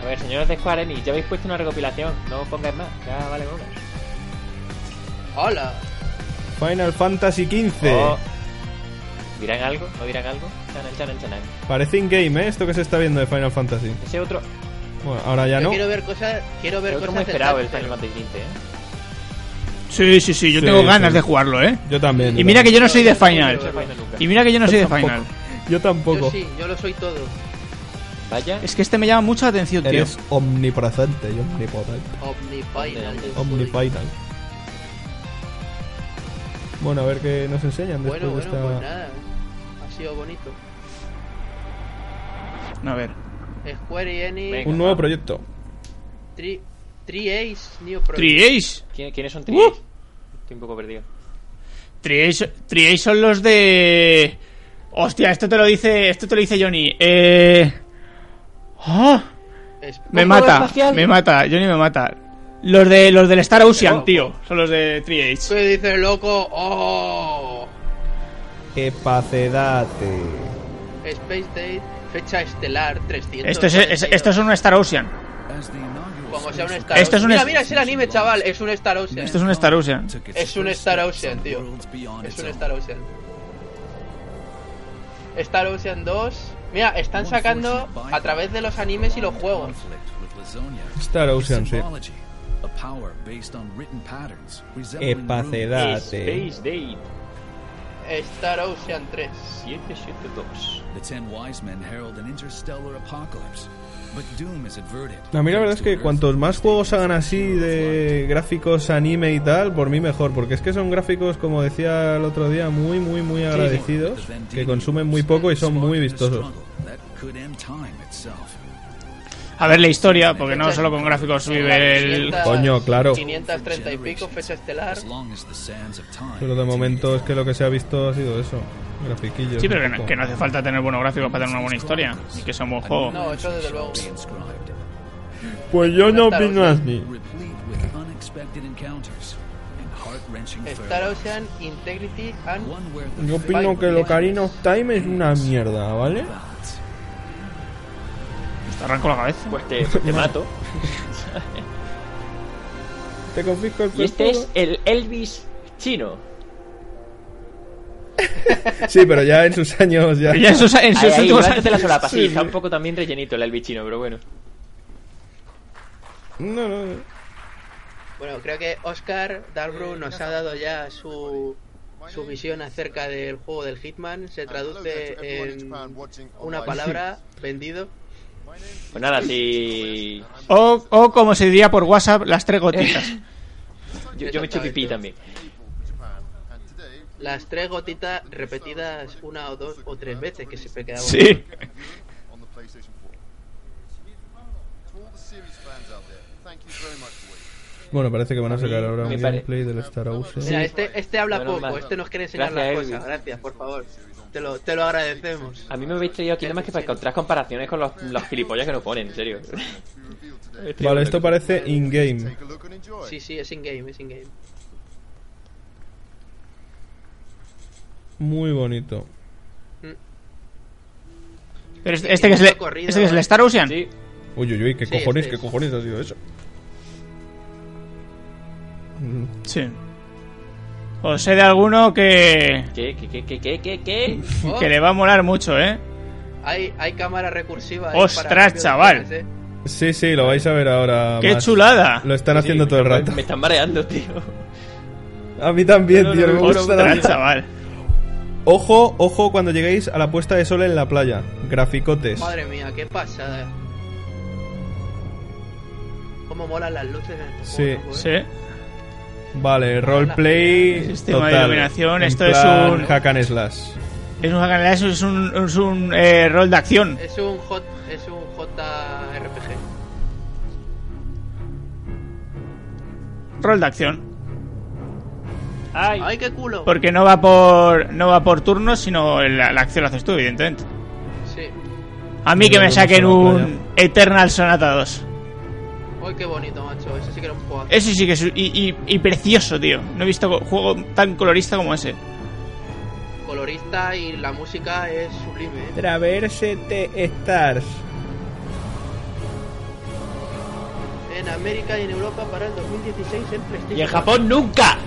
[SPEAKER 2] A ver, señores de Square Enix, ya habéis puesto una recopilación. No os pongáis más. Ya vale, vamos.
[SPEAKER 4] ¡Hola!
[SPEAKER 3] Final Fantasy XV.
[SPEAKER 2] Oh. ¿Dirán algo? ¿No dirán algo? Chanan, chanan, chanan.
[SPEAKER 3] Parece in-game, ¿eh? Esto que se está viendo de Final Fantasy.
[SPEAKER 2] Ese otro.
[SPEAKER 3] Bueno, ahora ya
[SPEAKER 4] Yo
[SPEAKER 3] no.
[SPEAKER 4] Quiero ver cosas, quiero ver
[SPEAKER 2] El otro
[SPEAKER 4] cosas
[SPEAKER 2] muy
[SPEAKER 4] del
[SPEAKER 2] esperado, el
[SPEAKER 4] Dark
[SPEAKER 2] Final Fantasy XV, ¿eh?
[SPEAKER 7] Sí, sí, sí, yo
[SPEAKER 3] Sí,
[SPEAKER 7] tengo ganas
[SPEAKER 3] sí.
[SPEAKER 7] de jugarlo, ¿eh?
[SPEAKER 3] Yo también.
[SPEAKER 7] Y mira que yo no soy de Final.
[SPEAKER 2] No soy Final nunca.
[SPEAKER 7] Y mira que yo no soy de
[SPEAKER 3] tampoco.
[SPEAKER 7] Final.
[SPEAKER 3] Yo
[SPEAKER 4] Souls.
[SPEAKER 3] tampoco.
[SPEAKER 4] Yo sí, yo lo soy todo.
[SPEAKER 2] Vaya.
[SPEAKER 7] Es que este me llama mucho la atención, tío.
[SPEAKER 1] Eres omnipresente y omnipotente.
[SPEAKER 4] Omnifinal. yo soy.
[SPEAKER 3] Omnipital. Bueno, a ver qué nos enseñan después
[SPEAKER 4] Bueno,
[SPEAKER 3] de
[SPEAKER 4] bueno,
[SPEAKER 3] esta...
[SPEAKER 4] pues nada. Ha sido bonito.
[SPEAKER 7] A ver.
[SPEAKER 4] Square Enix...
[SPEAKER 3] Un nuevo proyecto.
[SPEAKER 4] Tri... Three Ace New Project.
[SPEAKER 7] ¿Triace?
[SPEAKER 2] ¿Quién- ¿Quiénes
[SPEAKER 7] ¡Uh!
[SPEAKER 2] son Triace? Estoy un poco perdido.
[SPEAKER 7] Triace Triace son los de. Hostia, esto te lo dice. Esto te lo dice Johnny. Eh. ¡Ah!
[SPEAKER 4] Es-
[SPEAKER 7] Me
[SPEAKER 2] ¿Cómo
[SPEAKER 7] mata,
[SPEAKER 2] espacial?
[SPEAKER 7] me mata, Johnny me mata. Los de los del Star Ocean, tío. Son los de Triage.
[SPEAKER 4] ¿Qué dice loco? ¡Oh!
[SPEAKER 1] Epacedate.
[SPEAKER 4] Space Date, fecha estelar 300.
[SPEAKER 7] Esto es, es- esto es un Star Ocean.
[SPEAKER 4] Como sea un Star
[SPEAKER 7] Esto es
[SPEAKER 4] Ocean.
[SPEAKER 7] un es-
[SPEAKER 4] Mira, mira, es el anime, chaval. Es un Star Ocean.
[SPEAKER 7] Esto es un Star Ocean.
[SPEAKER 4] Es un Star Ocean, tío. Es un Star Ocean. Star Ocean 2. Mira, están sacando a través de los animes y los juegos.
[SPEAKER 3] Star Ocean, sí.
[SPEAKER 2] Space
[SPEAKER 1] Epacedate.
[SPEAKER 2] Date
[SPEAKER 4] Star Ocean 3.
[SPEAKER 2] 772.
[SPEAKER 12] The ten wise men herald an interstellar apocalypse, but doom is averted.
[SPEAKER 3] A mí la verdad es que cuantos más juegos hagan así de gráficos anime y tal, por mí mejor, porque es que son gráficos, como decía el otro día, muy, muy, muy agradecidos, que consumen muy poco y son muy vistosos.
[SPEAKER 12] That could end time itself.
[SPEAKER 7] A ver la historia, porque no solo con gráficos vive el.
[SPEAKER 3] Coño, claro.
[SPEAKER 4] 530 y pico, fecha estelar.
[SPEAKER 3] Pero de momento es que lo que se ha visto ha sido eso, grafiquillos.
[SPEAKER 7] Sí, pero
[SPEAKER 3] un
[SPEAKER 7] que no,
[SPEAKER 3] poco.
[SPEAKER 7] que no hace falta tener buenos gráficos para tener una buena historia. Y que sea un buen juego.
[SPEAKER 4] No, eso desde luego.
[SPEAKER 3] Pues yo no
[SPEAKER 4] Star
[SPEAKER 3] opino
[SPEAKER 4] Ocean.
[SPEAKER 3] así.
[SPEAKER 12] Replete with unexpected encounters and heart-wrenching
[SPEAKER 4] Star
[SPEAKER 12] farewells.
[SPEAKER 4] Ocean Integrity and.
[SPEAKER 3] Yo opino que el Ocarina of Time es una mierda, ¿vale?
[SPEAKER 7] Te arranco la cabeza.
[SPEAKER 2] Pues te, pues te mato.
[SPEAKER 3] Te confisco el
[SPEAKER 2] Y este es
[SPEAKER 3] perfume.
[SPEAKER 2] el Elvis chino.
[SPEAKER 3] Sí, pero ya en sus años ya...
[SPEAKER 7] Ya en sus- en
[SPEAKER 2] Ahí,
[SPEAKER 7] sus
[SPEAKER 2] ahí,
[SPEAKER 7] últimos
[SPEAKER 2] levántate la solapa, sí,
[SPEAKER 3] Sí,
[SPEAKER 2] está
[SPEAKER 3] sí.
[SPEAKER 2] un poco también rellenito el Elvis chino, pero bueno.
[SPEAKER 3] No, no, no.
[SPEAKER 4] Bueno, creo que Oscar Dalbrook nos ha dado ya su, su visión acerca del juego del Hitman. Se traduce en una palabra, vendido.
[SPEAKER 2] Pues nada, si.
[SPEAKER 7] O, o como se diría por WhatsApp, las tres gotitas.
[SPEAKER 2] Yo, yo me echo pipí también.
[SPEAKER 4] Las tres gotitas repetidas una o dos o tres veces que se quedaba.
[SPEAKER 7] Sí.
[SPEAKER 3] Bueno, parece que van a sacar ahora
[SPEAKER 2] me
[SPEAKER 3] un
[SPEAKER 2] pare-
[SPEAKER 3] gameplay del Star Ocean.
[SPEAKER 4] Mira, este, este habla
[SPEAKER 2] Menos
[SPEAKER 4] poco,
[SPEAKER 2] mal.
[SPEAKER 4] este nos quiere enseñar
[SPEAKER 2] Gracias,
[SPEAKER 4] las
[SPEAKER 2] Elvis.
[SPEAKER 4] cosas. Gracias, por favor. Te lo, te lo agradecemos.
[SPEAKER 2] A mí me habéis traído aquí nada más que para encontrar comparaciones con los, los gilipollas que nos ponen, en serio.
[SPEAKER 3] Vale, esto parece in-game.
[SPEAKER 4] Sí, sí, es in-game, es in-game.
[SPEAKER 3] Muy bonito.
[SPEAKER 7] Pero este, este que es el,
[SPEAKER 4] Corrido.
[SPEAKER 7] este que es el Star Ocean.
[SPEAKER 2] Sí,
[SPEAKER 3] Uy, uy, uy, qué
[SPEAKER 1] Sí,
[SPEAKER 3] cojones,
[SPEAKER 1] este
[SPEAKER 3] qué
[SPEAKER 1] es.
[SPEAKER 3] cojones ha sido eso.
[SPEAKER 1] Sí. O sé de alguno que.
[SPEAKER 2] ¿Qué, qué, qué, qué, qué, qué, qué?
[SPEAKER 1] que le va a molar mucho, ¿eh?
[SPEAKER 4] Hay, hay cámara recursiva. ahí
[SPEAKER 1] Ostras,
[SPEAKER 4] para cambios de
[SPEAKER 1] chaval.
[SPEAKER 4] planes, ¿eh?
[SPEAKER 3] Sí, sí, lo vais a ver ahora.
[SPEAKER 1] ¡Qué
[SPEAKER 3] más.
[SPEAKER 1] chulada!
[SPEAKER 3] Lo están haciendo todo el rato.
[SPEAKER 2] Me están mareando, tío.
[SPEAKER 3] A mí también,
[SPEAKER 2] No, no,
[SPEAKER 3] tío.
[SPEAKER 2] no,
[SPEAKER 3] me
[SPEAKER 2] no,
[SPEAKER 3] gusta
[SPEAKER 2] no,
[SPEAKER 3] la-
[SPEAKER 2] no, chaval.
[SPEAKER 3] Ojo, ojo cuando lleguéis a la puesta de sol en la playa. Graficotes.
[SPEAKER 4] Madre mía, qué pasada. Cómo molan las luces en este
[SPEAKER 3] Sí.
[SPEAKER 4] juego, ¿eh?
[SPEAKER 1] Sí.
[SPEAKER 3] Vale, roleplay.
[SPEAKER 1] Sistema de
[SPEAKER 3] total.
[SPEAKER 1] iluminación,
[SPEAKER 3] En
[SPEAKER 1] esto es
[SPEAKER 3] plan
[SPEAKER 1] un-
[SPEAKER 3] Hack and slash.
[SPEAKER 1] Es un hack and slash, es un, es un eh, rol de acción.
[SPEAKER 4] Es un, J, es un JRPG.
[SPEAKER 1] Rol de acción.
[SPEAKER 4] Ay, qué culo.
[SPEAKER 1] Porque no va por no va por turnos, sino la, la acción la haces tú, evidentemente.
[SPEAKER 4] Sí.
[SPEAKER 1] A mí que me
[SPEAKER 4] Nos vemos
[SPEAKER 1] saquen
[SPEAKER 4] en la
[SPEAKER 1] un Eternal Sonata 2.
[SPEAKER 4] Ay, qué bonito, macho. Ese sí que era un juego.
[SPEAKER 7] Eh.
[SPEAKER 1] Ese sí que es. Y, y- y precioso, tío. No he visto juego tan colorista como ese.
[SPEAKER 4] colorista y la música es sublime. ¿eh?
[SPEAKER 3] Traversete Stars.
[SPEAKER 4] En América y en Europa para el 2016 en PlayStation.
[SPEAKER 2] Y en Japón nunca.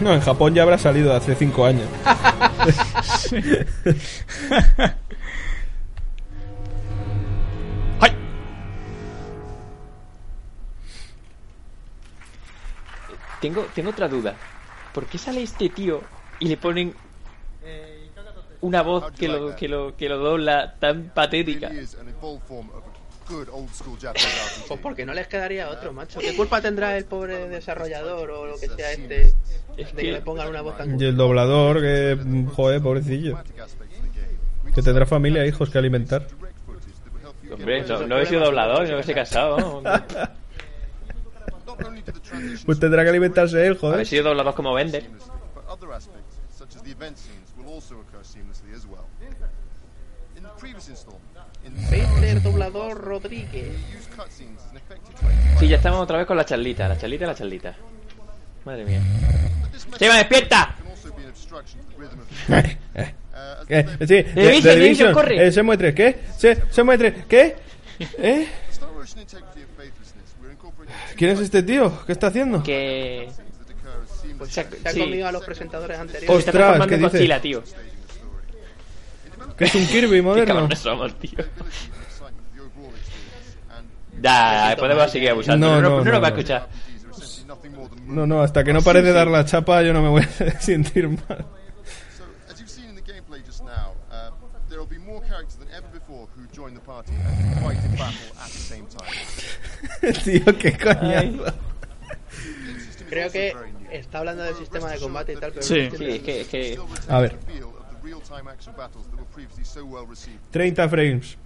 [SPEAKER 3] No, en Japón ya habrá salido hace 5 años.
[SPEAKER 2] Tengo, tengo otra duda. ¿Por qué sale este tío y le ponen una voz que lo, que lo, que lo dobla tan patética? Oh,
[SPEAKER 4] Pues porque no les quedaría otro, macho. ¿Qué culpa tendrá el pobre desarrollador o lo que sea este de que le pongan una voz tan
[SPEAKER 3] Y el doblador, que. mm, Joder, pobrecillo. Que tendrá familia e hijos que alimentar.
[SPEAKER 2] Hombre, no, no he sido doblador, no me he casado. vamos.
[SPEAKER 3] Pues tendrá que alimentarse él, joder.
[SPEAKER 2] Haber sido doblador como Bender.
[SPEAKER 5] But other aspects, such as the event scenes, will also occur seamlessly as well. In the previous installment, in
[SPEAKER 4] Peter Doblador Rodríguez.
[SPEAKER 2] Sí, ya estamos otra vez con la charlita, la charlita, la charlita. Madre mía. ¡Seba, despierta!
[SPEAKER 3] Eh, eh,
[SPEAKER 5] Uh,
[SPEAKER 3] eh, sí,
[SPEAKER 2] The
[SPEAKER 3] de-
[SPEAKER 2] Division,
[SPEAKER 3] The
[SPEAKER 2] The Division,
[SPEAKER 3] Division,
[SPEAKER 2] corre.
[SPEAKER 3] eh, se muestre, ¿qué? Se, se muestre, ¿qué? ¿Eh? ¿Quién es este tío? ¿Qué está haciendo?
[SPEAKER 2] Que. se ha,
[SPEAKER 4] Se ha comido a los presentadores anteriores.
[SPEAKER 3] Ostras, ¿qué dices?
[SPEAKER 2] Godzilla, tío.
[SPEAKER 3] Que es un Kirby
[SPEAKER 2] Qué
[SPEAKER 3] moderno.
[SPEAKER 2] cabrones somos, tío. Ya, ya, podemos seguir abusando. No, no,
[SPEAKER 3] No, no,
[SPEAKER 2] no nos
[SPEAKER 3] no,
[SPEAKER 2] va a
[SPEAKER 3] no.
[SPEAKER 2] escuchar.
[SPEAKER 3] No, no, hasta que no
[SPEAKER 2] Sí,
[SPEAKER 3] pare de
[SPEAKER 2] Ah, sí.
[SPEAKER 3] dar la chapa yo no me voy a sentir mal.
[SPEAKER 5] As you've seen in the gameplay just now, uh, there will be more characters than ever before who join the party and fight in battle at the same time.
[SPEAKER 3] Tío, qué coñazo.
[SPEAKER 4] Creo que está hablando del sistema de combate y tal, pero
[SPEAKER 3] Sí.
[SPEAKER 4] no
[SPEAKER 2] Sí, es que, es que.
[SPEAKER 3] A ver, 30 frames.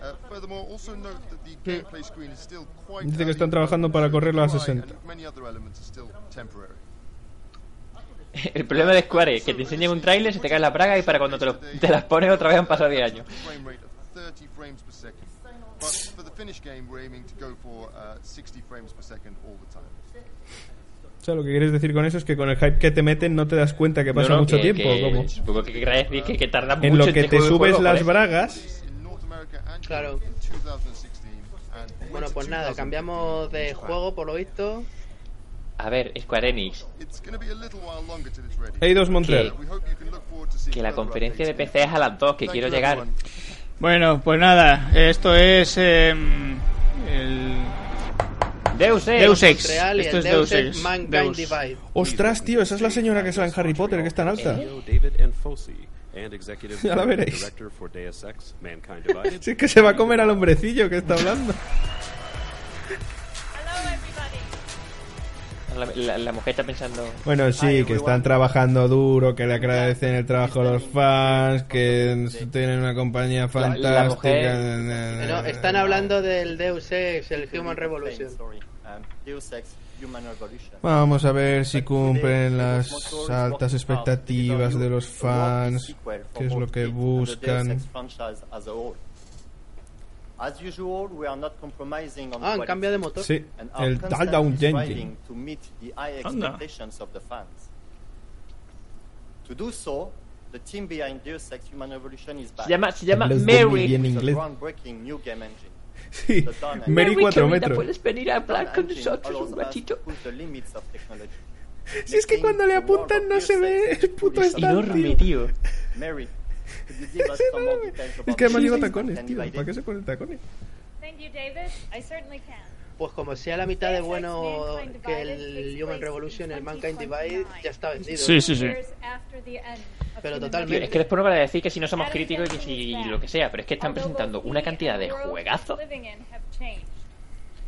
[SPEAKER 5] Uh, furthermore, also note that the gameplay screen is still quite
[SPEAKER 3] Dice que están trabajando para correrlo a 60.
[SPEAKER 5] many other elements are still temporary.
[SPEAKER 2] El problema de Square es que te enseñan un tráiler, se te cae la praga y para cuando te, lo- te las pones otra vez han pasado 10 años.
[SPEAKER 5] Frame rate of 30 frames per second. But for the finished game, we're aiming to go for uh, 60 frames per second all the time.
[SPEAKER 3] O sea, lo que quieres decir con eso es que con el hype que te meten no te das cuenta que pasa
[SPEAKER 2] No, no,
[SPEAKER 3] mucho
[SPEAKER 2] que-
[SPEAKER 3] tiempo.
[SPEAKER 2] que-
[SPEAKER 3] ¿cómo?
[SPEAKER 2] Supongo que querrás decir que, que tarda mucho
[SPEAKER 3] En lo
[SPEAKER 2] en
[SPEAKER 3] que
[SPEAKER 2] que
[SPEAKER 3] te
[SPEAKER 2] juegue el
[SPEAKER 3] subes
[SPEAKER 2] juego,
[SPEAKER 3] las
[SPEAKER 2] joder.
[SPEAKER 3] bragas.
[SPEAKER 4] Claro. Bueno, pues nada, cambiamos de juego por lo visto.
[SPEAKER 2] A ver, Square Enix,
[SPEAKER 5] It's going to be a little while longer till it's ready. Uh,
[SPEAKER 3] Eidos Montreal.
[SPEAKER 5] We hope you can look forward to seeing
[SPEAKER 2] que la
[SPEAKER 5] further
[SPEAKER 2] conferencia de
[SPEAKER 5] updates.
[SPEAKER 2] PC es a las 2, que
[SPEAKER 5] Thank
[SPEAKER 2] quiero
[SPEAKER 5] you,
[SPEAKER 2] llegar.
[SPEAKER 5] everyone.
[SPEAKER 1] Bueno, pues nada. Esto es. em, el.
[SPEAKER 2] Deus Ex.
[SPEAKER 1] Deus Ex.
[SPEAKER 4] Montreal y
[SPEAKER 1] Esto
[SPEAKER 4] el
[SPEAKER 1] es
[SPEAKER 4] Deus
[SPEAKER 1] Deus
[SPEAKER 4] Ex
[SPEAKER 1] Ex.
[SPEAKER 4] Mankind
[SPEAKER 1] Deus.
[SPEAKER 4] Divide.
[SPEAKER 3] Ostras, tío, esa es la señora que sale en Harry Potter, que es tan alta.
[SPEAKER 6] David Enfosi, and executive
[SPEAKER 3] Ya la veréis.
[SPEAKER 6] director for Deus Ex, Mankind Divided.
[SPEAKER 3] Sí, que se va a comer al hombrecillo que está hablando.
[SPEAKER 2] La, la- la mujer está pensando.
[SPEAKER 3] Bueno, sí, que están trabajando duro, que le agradecen el trabajo a los fans, que tienen una compañía
[SPEAKER 2] la mujer-
[SPEAKER 3] fantástica.
[SPEAKER 4] No, están hablando del Deus Ex, el Human Revolution.
[SPEAKER 12] Deus Ex Human Revolution.
[SPEAKER 3] Vamos a ver si cumplen las altas expectativas de los fans, qué es lo que buscan.
[SPEAKER 12] As usual, we are not compromising on
[SPEAKER 4] Ah, han
[SPEAKER 12] quality.
[SPEAKER 4] cambiado de motor.
[SPEAKER 3] Sí,
[SPEAKER 12] And are
[SPEAKER 3] el
[SPEAKER 12] constantly
[SPEAKER 3] Down Engine.
[SPEAKER 12] striving to meet the high
[SPEAKER 1] Anda.
[SPEAKER 12] expectations of the fans. To do so, The team behind Deus Ex Human Revolution is back.
[SPEAKER 2] Se llama- se llama Hablas de Merrick. muy bien
[SPEAKER 12] It's a
[SPEAKER 2] inglés.
[SPEAKER 12] groundbreaking new game engine.
[SPEAKER 3] Sí,
[SPEAKER 12] The Dawn engine.
[SPEAKER 3] Merrick cuatro Ahorita metros.
[SPEAKER 2] puedes venir a hablar
[SPEAKER 12] Dawn
[SPEAKER 2] con
[SPEAKER 12] engine
[SPEAKER 2] nosotros,
[SPEAKER 12] allows us
[SPEAKER 2] borrachito.
[SPEAKER 12] to push the limits of technology.
[SPEAKER 3] Si es que cuando le apuntan no se ve el puto
[SPEAKER 12] Es
[SPEAKER 3] stand,
[SPEAKER 12] enorme,
[SPEAKER 2] tío.
[SPEAKER 12] Merrick, could you give us some more details
[SPEAKER 3] Es
[SPEAKER 12] about
[SPEAKER 3] que además
[SPEAKER 12] this
[SPEAKER 3] lleva
[SPEAKER 12] game
[SPEAKER 3] tacones,
[SPEAKER 12] and
[SPEAKER 3] tío.
[SPEAKER 12] divide
[SPEAKER 3] ¿Para qué se pone tacones?
[SPEAKER 13] Thank you, David. I certainly can.
[SPEAKER 4] Pues como sea la mitad de bueno que el Human Revolution, el Mankind Divide, ya está vendido.
[SPEAKER 2] Sí, sí, sí.
[SPEAKER 13] Years after the end of
[SPEAKER 4] Pero
[SPEAKER 13] human
[SPEAKER 4] totalmente.
[SPEAKER 2] Es que después no van a decir que si no somos críticos y que si lo que sea, pero es que están presentando una cantidad de juegazos
[SPEAKER 13] living in have changed.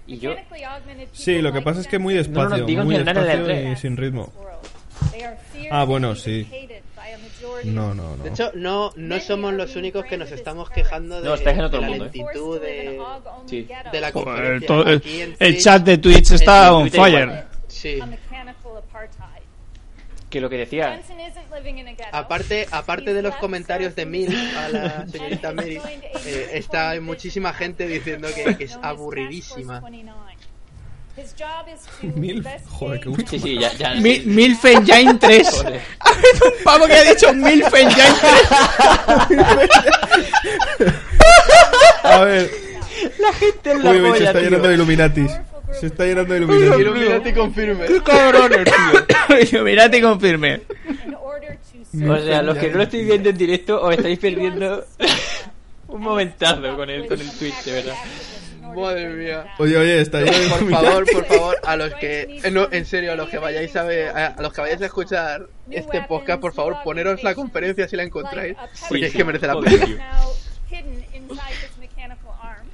[SPEAKER 2] y yo
[SPEAKER 13] Mechanically augmented
[SPEAKER 3] Sí, lo que pasa es que muy
[SPEAKER 2] No, no,
[SPEAKER 3] despacio,
[SPEAKER 2] no, digo
[SPEAKER 3] muy
[SPEAKER 2] ni el nana de la
[SPEAKER 3] despacio
[SPEAKER 2] tele.
[SPEAKER 3] y sin ritmo.
[SPEAKER 13] people, they are feared
[SPEAKER 3] Ah, bueno,
[SPEAKER 13] and even
[SPEAKER 3] sí.
[SPEAKER 13] hated by a majority
[SPEAKER 3] No, no, no.
[SPEAKER 4] De hecho, no, no somos los únicos que nos estamos quejando de,
[SPEAKER 2] No, está quejando
[SPEAKER 4] de
[SPEAKER 2] todo
[SPEAKER 4] la
[SPEAKER 2] el mundo, ¿eh?
[SPEAKER 4] lentitud de,
[SPEAKER 2] Sí.
[SPEAKER 4] de la
[SPEAKER 1] Joder,
[SPEAKER 4] conferencia.
[SPEAKER 1] todo el-
[SPEAKER 4] Aquí en
[SPEAKER 1] el
[SPEAKER 4] Twitch-
[SPEAKER 1] chat de Twitch
[SPEAKER 4] en
[SPEAKER 1] está
[SPEAKER 4] Twitch
[SPEAKER 1] on
[SPEAKER 4] igual.
[SPEAKER 1] fire.
[SPEAKER 4] Sí.
[SPEAKER 13] a mechanical apartheid.
[SPEAKER 2] que lo que decía,
[SPEAKER 13] Jensen isn't living in a ghetto.
[SPEAKER 4] Aparte, ah. aparte de los comentarios de Mil a la señorita Mary, eh, está hay muchísima gente diciendo que, que es aburridísima.
[SPEAKER 13] His job is to
[SPEAKER 4] Mil,
[SPEAKER 13] investigate
[SPEAKER 4] qué
[SPEAKER 2] sí, sí, ya, ya
[SPEAKER 1] Mi- Milfenjain 3.
[SPEAKER 2] Joder.
[SPEAKER 1] Ha habido un pavo que ha dicho Milfenjain 3.
[SPEAKER 3] A ver.
[SPEAKER 1] La gente en la
[SPEAKER 3] Uy, uy, se
[SPEAKER 1] polla,
[SPEAKER 3] está
[SPEAKER 1] tío.
[SPEAKER 3] llenando de Illuminatis. Se está llenando de Illuminatis.
[SPEAKER 4] Illuminati confirme.
[SPEAKER 1] ¡Qué cabrones, tío! Illuminati confirme.
[SPEAKER 2] o sea, los que no lo estoy viendo en directo os estáis perdiendo un momentazo con el, con el Twitch, de verdad.
[SPEAKER 4] Madre mía.
[SPEAKER 3] Oye, oye, está lleno de
[SPEAKER 4] Por
[SPEAKER 3] Illuminati.
[SPEAKER 4] favor, por favor, a los que eh, no, en serio, a los que vayáis a ver, a, a los que vayáis a escuchar este podcast, por favor, poneros la conferencia si la encontráis, porque es que merece la pena.
[SPEAKER 13] now hidden inside his mechanical arm.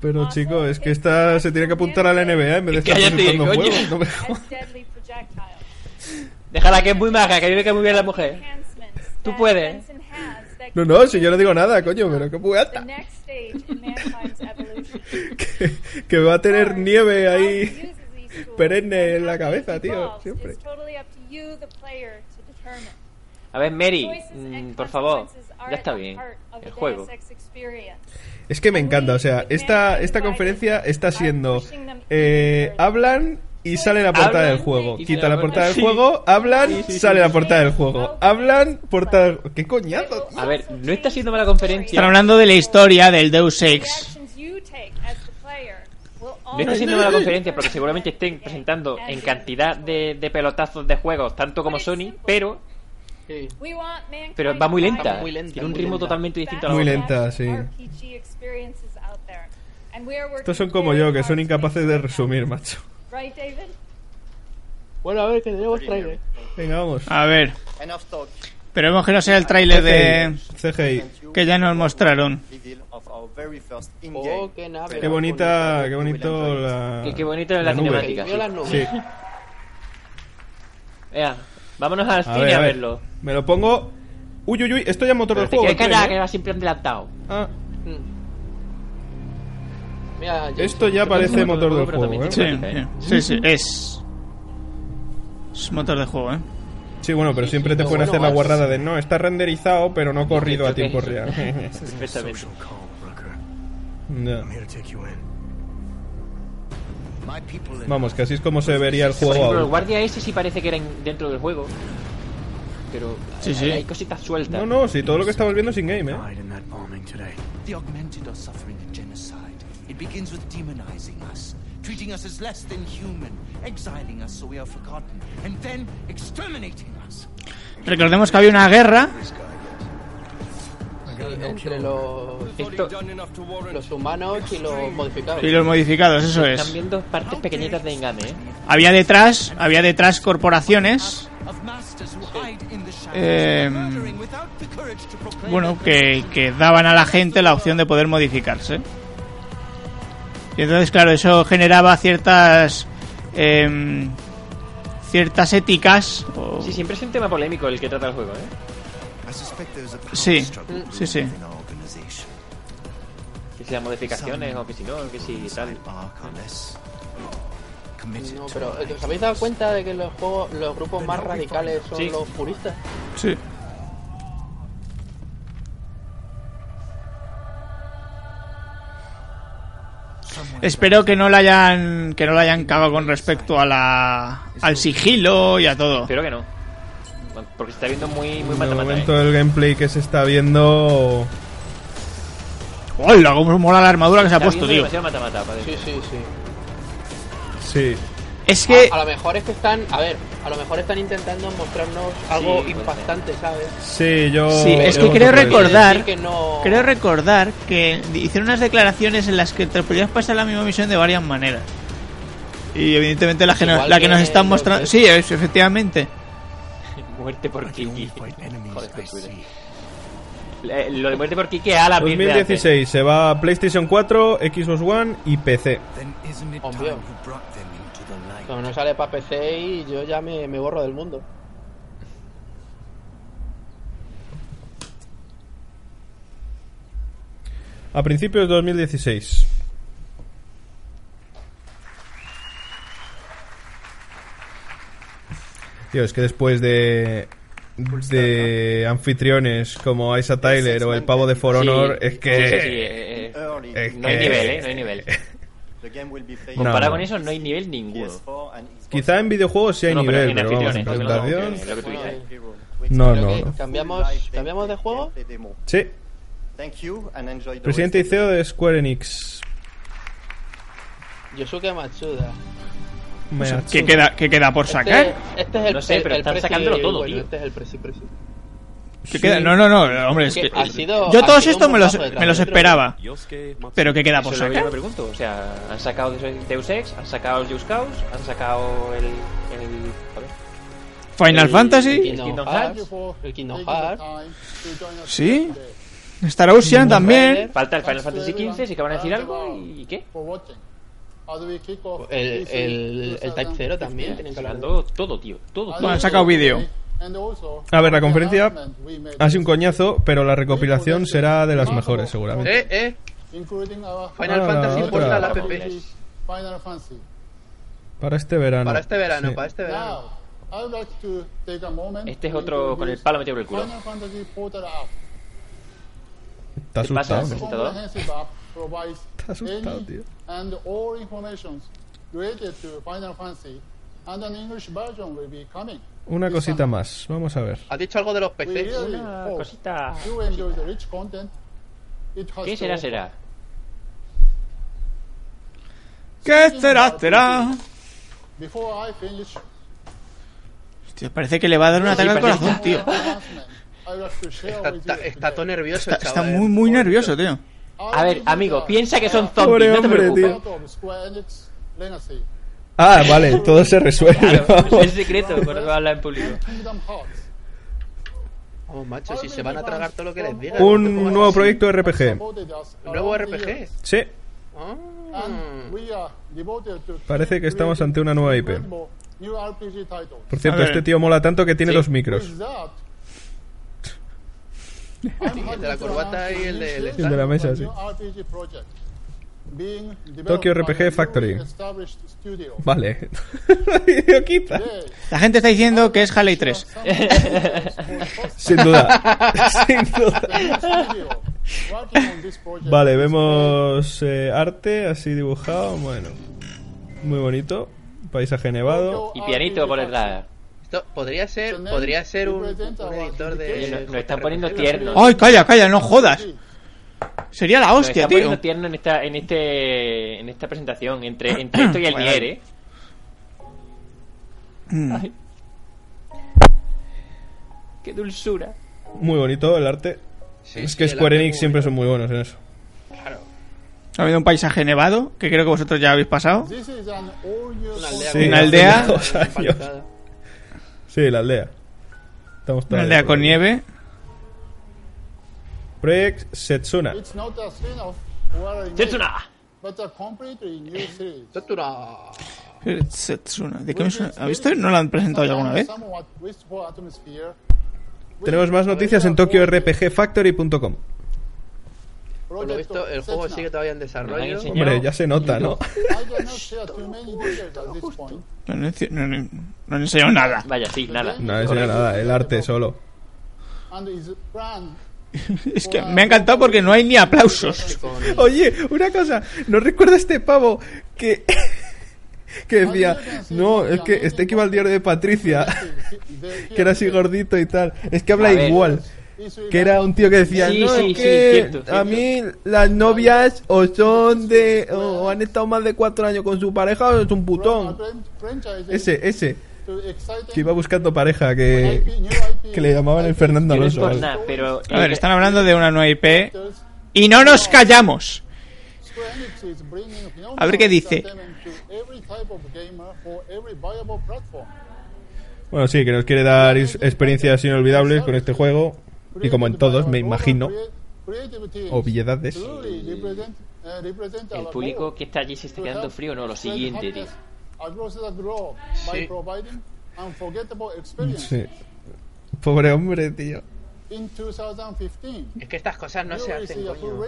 [SPEAKER 3] Pero chico, es que esta se tiene que apuntar a la NBA en vez de estar
[SPEAKER 2] Cállate,
[SPEAKER 3] presentando
[SPEAKER 2] coño.
[SPEAKER 3] juegos. No me
[SPEAKER 13] as deadly projectiles.
[SPEAKER 2] Déjala que es muy maga, que vive que muy bien la mujer. Tú puedes.
[SPEAKER 3] No, no, si yo no digo nada, coño, pero qué
[SPEAKER 13] The
[SPEAKER 3] pueata.
[SPEAKER 13] next stage in mankind's evolution.
[SPEAKER 3] Que va a tener nieve ahí perenne en la cabeza, tío,
[SPEAKER 13] Evolves
[SPEAKER 3] siempre.
[SPEAKER 13] is totally up to you, the player, to determine.
[SPEAKER 2] A ver, Mary,
[SPEAKER 13] Choices
[SPEAKER 2] mm,
[SPEAKER 13] and
[SPEAKER 2] por favor,
[SPEAKER 13] consequences are
[SPEAKER 2] ya está
[SPEAKER 13] at the
[SPEAKER 2] bien.
[SPEAKER 13] heart of
[SPEAKER 2] El
[SPEAKER 13] the
[SPEAKER 2] juego.
[SPEAKER 13] Deus Ex experience.
[SPEAKER 3] Es que me encanta, o sea, esta, esta conferencia está siendo... eh, hablan y sale la portada del juego. Quita la portada del juego, hablan, sale la portada del juego. Hablan, portada del... ¡Qué coñazo!
[SPEAKER 2] A ver, no está siendo mala conferencia.
[SPEAKER 1] Están hablando de la historia del Deus Ex.
[SPEAKER 2] No está siendo mala conferencia porque seguramente estén presentando en cantidad de, de pelotazos de juegos, tanto como Sony, pero,
[SPEAKER 13] We want mankind's
[SPEAKER 2] pero va muy lenta.
[SPEAKER 4] Va muy lenta,
[SPEAKER 2] Tiene un
[SPEAKER 4] muy
[SPEAKER 2] ritmo
[SPEAKER 4] lenta.
[SPEAKER 2] totalmente distinto a la
[SPEAKER 3] Muy
[SPEAKER 2] otra.
[SPEAKER 3] lenta, sí.
[SPEAKER 13] RPG experiences out there. And we are working
[SPEAKER 3] Estos son como yo, que son incapaces de resumir, macho.
[SPEAKER 13] Right, David?
[SPEAKER 4] Bueno, a ver, que tenemos trailer.
[SPEAKER 3] Venga, vamos.
[SPEAKER 2] Ah,
[SPEAKER 1] A ver.
[SPEAKER 12] Enough talk.
[SPEAKER 1] Esperemos que no sea el tráiler de...
[SPEAKER 3] CGI.
[SPEAKER 1] Que ya nos mostraron.
[SPEAKER 12] reveal of our very first in-game.
[SPEAKER 4] Oh, qué nave.
[SPEAKER 3] Qué bonita, qué bonito la...
[SPEAKER 2] Qué- qué bonito la
[SPEAKER 3] nube.
[SPEAKER 2] cinemática, sí. Veo las nubes.
[SPEAKER 3] Sí.
[SPEAKER 2] Ea, vámonos al
[SPEAKER 3] A
[SPEAKER 2] cine
[SPEAKER 3] ver,
[SPEAKER 2] a
[SPEAKER 3] a ver.
[SPEAKER 2] verlo.
[SPEAKER 3] Me lo pongo... Uy, uy, uy, esto ya es motor
[SPEAKER 2] Pero
[SPEAKER 3] del
[SPEAKER 2] te
[SPEAKER 3] juego.
[SPEAKER 2] quieres
[SPEAKER 3] creo,
[SPEAKER 2] callar,
[SPEAKER 3] ¿eh?
[SPEAKER 2] que va siempre adelantado.
[SPEAKER 3] Ah,
[SPEAKER 4] Mira, yo-
[SPEAKER 3] Esto ya parece motor del juego, ¿eh?
[SPEAKER 1] Sí, sí, sí, es... Es motor de juego, ¿eh?
[SPEAKER 3] Sí, bueno, pero siempre te
[SPEAKER 1] pero
[SPEAKER 3] pueden
[SPEAKER 1] bueno,
[SPEAKER 3] hacer la
[SPEAKER 1] vas.
[SPEAKER 3] guarrada de no, está renderizado, pero no corrido a tiempo real.
[SPEAKER 2] Perfectamente.
[SPEAKER 3] Ya.
[SPEAKER 14] My people in
[SPEAKER 3] Vamos, que así es como se vería el
[SPEAKER 2] Por
[SPEAKER 3] juego
[SPEAKER 2] ejemplo, el
[SPEAKER 3] ahora.
[SPEAKER 2] guardia ese sí parece que era en- dentro del juego. Pero
[SPEAKER 3] Sí,
[SPEAKER 2] hay,
[SPEAKER 3] sí.
[SPEAKER 2] hay cositas sueltas.
[SPEAKER 3] No, no, sí, todo lo que estamos viendo es in-game, ¿eh?
[SPEAKER 14] died in that bombing today. The augmented are suffering a genocide. It begins with demonizing us, treating us as less than human, exiling us so we are forgotten, and then exterminating us.
[SPEAKER 1] Recordemos que había una guerra.
[SPEAKER 4] entre los, los humanos y los modificados.
[SPEAKER 1] Y los modificados, eso es.
[SPEAKER 2] Están viendo partes pequeñitas de Engame, ¿eh?
[SPEAKER 1] Había detrás, había detrás corporaciones. eh, bueno, que, que daban a la gente la opción de poder modificarse. Y entonces, claro, eso generaba ciertas. em, ciertas éticas. o-
[SPEAKER 2] Sí, siempre es un tema polémico el que trata el juego, ¿eh?
[SPEAKER 14] I suspect there's a power
[SPEAKER 1] Sí,
[SPEAKER 14] struggle
[SPEAKER 1] sí, sí.
[SPEAKER 14] within our organization.
[SPEAKER 2] Que si las modificaciones o que si no, que si tal.
[SPEAKER 4] No, pero eh, ¿os habéis dado cuenta de que los juegos, los grupos más radicales son
[SPEAKER 2] Sí.
[SPEAKER 4] los puristas?
[SPEAKER 1] Sí. Espero que no la hayan que no la hayan cagado con respecto a la al sigilo y a todo.
[SPEAKER 2] Espero que no. Porque se está viendo muy, muy
[SPEAKER 3] De
[SPEAKER 2] mata-mata,
[SPEAKER 3] momento
[SPEAKER 2] ¿eh?
[SPEAKER 3] el gameplay que se está viendo...
[SPEAKER 1] ¡Hola! ¿Cómo mola la armadura que se ha
[SPEAKER 2] Está
[SPEAKER 1] puesto,
[SPEAKER 2] viendo
[SPEAKER 1] tío?
[SPEAKER 2] demasiado mata-mata, parece.
[SPEAKER 4] Sí, sí, sí.
[SPEAKER 3] Sí.
[SPEAKER 1] Es que...
[SPEAKER 4] A, a lo mejor es que están, a ver, a lo mejor están intentando mostrarnos algo impactante, ¿sabes?
[SPEAKER 3] Sí, yo...
[SPEAKER 1] Sí, es
[SPEAKER 3] yo
[SPEAKER 1] que creo
[SPEAKER 3] creo que-
[SPEAKER 1] recordar,
[SPEAKER 4] Quiere decir que no-
[SPEAKER 1] creo recordar que hicieron unas declaraciones en las que te podías pasar la misma misión de varias maneras. Y evidentemente la que,
[SPEAKER 2] Igual
[SPEAKER 1] nos, la que
[SPEAKER 2] que
[SPEAKER 1] nos están
[SPEAKER 2] los
[SPEAKER 1] mostrando...
[SPEAKER 2] Dead.
[SPEAKER 1] Sí, es- efectivamente.
[SPEAKER 2] Muerte por Kiki. Joder, qué chulo. Le- Lo de muerte por Kiki a la mierda.
[SPEAKER 3] 2016 se va a PlayStation 4, Xbox One y PC.
[SPEAKER 4] Obvio. Como no sale para PC y yo ya me, me borro del mundo.
[SPEAKER 3] A principios de 2016. Tío, es que después de de anfitriones como Aisha Tyler o el pavo de For Honor,
[SPEAKER 2] Sí,
[SPEAKER 3] es que
[SPEAKER 2] sí, sí, sí, eh, eh,
[SPEAKER 3] es
[SPEAKER 2] no hay
[SPEAKER 3] que-
[SPEAKER 2] nivel, ¿eh? No hay nivel.
[SPEAKER 12] The game will be played
[SPEAKER 2] Comparado
[SPEAKER 3] No.
[SPEAKER 2] con eso, no hay nivel ninguno.
[SPEAKER 3] quizá en videojuegos sí hay
[SPEAKER 2] No, pero
[SPEAKER 3] nivel,
[SPEAKER 2] en
[SPEAKER 3] pero vamos, en
[SPEAKER 2] anfitriones, lo que hablamos,
[SPEAKER 3] presentación
[SPEAKER 2] que- lo que tú dices.
[SPEAKER 3] No,
[SPEAKER 4] Creo
[SPEAKER 3] no,
[SPEAKER 4] que
[SPEAKER 3] no.
[SPEAKER 4] ¿Cambiamos, ¿Cambiamos de juego?
[SPEAKER 3] Sí,
[SPEAKER 4] Thank you and enjoy
[SPEAKER 3] presidente y CEO de Square Enix.
[SPEAKER 4] Yosuke Matsuda.
[SPEAKER 3] Me ha-
[SPEAKER 1] ¿Qué queda, qué queda por sacar?
[SPEAKER 4] Este, este es el
[SPEAKER 2] No sé,
[SPEAKER 4] pre-
[SPEAKER 2] pero
[SPEAKER 4] el
[SPEAKER 2] están
[SPEAKER 4] presi-
[SPEAKER 2] sacándolo todo,
[SPEAKER 4] bueno,
[SPEAKER 2] tío.
[SPEAKER 4] Este es el presi- presi.
[SPEAKER 1] ¿Qué queda? No, no, no, hombre, es
[SPEAKER 4] Que
[SPEAKER 1] que...
[SPEAKER 4] ha sido-
[SPEAKER 1] yo
[SPEAKER 4] ha
[SPEAKER 1] todos
[SPEAKER 4] sido
[SPEAKER 1] estos
[SPEAKER 4] un
[SPEAKER 1] me los,
[SPEAKER 4] bombazo de
[SPEAKER 1] me los
[SPEAKER 4] tráiler.
[SPEAKER 1] esperaba.
[SPEAKER 2] Yosuke Matsuda.
[SPEAKER 1] Pero ¿qué queda por
[SPEAKER 2] Eso es lo que yo
[SPEAKER 1] sacar?
[SPEAKER 2] me pregunto. O sea, han sacado Deus Ex, han sacado Just Cause, han sacado el. el joder.
[SPEAKER 1] ¿Final
[SPEAKER 2] el-
[SPEAKER 1] Fantasy?
[SPEAKER 2] el Kingdom Hearts.
[SPEAKER 4] El Kingdom Hearts.
[SPEAKER 1] ¿Sí? Star Ocean también.
[SPEAKER 2] Falta el Final Fantasy XV, sí que van a decir algo y qué.
[SPEAKER 4] El, el, el Type 0 también. Tienen que hablar.
[SPEAKER 2] Todo, todo, tío. Todo.
[SPEAKER 1] Bueno, han sacado vídeo.
[SPEAKER 3] A ver, la conferencia ha sido un coñazo, pero la
[SPEAKER 2] pues,
[SPEAKER 3] recopilación será de las mejores, seguramente.
[SPEAKER 4] Eh, eh. Final
[SPEAKER 3] Ah,
[SPEAKER 4] Fantasy
[SPEAKER 3] otra.
[SPEAKER 4] Portal app.
[SPEAKER 15] Final Fantasy.
[SPEAKER 3] Para este verano.
[SPEAKER 4] Para este verano,
[SPEAKER 3] Sí.
[SPEAKER 4] para este verano.
[SPEAKER 15] Now, I would like to take a moment
[SPEAKER 2] Este es
[SPEAKER 15] to
[SPEAKER 2] otro con el
[SPEAKER 15] introduce
[SPEAKER 2] palo metido por el culo.
[SPEAKER 15] Final Fantasy Portal app.
[SPEAKER 3] Está
[SPEAKER 2] ¿Qué pasa,
[SPEAKER 3] asustado. ¿no?
[SPEAKER 2] presentador?
[SPEAKER 15] Comprehensive app provides
[SPEAKER 3] Está asustado, tío.
[SPEAKER 15] and all information related to Final Fantasy and an English version will be coming.
[SPEAKER 3] Una cosita más, vamos a ver.
[SPEAKER 4] ¿Has dicho algo de los
[SPEAKER 15] We
[SPEAKER 4] PCs?
[SPEAKER 15] really hope you enjoy the rich content it has
[SPEAKER 2] ¿Qué
[SPEAKER 15] to
[SPEAKER 2] será,
[SPEAKER 15] offer.
[SPEAKER 2] será?
[SPEAKER 1] ¿Qué será, será?
[SPEAKER 15] Before I finish
[SPEAKER 1] Tío, parece que le va a dar un
[SPEAKER 4] Sí,
[SPEAKER 1] ataque al
[SPEAKER 4] parece
[SPEAKER 1] corazón, tío.
[SPEAKER 4] Está, está, está todo nervioso el
[SPEAKER 1] Está, está
[SPEAKER 4] chaval.
[SPEAKER 1] muy, muy nervioso, tío.
[SPEAKER 2] A ver, amigo, piensa que son zombies,
[SPEAKER 3] Pobre
[SPEAKER 2] no te
[SPEAKER 3] hombre,
[SPEAKER 2] preocupes.
[SPEAKER 3] tío.
[SPEAKER 15] out of Square Enix Legacy
[SPEAKER 3] Ah, vale, todo se resuelve.
[SPEAKER 2] Claro, es secreto cuando va a hablar en público.
[SPEAKER 15] Kingdom Hearts.
[SPEAKER 4] Oh, macho, si se van a tragar todo lo que les diga.
[SPEAKER 3] Un nuevo proyecto RPG.
[SPEAKER 4] ¿Un nuevo RPG?
[SPEAKER 3] Sí,
[SPEAKER 15] And we are devoted to
[SPEAKER 3] parece que estamos ante una nueva IP.
[SPEAKER 15] new RPG titles.
[SPEAKER 3] Por cierto,
[SPEAKER 1] A ver.
[SPEAKER 3] este tío mola tanto que tiene
[SPEAKER 1] Sí.
[SPEAKER 3] dos micros.
[SPEAKER 15] With that,
[SPEAKER 4] El de la corbata y el de...
[SPEAKER 3] El de la mesa, sí.
[SPEAKER 15] new RPG project being developed
[SPEAKER 3] Tokyo
[SPEAKER 15] by
[SPEAKER 3] RPG
[SPEAKER 15] a
[SPEAKER 3] Factory.
[SPEAKER 15] newly established studio.
[SPEAKER 3] Vale.
[SPEAKER 1] La gente está diciendo que es Halley 3.
[SPEAKER 3] Sin duda. Sin duda. Vale, vemos eh, arte así dibujado. Bueno, muy bonito. Paisaje nevado.
[SPEAKER 2] Y pianito por detrás.
[SPEAKER 4] Esto podría ser, podría ser un, un editor
[SPEAKER 2] Oye,
[SPEAKER 4] de...
[SPEAKER 2] Nos, nos están poniendo tiernos.
[SPEAKER 1] ¡Ay, calla, calla! ¡No jodas! Sería la
[SPEAKER 2] Nos
[SPEAKER 1] hostia,
[SPEAKER 2] están
[SPEAKER 1] tío.
[SPEAKER 2] poniendo tiernos en esta, en este, en esta presentación, entre, entre esto y el
[SPEAKER 1] Vale,
[SPEAKER 2] Nier,
[SPEAKER 1] vale.
[SPEAKER 2] ¿eh?
[SPEAKER 1] Mm.
[SPEAKER 2] ¡Qué dulzura!
[SPEAKER 3] Muy bonito el arte. es
[SPEAKER 2] sí,
[SPEAKER 3] que
[SPEAKER 2] el
[SPEAKER 3] Square
[SPEAKER 2] arte
[SPEAKER 3] Enix
[SPEAKER 2] muy
[SPEAKER 3] siempre son muy buenos en eso.
[SPEAKER 1] Ha habido un paisaje nevado, que creo que vosotros ya habéis pasado.
[SPEAKER 15] This is an all new
[SPEAKER 1] Sí, una aldea.
[SPEAKER 3] hace dos años. Sí, la aldea. Estamos
[SPEAKER 1] Una
[SPEAKER 3] todavía
[SPEAKER 1] aldea
[SPEAKER 3] por
[SPEAKER 1] con
[SPEAKER 3] ahí.
[SPEAKER 1] nieve.
[SPEAKER 3] Project Setsuna.
[SPEAKER 15] It's not a spin-off or a remake,
[SPEAKER 1] Setsuna.
[SPEAKER 15] but a completely new series.
[SPEAKER 1] Setsuna. ¿De qué me suena? ¿Habéis visto? ¿No la han presentado ya alguna vez?
[SPEAKER 15] Somewhat wistful atmosphere
[SPEAKER 3] Tenemos más noticias en TokyoRPGFactory.com.
[SPEAKER 4] Por lo visto, el juego sigue todavía en desarrollo.
[SPEAKER 3] Hombre, ya se nota, ¿no?
[SPEAKER 15] I cannot share too many details at this point.
[SPEAKER 1] No, han enci- no han- no han enseñado nada.
[SPEAKER 2] Vaya, sí, nada.
[SPEAKER 3] No enseña nada, el arte solo.
[SPEAKER 15] And is planned
[SPEAKER 1] Es que me ha encantado porque no hay ni aplausos.
[SPEAKER 3] Oye, una cosa, ¿no recuerda este pavo que que decía, no, es que este equivalente al diario de Patricia, que era así gordito y tal. Es que habla
[SPEAKER 16] A ver.
[SPEAKER 3] igual. Que era un tío que decía,
[SPEAKER 16] Sí,
[SPEAKER 3] no,
[SPEAKER 16] sí,
[SPEAKER 3] es
[SPEAKER 16] sí,
[SPEAKER 3] que
[SPEAKER 16] cierto,
[SPEAKER 3] a
[SPEAKER 16] cierto.
[SPEAKER 3] mí las novias o son de, o, o han estado más de cuatro años con su pareja o es un putón. Ese, ese. Que iba buscando pareja, que, que le llamaban el Fernando Alonso.
[SPEAKER 2] por
[SPEAKER 3] ¿vale?
[SPEAKER 2] nada, pero
[SPEAKER 7] A ver, están hablando de una nueva IP y no nos callamos. A ver qué dice.
[SPEAKER 3] Bueno, sí, que nos quiere dar is- experiencias inolvidables con este juego. Y como en todos, me imagino. Obviedades.
[SPEAKER 2] El público que está allí se está quedando frío, no, lo siguiente, tío.
[SPEAKER 5] by providing unforgettable experiences.
[SPEAKER 3] Sí. Pobre hombre, tío.
[SPEAKER 5] In 2015,
[SPEAKER 4] Es que estas cosas no se hacen, coño.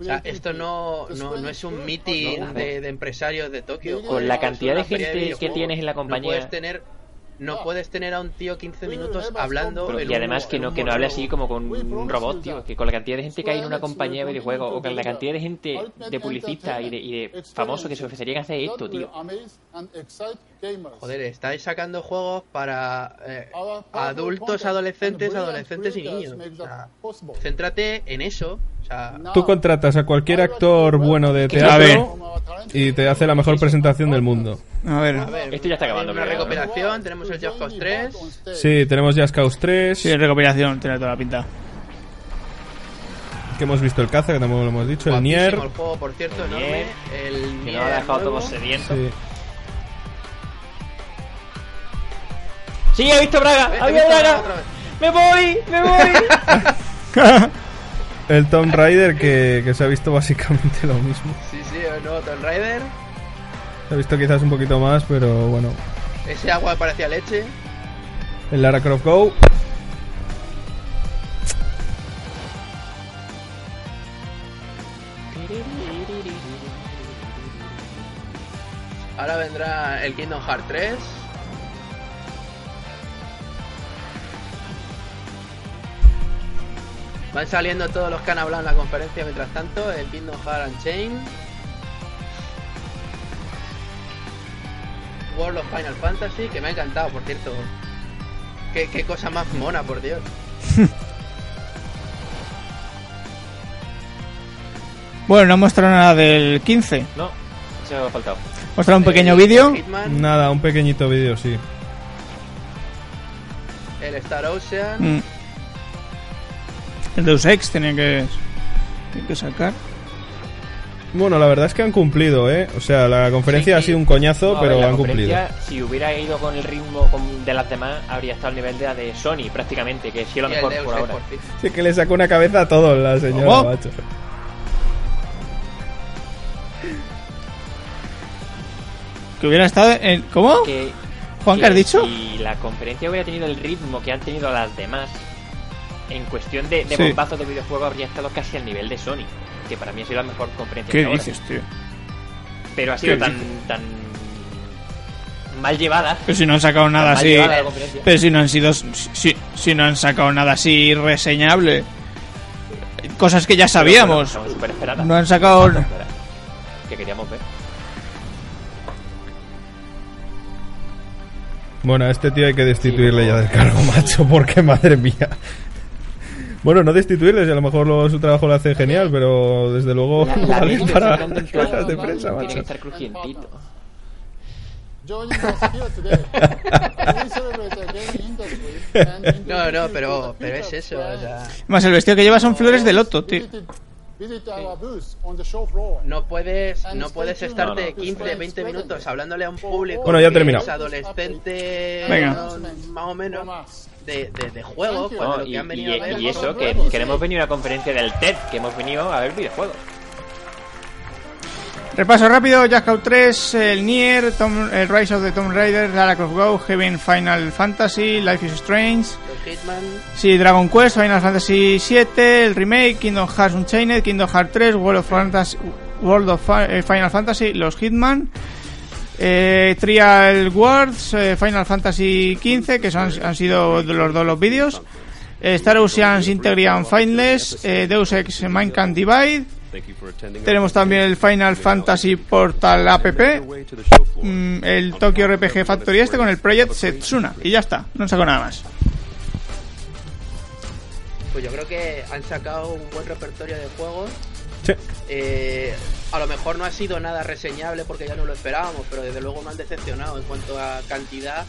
[SPEAKER 4] O sea, Ah, esto no, no, no es un meeting
[SPEAKER 2] No, a ver.
[SPEAKER 4] de, de empresarios de Tokio.
[SPEAKER 2] Con la
[SPEAKER 4] Es
[SPEAKER 2] cantidad
[SPEAKER 4] una
[SPEAKER 2] de gente
[SPEAKER 4] feria
[SPEAKER 2] que
[SPEAKER 4] videojuegos.
[SPEAKER 2] tienes en la compañía.
[SPEAKER 4] No puedes tener, no puedes tener a un tío 15 minutos hablando.
[SPEAKER 2] Pero-
[SPEAKER 4] en
[SPEAKER 2] y
[SPEAKER 4] un-
[SPEAKER 2] además que
[SPEAKER 4] en
[SPEAKER 2] no
[SPEAKER 4] un
[SPEAKER 2] que no hable
[SPEAKER 4] monólogo.
[SPEAKER 2] así como con un robot, tío. Que con la cantidad de gente que hay en una compañía de videojuegos o con la cantidad de gente de publicistas y de, y de famosos que se ofrecerían a hacer
[SPEAKER 5] that
[SPEAKER 2] esto,
[SPEAKER 5] will
[SPEAKER 2] tío.
[SPEAKER 5] amaze and excite gamers.
[SPEAKER 4] Joder, estáis sacando juegos para eh, adultos, adolescentes, adolescentes y niños. O sea, céntrate en eso. O sea,
[SPEAKER 3] Tú contratas a cualquier actor bueno de
[SPEAKER 4] A ver.
[SPEAKER 3] teatro y te hace la mejor presentación del mundo.
[SPEAKER 7] A ver.
[SPEAKER 2] Esto ya está acabando.
[SPEAKER 4] una
[SPEAKER 2] creo, ¿eh? ¿no?
[SPEAKER 4] recopilación, tenemos el Just Cause 3.
[SPEAKER 3] Sí, tenemos Just Cause 3. Sí,
[SPEAKER 7] recopilación, tiene toda la pinta.
[SPEAKER 3] Que hemos visto el caza, que tampoco lo hemos dicho. El
[SPEAKER 4] Guapísimo
[SPEAKER 3] Nier.
[SPEAKER 4] el juego, por cierto, enorme. El
[SPEAKER 2] Que
[SPEAKER 4] Nier
[SPEAKER 2] nos ha dejado
[SPEAKER 4] nuevo.
[SPEAKER 2] todos sedientos.
[SPEAKER 3] Sí.
[SPEAKER 2] Sí, he visto Braga,
[SPEAKER 4] He
[SPEAKER 2] había
[SPEAKER 4] visto Braga
[SPEAKER 2] Braga.
[SPEAKER 4] otra vez.
[SPEAKER 2] Me voy, me voy.
[SPEAKER 3] El Tomb Raider, que, que se ha visto básicamente lo mismo.
[SPEAKER 4] Sí, sí, el nuevo Tomb Raider.
[SPEAKER 3] Se ha visto quizás un poquito más, pero bueno.
[SPEAKER 4] Ese agua parecía leche.
[SPEAKER 3] El Lara Croft Go.
[SPEAKER 4] Ahora vendrá el Kingdom Hearts 3. Van saliendo todos los que han hablado en la conferencia mientras tanto, el Kingdom Hearts Unchained. World of Final Fantasy, que me ha encantado, por cierto. Qué, qué cosa más mona, por Dios.
[SPEAKER 7] Bueno, no mostraron nada del 15.
[SPEAKER 2] No, se me ha faltado.
[SPEAKER 7] Mostraron un pequeño vídeo.
[SPEAKER 3] Nada, un pequeñito vídeo, sí.
[SPEAKER 4] El Star Ocean.
[SPEAKER 7] Mm. El Deus Ex tiene que, tiene que sacar.
[SPEAKER 3] Bueno, la verdad es que han cumplido, ¿eh? O sea, la conferencia ha sido un coñazo,
[SPEAKER 2] No, a ver,
[SPEAKER 3] pero
[SPEAKER 2] la
[SPEAKER 3] han cumplido.
[SPEAKER 2] conferencia, Si hubiera ido con el ritmo con- de las demás, habría estado al nivel de la de Sony prácticamente, que sí lo
[SPEAKER 4] Y el
[SPEAKER 2] mejor
[SPEAKER 4] Deus
[SPEAKER 2] por
[SPEAKER 4] Ex
[SPEAKER 2] ahora.
[SPEAKER 4] por fin.
[SPEAKER 3] Sí que le sacó una cabeza a todos la señora,
[SPEAKER 2] ¿Cómo?
[SPEAKER 3] macho.
[SPEAKER 7] Que hubiera estado en... ¿Cómo?
[SPEAKER 2] Que-
[SPEAKER 7] ¿Juan, qué
[SPEAKER 2] que
[SPEAKER 7] has dicho?
[SPEAKER 2] Si la conferencia hubiera tenido el ritmo que han tenido las demás, en cuestión de, de
[SPEAKER 7] Sí.
[SPEAKER 2] bombazos de videojuegos, habría estado casi al nivel de Sony, que para mí ha sido la mejor conferencia
[SPEAKER 7] ¿Qué
[SPEAKER 2] hasta ahora.
[SPEAKER 7] dices, tío?
[SPEAKER 2] Pero ha sido
[SPEAKER 7] ¿Qué
[SPEAKER 2] tan, tan mal llevada.
[SPEAKER 7] Pero si no han sacado
[SPEAKER 2] tan
[SPEAKER 7] nada
[SPEAKER 2] mal
[SPEAKER 7] así...
[SPEAKER 2] llevada la conferencia.
[SPEAKER 7] Pero si no han sido... Si, si no han sacado nada así reseñable. Cosas que ya sabíamos.
[SPEAKER 2] Pero bueno, súper esperada.
[SPEAKER 7] No han sacado...
[SPEAKER 2] Súper esperada. Que queríamos ver.
[SPEAKER 3] Bueno, a este tío hay que destituirle ya del cargo, macho, porque madre mía. Bueno, no destituirle, si a lo mejor luego su trabajo lo hace genial, pero desde
[SPEAKER 7] Oh,
[SPEAKER 3] luego
[SPEAKER 2] La, la
[SPEAKER 3] valen
[SPEAKER 2] leche que
[SPEAKER 3] para
[SPEAKER 2] sacan del
[SPEAKER 3] cosas de
[SPEAKER 2] plato
[SPEAKER 3] prensa,
[SPEAKER 2] Tiene que
[SPEAKER 3] macho.
[SPEAKER 2] estar crujientito.
[SPEAKER 5] Joining us here today. We celebrate the gaming industry and
[SPEAKER 4] No, no, pero, pero es eso. O sea,
[SPEAKER 7] Más el vestido que lleva son flores de loto, tío.
[SPEAKER 5] visit our booth on the show floor.
[SPEAKER 4] No puedes, no pues,
[SPEAKER 5] stay
[SPEAKER 4] puedes
[SPEAKER 5] tuned
[SPEAKER 4] estarte
[SPEAKER 5] to
[SPEAKER 4] 15,
[SPEAKER 5] Spain's
[SPEAKER 4] 20 minutos hablándole a un público
[SPEAKER 3] Bueno, ya he
[SPEAKER 4] que
[SPEAKER 3] terminado.
[SPEAKER 4] es adolescente
[SPEAKER 7] Venga.
[SPEAKER 4] ¿no? más o menos de, de, de juegos, cuando
[SPEAKER 2] No,
[SPEAKER 4] lo
[SPEAKER 2] y,
[SPEAKER 4] que han venido
[SPEAKER 2] y-
[SPEAKER 4] a ver
[SPEAKER 2] y eso,
[SPEAKER 4] son
[SPEAKER 2] que
[SPEAKER 4] juegos.
[SPEAKER 2] queremos venir a una conferencia del TED, que hemos venido a ver videojuegos.
[SPEAKER 7] Repaso rápido, Just Cause 3, el Nier, Tom- el Rise of the Tomb Raider, Lara Croft Go, Heaven Final Fantasy, Life is Strange,
[SPEAKER 4] Los Hitman,
[SPEAKER 7] sí, Dragon Quest, Final Fantasy 7, el remake, Kingdom Hearts Unchained, Kingdom Hearts 3, World of, Fantasy, World of Fa- eh, Final Fantasy, los Hitman, eh, Trial Wars, eh, Final Fantasy 15, que son, han sido de los dos los vídeos, eh, Star Ocean Integrity and Finless, eh, Deus Ex Mankind Divide,
[SPEAKER 1] Tenemos también el Final Fantasy Portal App, mm, el Tokyo RPG Factory este con el Project Setsuna. Y ya está, no saco nada más.
[SPEAKER 4] Pues yo creo que han sacado un buen repertorio de juegos.
[SPEAKER 3] Sí.
[SPEAKER 4] Eh, a lo mejor no ha sido nada reseñable porque ya no lo esperábamos, pero desde luego me han decepcionado en cuanto a cantidad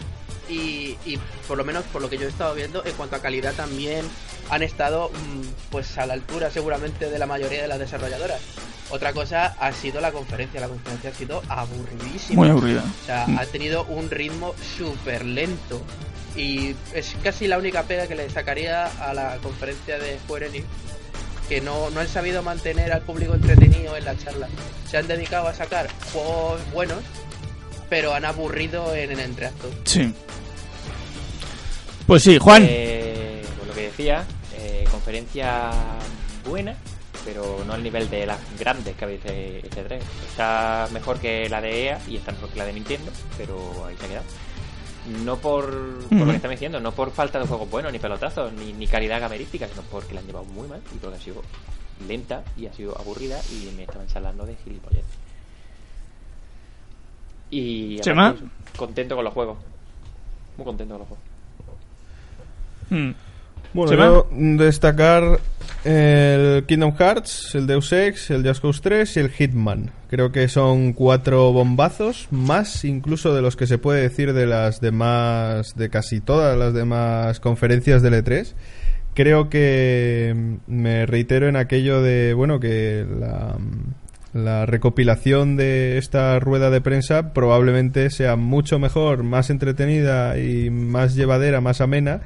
[SPEAKER 4] y, y por lo menos por lo que yo he estado viendo, en cuanto a calidad también han estado mm, pues a la altura seguramente de la mayoría de las desarrolladoras. Otra cosa ha sido la conferencia, la conferencia ha sido aburridísima.
[SPEAKER 1] Muy aburrida.
[SPEAKER 4] O sea, ha tenido un ritmo súper lento. Y es casi la única pega que le sacaría a la conferencia de Square Enix que no, no han sabido mantener al público entretenido en la charla. Se han dedicado a sacar juegos buenos, pero han aburrido en el entreacto.
[SPEAKER 1] Sí. Pues sí, Juan.
[SPEAKER 2] Eh, pues lo que decía, eh, conferencia buena, pero no al nivel de las grandes que habéis este 3 Está mejor que la de EA y está mejor que la de Nintendo, pero ahí se ha quedado. No por, por lo que están diciendo, no por falta de juegos buenos, ni pelotazos, ni, ni calidad gamerística, sino porque la han llevado muy mal y porque ha sido lenta y ha sido aburrida y me estaban charlando de gilipollas. Y aparte
[SPEAKER 1] Chema.
[SPEAKER 2] de eso, contento con los juegos. Muy contento con los juegos.
[SPEAKER 1] Mm.
[SPEAKER 3] Bueno,
[SPEAKER 1] Chema.
[SPEAKER 3] yo destacar el Kingdom Hearts, el Deus Ex, el Just Cause 3 y el Hitman. Creo que son cuatro bombazos, más incluso de los que se puede decir de las demás, de casi todas las demás conferencias del E E3. Creo que mm, me reitero en aquello de, bueno, que la, mm, la recopilación de esta rueda de prensa probablemente sea mucho mejor, más entretenida y más llevadera, más amena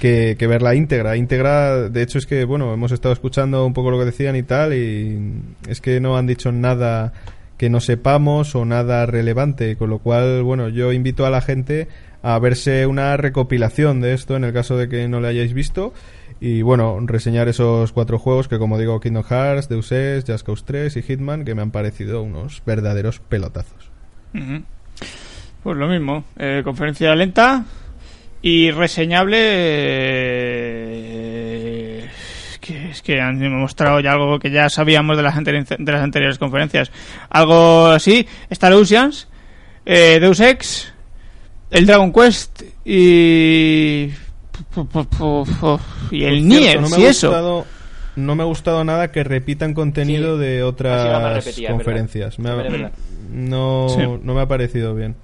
[SPEAKER 3] que, que verla íntegra. Íntegra, de hecho, es que, bueno, hemos estado escuchando un poco lo que decían y tal, y es que no han dicho nada que no sepamos o nada relevante, con lo cual, bueno, yo invito a la gente a verse una recopilación de esto en el caso de que no le hayáis visto. Y bueno, reseñar esos cuatro juegos que, como digo, Kingdom Hearts, Deus Ex, Just Cause 3 y Hitman, que me han parecido unos verdaderos pelotazos.
[SPEAKER 1] Ujú. Pues lo mismo, eh, conferencia lenta y reseñable. eh, que es que han mostrado ya algo que ya sabíamos de las, anteri- de las anteriores conferencias. Algo así: Star Oceans, eh, Deus Ex, el Dragon Quest y. pu- pu- pu- pu- y el
[SPEAKER 3] Por
[SPEAKER 1] Nier,
[SPEAKER 3] cierto, no me
[SPEAKER 1] si
[SPEAKER 3] ha
[SPEAKER 1] eso.
[SPEAKER 3] gustado- no me ha gustado nada que repitan contenido
[SPEAKER 2] así
[SPEAKER 3] de
[SPEAKER 2] la más
[SPEAKER 3] otras
[SPEAKER 2] repetida, es verdad.
[SPEAKER 3] conferencias. Me ha-
[SPEAKER 2] También es verdad.
[SPEAKER 3] no,
[SPEAKER 1] Sí.
[SPEAKER 3] no me ha parecido bien.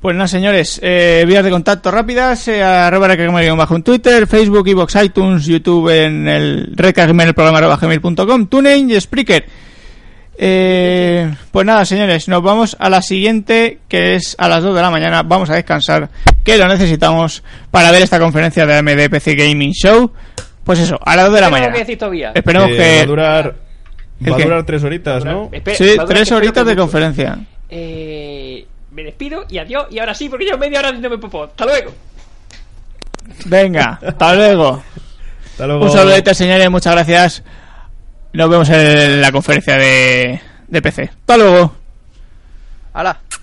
[SPEAKER 1] Pues nada, señores, eh, vías de contacto rápidas, eh, arroba recargamer bajo en Twitter, Facebook, Evox, iTunes, YouTube en el recargamer el programa arroba gmail.com, TuneIn y Spreaker. Eh, pues nada, señores, nos vamos a la siguiente, que es a las 2 de la mañana. Vamos a descansar, que lo necesitamos para ver esta conferencia de AMD PC Gaming Show. Pues eso, a las 2 de la
[SPEAKER 2] Espera,
[SPEAKER 1] mañana.
[SPEAKER 2] voy a decir todavía.
[SPEAKER 1] Esperemos
[SPEAKER 3] Eh,
[SPEAKER 1] que...
[SPEAKER 3] Va a durar,
[SPEAKER 1] ¿El
[SPEAKER 3] va a
[SPEAKER 1] qué?
[SPEAKER 3] durar tres horitas, ¿no?
[SPEAKER 2] Espera,
[SPEAKER 1] sí,
[SPEAKER 2] va a durar
[SPEAKER 1] tres
[SPEAKER 2] que
[SPEAKER 1] horitas
[SPEAKER 2] espero
[SPEAKER 1] de
[SPEAKER 2] que mucho.
[SPEAKER 1] conferencia.
[SPEAKER 2] Eh, me despido y adiós. Y ahora sí, porque llevo media hora diciéndome popó. Hasta luego.
[SPEAKER 1] Venga, hasta luego.
[SPEAKER 3] Hasta luego.
[SPEAKER 1] Un saludete, señores, muchas gracias. Nos vemos en la conferencia de, de PC. Hasta luego.
[SPEAKER 4] ¡Hala!